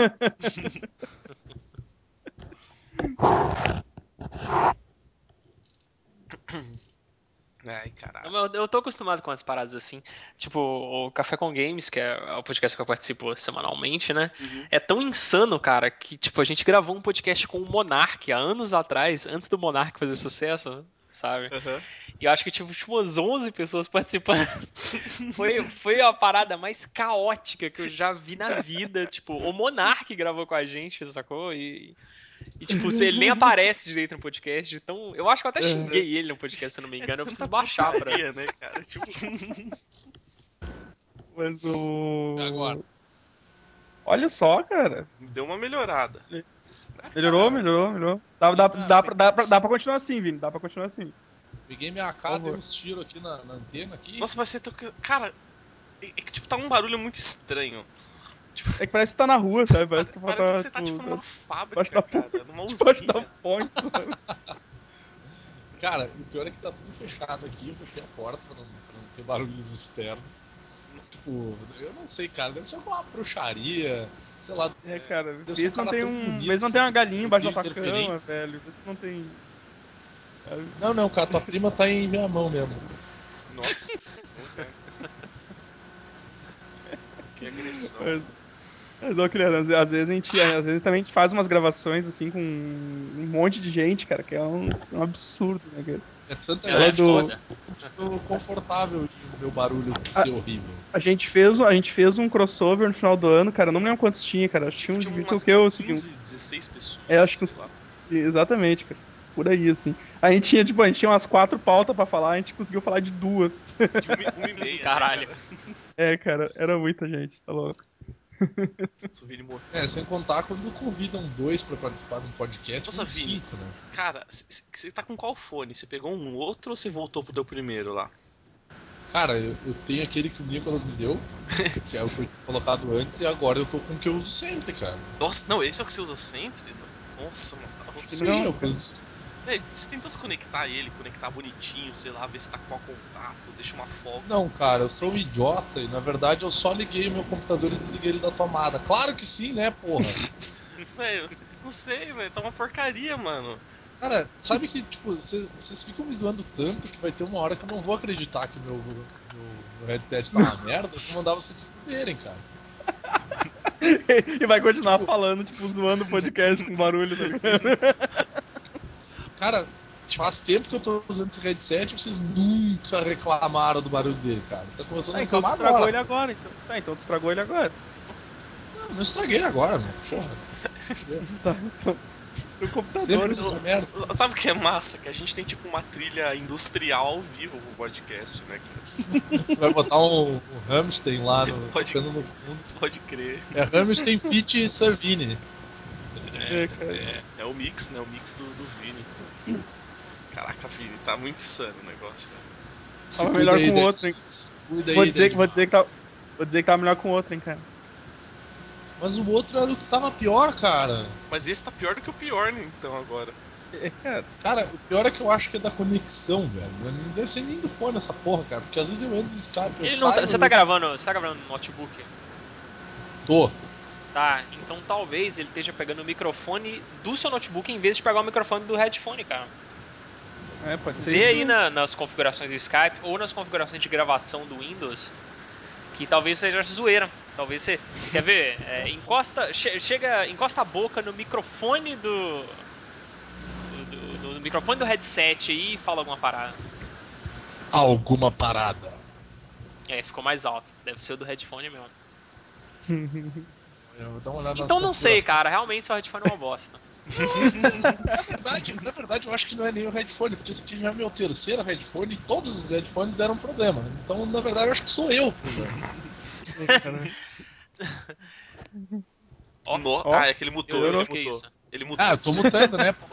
Ai, caralho. Eu, eu tô acostumado com as paradas assim. Tipo, o Café com Games, que é o podcast que eu participo semanalmente, né? É tão insano, cara, que tipo, a gente gravou um podcast com o Monark há anos atrás, antes do Monark fazer sucesso, sabe? [laughs] E eu acho que tipo, tinha umas 11 pessoas [laughs] participando. foi, foi a parada mais caótica que eu já vi na vida. Tipo, o Monark gravou com a gente, sacou? E. E, tipo, você nem aparece direito no podcast. Então, eu acho que eu até Uhum. xinguei ele no podcast, se eu não me engano. Eu preciso baixar pra. Porcaria, né, cara? Tipo. [laughs] Mas o. Agora. Olha só, cara. Deu uma melhorada. Ah. Melhorou, melhorou, melhorou. Dá, dá, dá, pra, dá, pra, dá pra continuar assim, Vini. Dá pra continuar assim. Peguei minha AK, dei uns tiros aqui na, na antena aqui. Nossa, mas você toca. Cara, é é que tipo, tá um barulho muito estranho. É que parece que tá na rua, sabe? Parece que, Parece que você tá, tipo, [laughs] numa fábrica, um cara, numa usina. Ponte, Cara, o pior é que tá tudo fechado aqui, eu fechei a porta pra não, pra não ter barulhos externos. Tipo, eu não sei, cara, deve ser alguma bruxaria, sei lá. É, cara, deve Vê se não tem um. Vê se não tem uma galinha embaixo da tua cama, velho. Vê se não tem. Não, não, cara, tua prima tá em minha mão mesmo. Nossa. que agressão. Mas, mas ô, criança, às vezes a gente. é, Às vezes também a gente faz umas gravações assim com um monte de gente, cara, que é um, um absurdo, né, cara? É tanta Ela é gente do- foda. Eu tô confortável de ver o barulho Ah. ser horrível. A gente, fez, um- a gente fez um crossover no final do ano, cara, não me lembro quantos tinha, cara. Acho Tipo, que tinha uns 20 o que eu, assim, 15, 16 pessoas. É, acho que uns- Exatamente, cara. Por aí, assim. A gente tinha, tipo, a gente tinha umas quatro pautas pra falar, a gente conseguiu falar de duas. [laughs] Um e meia. Caralho. é, cara, era muita gente, tá louco. [laughs] É, sem contar quando convidam dois pra participar de um podcast. Nossa, um Vini. cinco, né? Cara, você tá com qual fone? Você pegou um outro ou você voltou pro teu primeiro lá? Cara, eu, eu tenho aquele que o Nicolas me deu, que é o que eu tinha colocado antes, e agora eu tô com o que eu uso sempre, cara. Nossa, não, esse é o que você usa sempre? Nossa, mano. tá louco. Não, eu uso É, você tentou desconectar ele, conectar bonitinho, sei lá, ver se tá com qual contato, deixa uma folga. Não, cara, eu sou um idiota e na verdade eu só liguei o meu computador e desliguei ele da tomada. Claro que sim, né, porra? Velho, Não sei, velho. Tá uma porcaria, mano. Cara, sabe que, tipo, vocês ficam me zoando tanto que vai ter uma hora que eu não vou acreditar que meu, meu, meu headset tá uma merda. Eu vou mandar vocês se fuderem, cara. e vai continuar falando, tipo, zoando o podcast com barulho. Tá cara, faz tempo que eu tô usando esse headset e vocês nunca reclamaram do barulho dele, cara. Tá começando ah, a então tu reclamar estragou agora. ele agora. Então. Tá, então tu estragou ele agora. Não, não estraguei agora, mano. Porra. Tá, então. No computador, né? Sempre usa merda. Sabe o que é massa? Que a gente tem tipo uma trilha industrial ao vivo pro podcast, né? Vai botar um, um Hamstein lá no, Pode- tocando no fundo. Pode crer. É Hamstein, Pitt e Savini. É, é, é o mix, né? O mix do, do Vini. Caraca, Vini, tá muito insano o negócio, velho. Tava melhor cuida com aí, o Dave. outro, hein? Cuida Vou aí, dizer, Dave. vou, dizer que tava, vou dizer que tava melhor com o outro, hein, cara. Mas o outro era o que tava pior, cara. Mas esse tá pior do que o pior, né, então, agora. É, Cara, o pior é que eu acho que é da conexão, velho. Não deve ser nem do fone essa porra, cara. Porque às vezes eu entro no Skype, eu Ele não tá- saio você do- tá gravando, você tá gravando no notebook? Tô. Tá, então talvez ele esteja pegando o microfone do seu notebook em vez de pegar o microfone do headphone, cara. É, pode ser. Vê isso aí mesmo. na- nas configurações do Skype ou nas configurações de gravação do Windows que talvez seja zoeira. Talvez você. Quer ver? É, encosta. che- chega. Encosta a boca no microfone do. do, do- do microfone do headset aí e fala alguma parada. Alguma parada. É, ficou mais alto. Deve ser o do headphone mesmo. Eu vou dar uma olhada nas Então não sei, configurações. cara. Realmente seu headphone é uma bosta. Na verdade, na verdade, eu acho que não é nem o headphone, porque esse aqui já é meu terceiro headphone e todos os headphones deram problema. Então, na verdade, eu acho que sou eu. o problema. No- ó. ah, é que ele mutou, Melhorou. ele Que mutou. isso? Ele [laughs] mutou. ah, eu tô mutando, né, pô?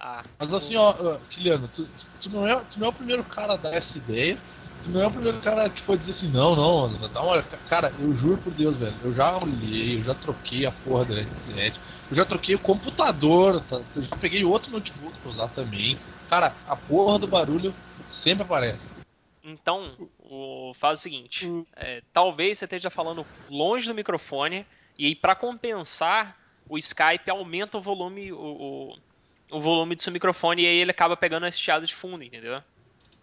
Ah, Mas assim, ó, ó, Kiliano, tu, tu não é, tu não é o primeiro cara a dar essa ideia. Tu não é o primeiro cara que foi dizer assim, não, não, não, dá uma olhada. Ca- Cara, eu juro por Deus, velho. Eu já olhei, eu já troquei a porra do headset, eu já troquei o computador, tá? eu já peguei outro notebook pra usar também. Cara, a porra do barulho sempre aparece. Então, o- faz o seguinte: é, talvez você esteja falando longe do microfone, e aí, pra compensar, o Skype aumenta o volume, o, o- o volume do seu microfone, e aí ele acaba pegando a estiada de fundo, entendeu?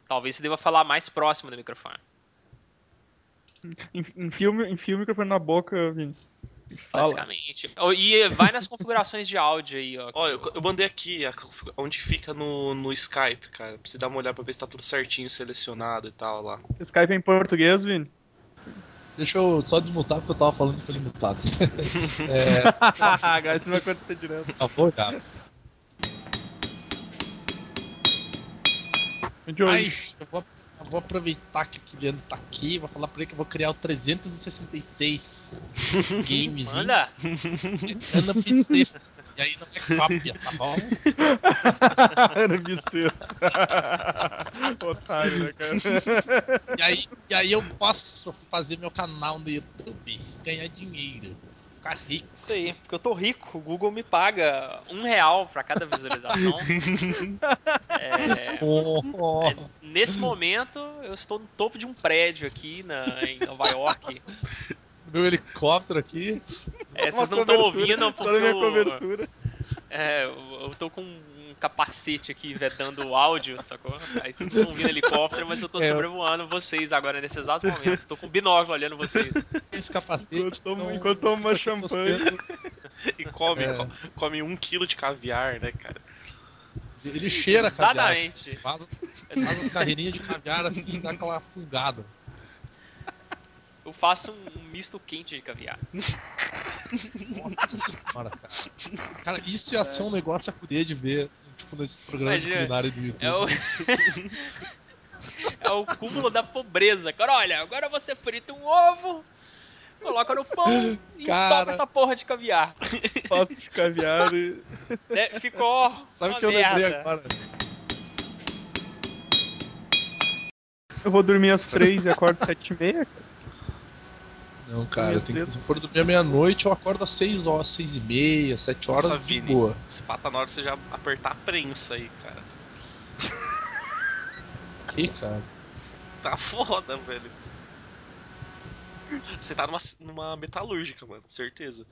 Talvez você deva falar mais próximo do microfone. Enfia enfia o mi- enfia o microfone na boca, Vini. Fala. Basicamente. Ó, E vai nas [laughs] configurações de áudio aí, ó. Ó, eu, eu mandei aqui a config- onde fica no, no Skype, cara. Pra você dar uma olhada pra ver se tá tudo certinho selecionado e tal lá. [laughs] Skype é em português, [laughs] Vini. Deixa eu só desmutar porque eu tava falando que foi mutado. [laughs] é... Agora isso vai acontecer direto. Tá bom, cara. Gente, hoje. Ai, eu vou, eu vou aproveitar que o Kiliano tá aqui, vou falar pra ele que eu vou criar o [laughs] 366 games. Manda! Ana Bissexta. E aí não é cópia, tá [laughs] bom? Era bissexto. [laughs] Otário, né, cara? E aí, e aí eu posso fazer meu canal no YouTube, ganhar dinheiro, ficar rico. Isso aí, porque eu tô rico, o Google me paga um real pra cada [laughs] visualização. É, É, nesse momento, eu estou no topo de um prédio aqui na, em Nova York. Meu helicóptero aqui. É, vocês não Uma estão cobertura, ouvindo só na porque minha eu, cobertura. é, eu eu tô com um capacete aqui vetando o áudio, sacou? Aí vocês estão ouvindo helicóptero, mas eu tô É. sobrevoando vocês agora nesse exato momento. Tô com binóculo olhando vocês. Esse capacete. Enquanto eu tomo, enquanto eu tomo uma champanhe. E come, É. co- come um quilo de caviar, né, cara? Ele cheira, cara. Exatamente. Faz, faz as carreirinhas de caviar assim, dá aquela fungada. Eu faço um um misto quente de caviar. Nossa senhora, cara. Cara, isso ia ser um negócio a fuder de ver, tipo, nesses programas de Imagina, culinária do YouTube. É o... [laughs] é o cúmulo da pobreza. Cara, olha, agora você frita um ovo, coloca no pão e Cara. toca essa porra de caviar. Faço de caviar e. Né? Ficou Sabe uma o que eu merda. lembrei agora? Eu vou dormir às três e acordo [laughs] às sete e meia. Não, cara, eu Minhas tenho que tretas. for dormir à meia-noite, eu acordo às 6 horas, 6 e meia, 7 horas, Nossa, de Vini, boa. esse pata tá na hora você já apertar a prensa aí, cara. Que, cara? Tá [laughs] foda, velho. Você tá numa, numa metalúrgica, mano, certeza.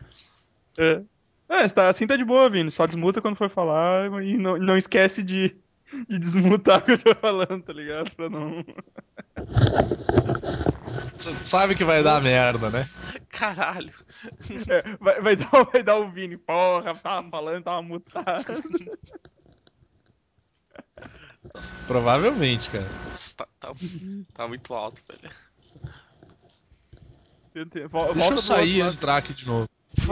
É. É, tá, assim tá de boa, Vini. Só desmuta quando for falar e não, não esquece de, de desmutar [laughs] o que eu tô falando, tá ligado? Pra não. Sabe que vai dar merda, né? Caralho. É, vai, vai, dar, vai dar o Vini. Porra, tava falando, tava mutado. Provavelmente, cara. Tá, tá, tá muito alto, velho. Tentei, vol- Deixa eu sair né? e entrar aqui de novo.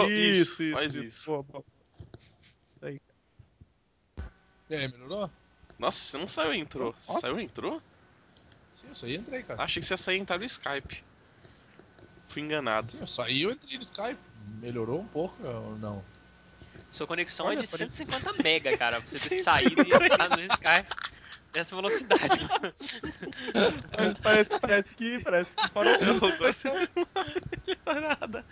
Isso, isso, faz isso. Boa, boa. Aí. E aí, É, melhorou? Nossa, você não saiu e entrou. Você saiu e entrou? Sim, eu saí e entrei, cara. Achei que você ia sair e entrar no Skype. Fui enganado. [laughs] Sim, eu saí e eu entrei no Skype. Melhorou um pouco ou não? Sua conexão Olha, é de parece- 150 mega, cara. [laughs] pra Você ter saído e entrar no Skype nessa velocidade, mano. Mas parece, parece que. Parece que É parou. um Melhorada.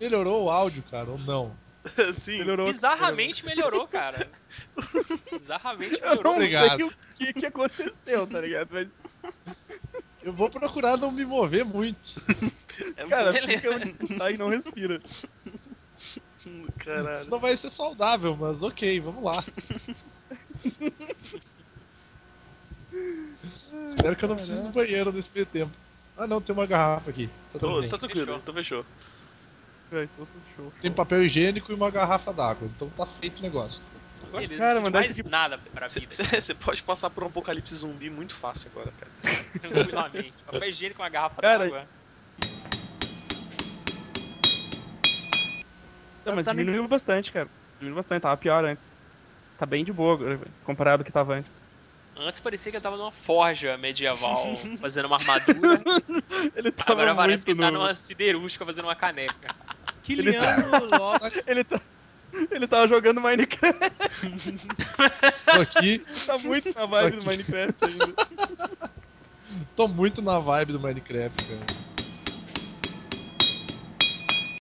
Melhorou o áudio, cara, ou não? [laughs] Sim. Melhorou. [laughs] Bizarramente melhorou, cara. Bizarramente Eu não melhorou. sei Obrigado. o que, que aconteceu, tá ligado? Mas, Eu vou procurar não me mover muito. É um cara, [laughs] fica onde tá e não respira. Isso não vai ser saudável, mas ok, vamos lá. Espero que eu não precise ir no banheiro nesse meio tempo. Ah não, tem uma garrafa aqui. Tá tudo Ô, bem. tá tranquilo, então fechou. É, então fechou. Tem papel higiênico e uma garrafa d'água, então tá feito o negócio. Ele Cara, não mandar faz isso aqui- nada pra vida. Você pode passar por um apocalipse zumbi muito fácil agora, cara. Tranquilamente. Papel higiênico com uma garrafa Cara, d'água. Não, mas Tá nem- diminuiu bastante, cara. Diminuiu bastante, tava pior antes. Tá bem de boa agora, velho, comparado ao que tava antes. Antes parecia que ele tava numa forja medieval, fazendo uma armadura. [laughs] Ele tava Agora parece que muito ele tá no- numa siderúrgica fazendo uma caneca. Ele tá- Kiliano Lopes. Ele tá. Ele tava jogando [laughs] Minecraft. [laughs] Tô aqui, tá muito na vibe do Aqui. Minecraft ainda. tô muito na vibe do Minecraft, cara.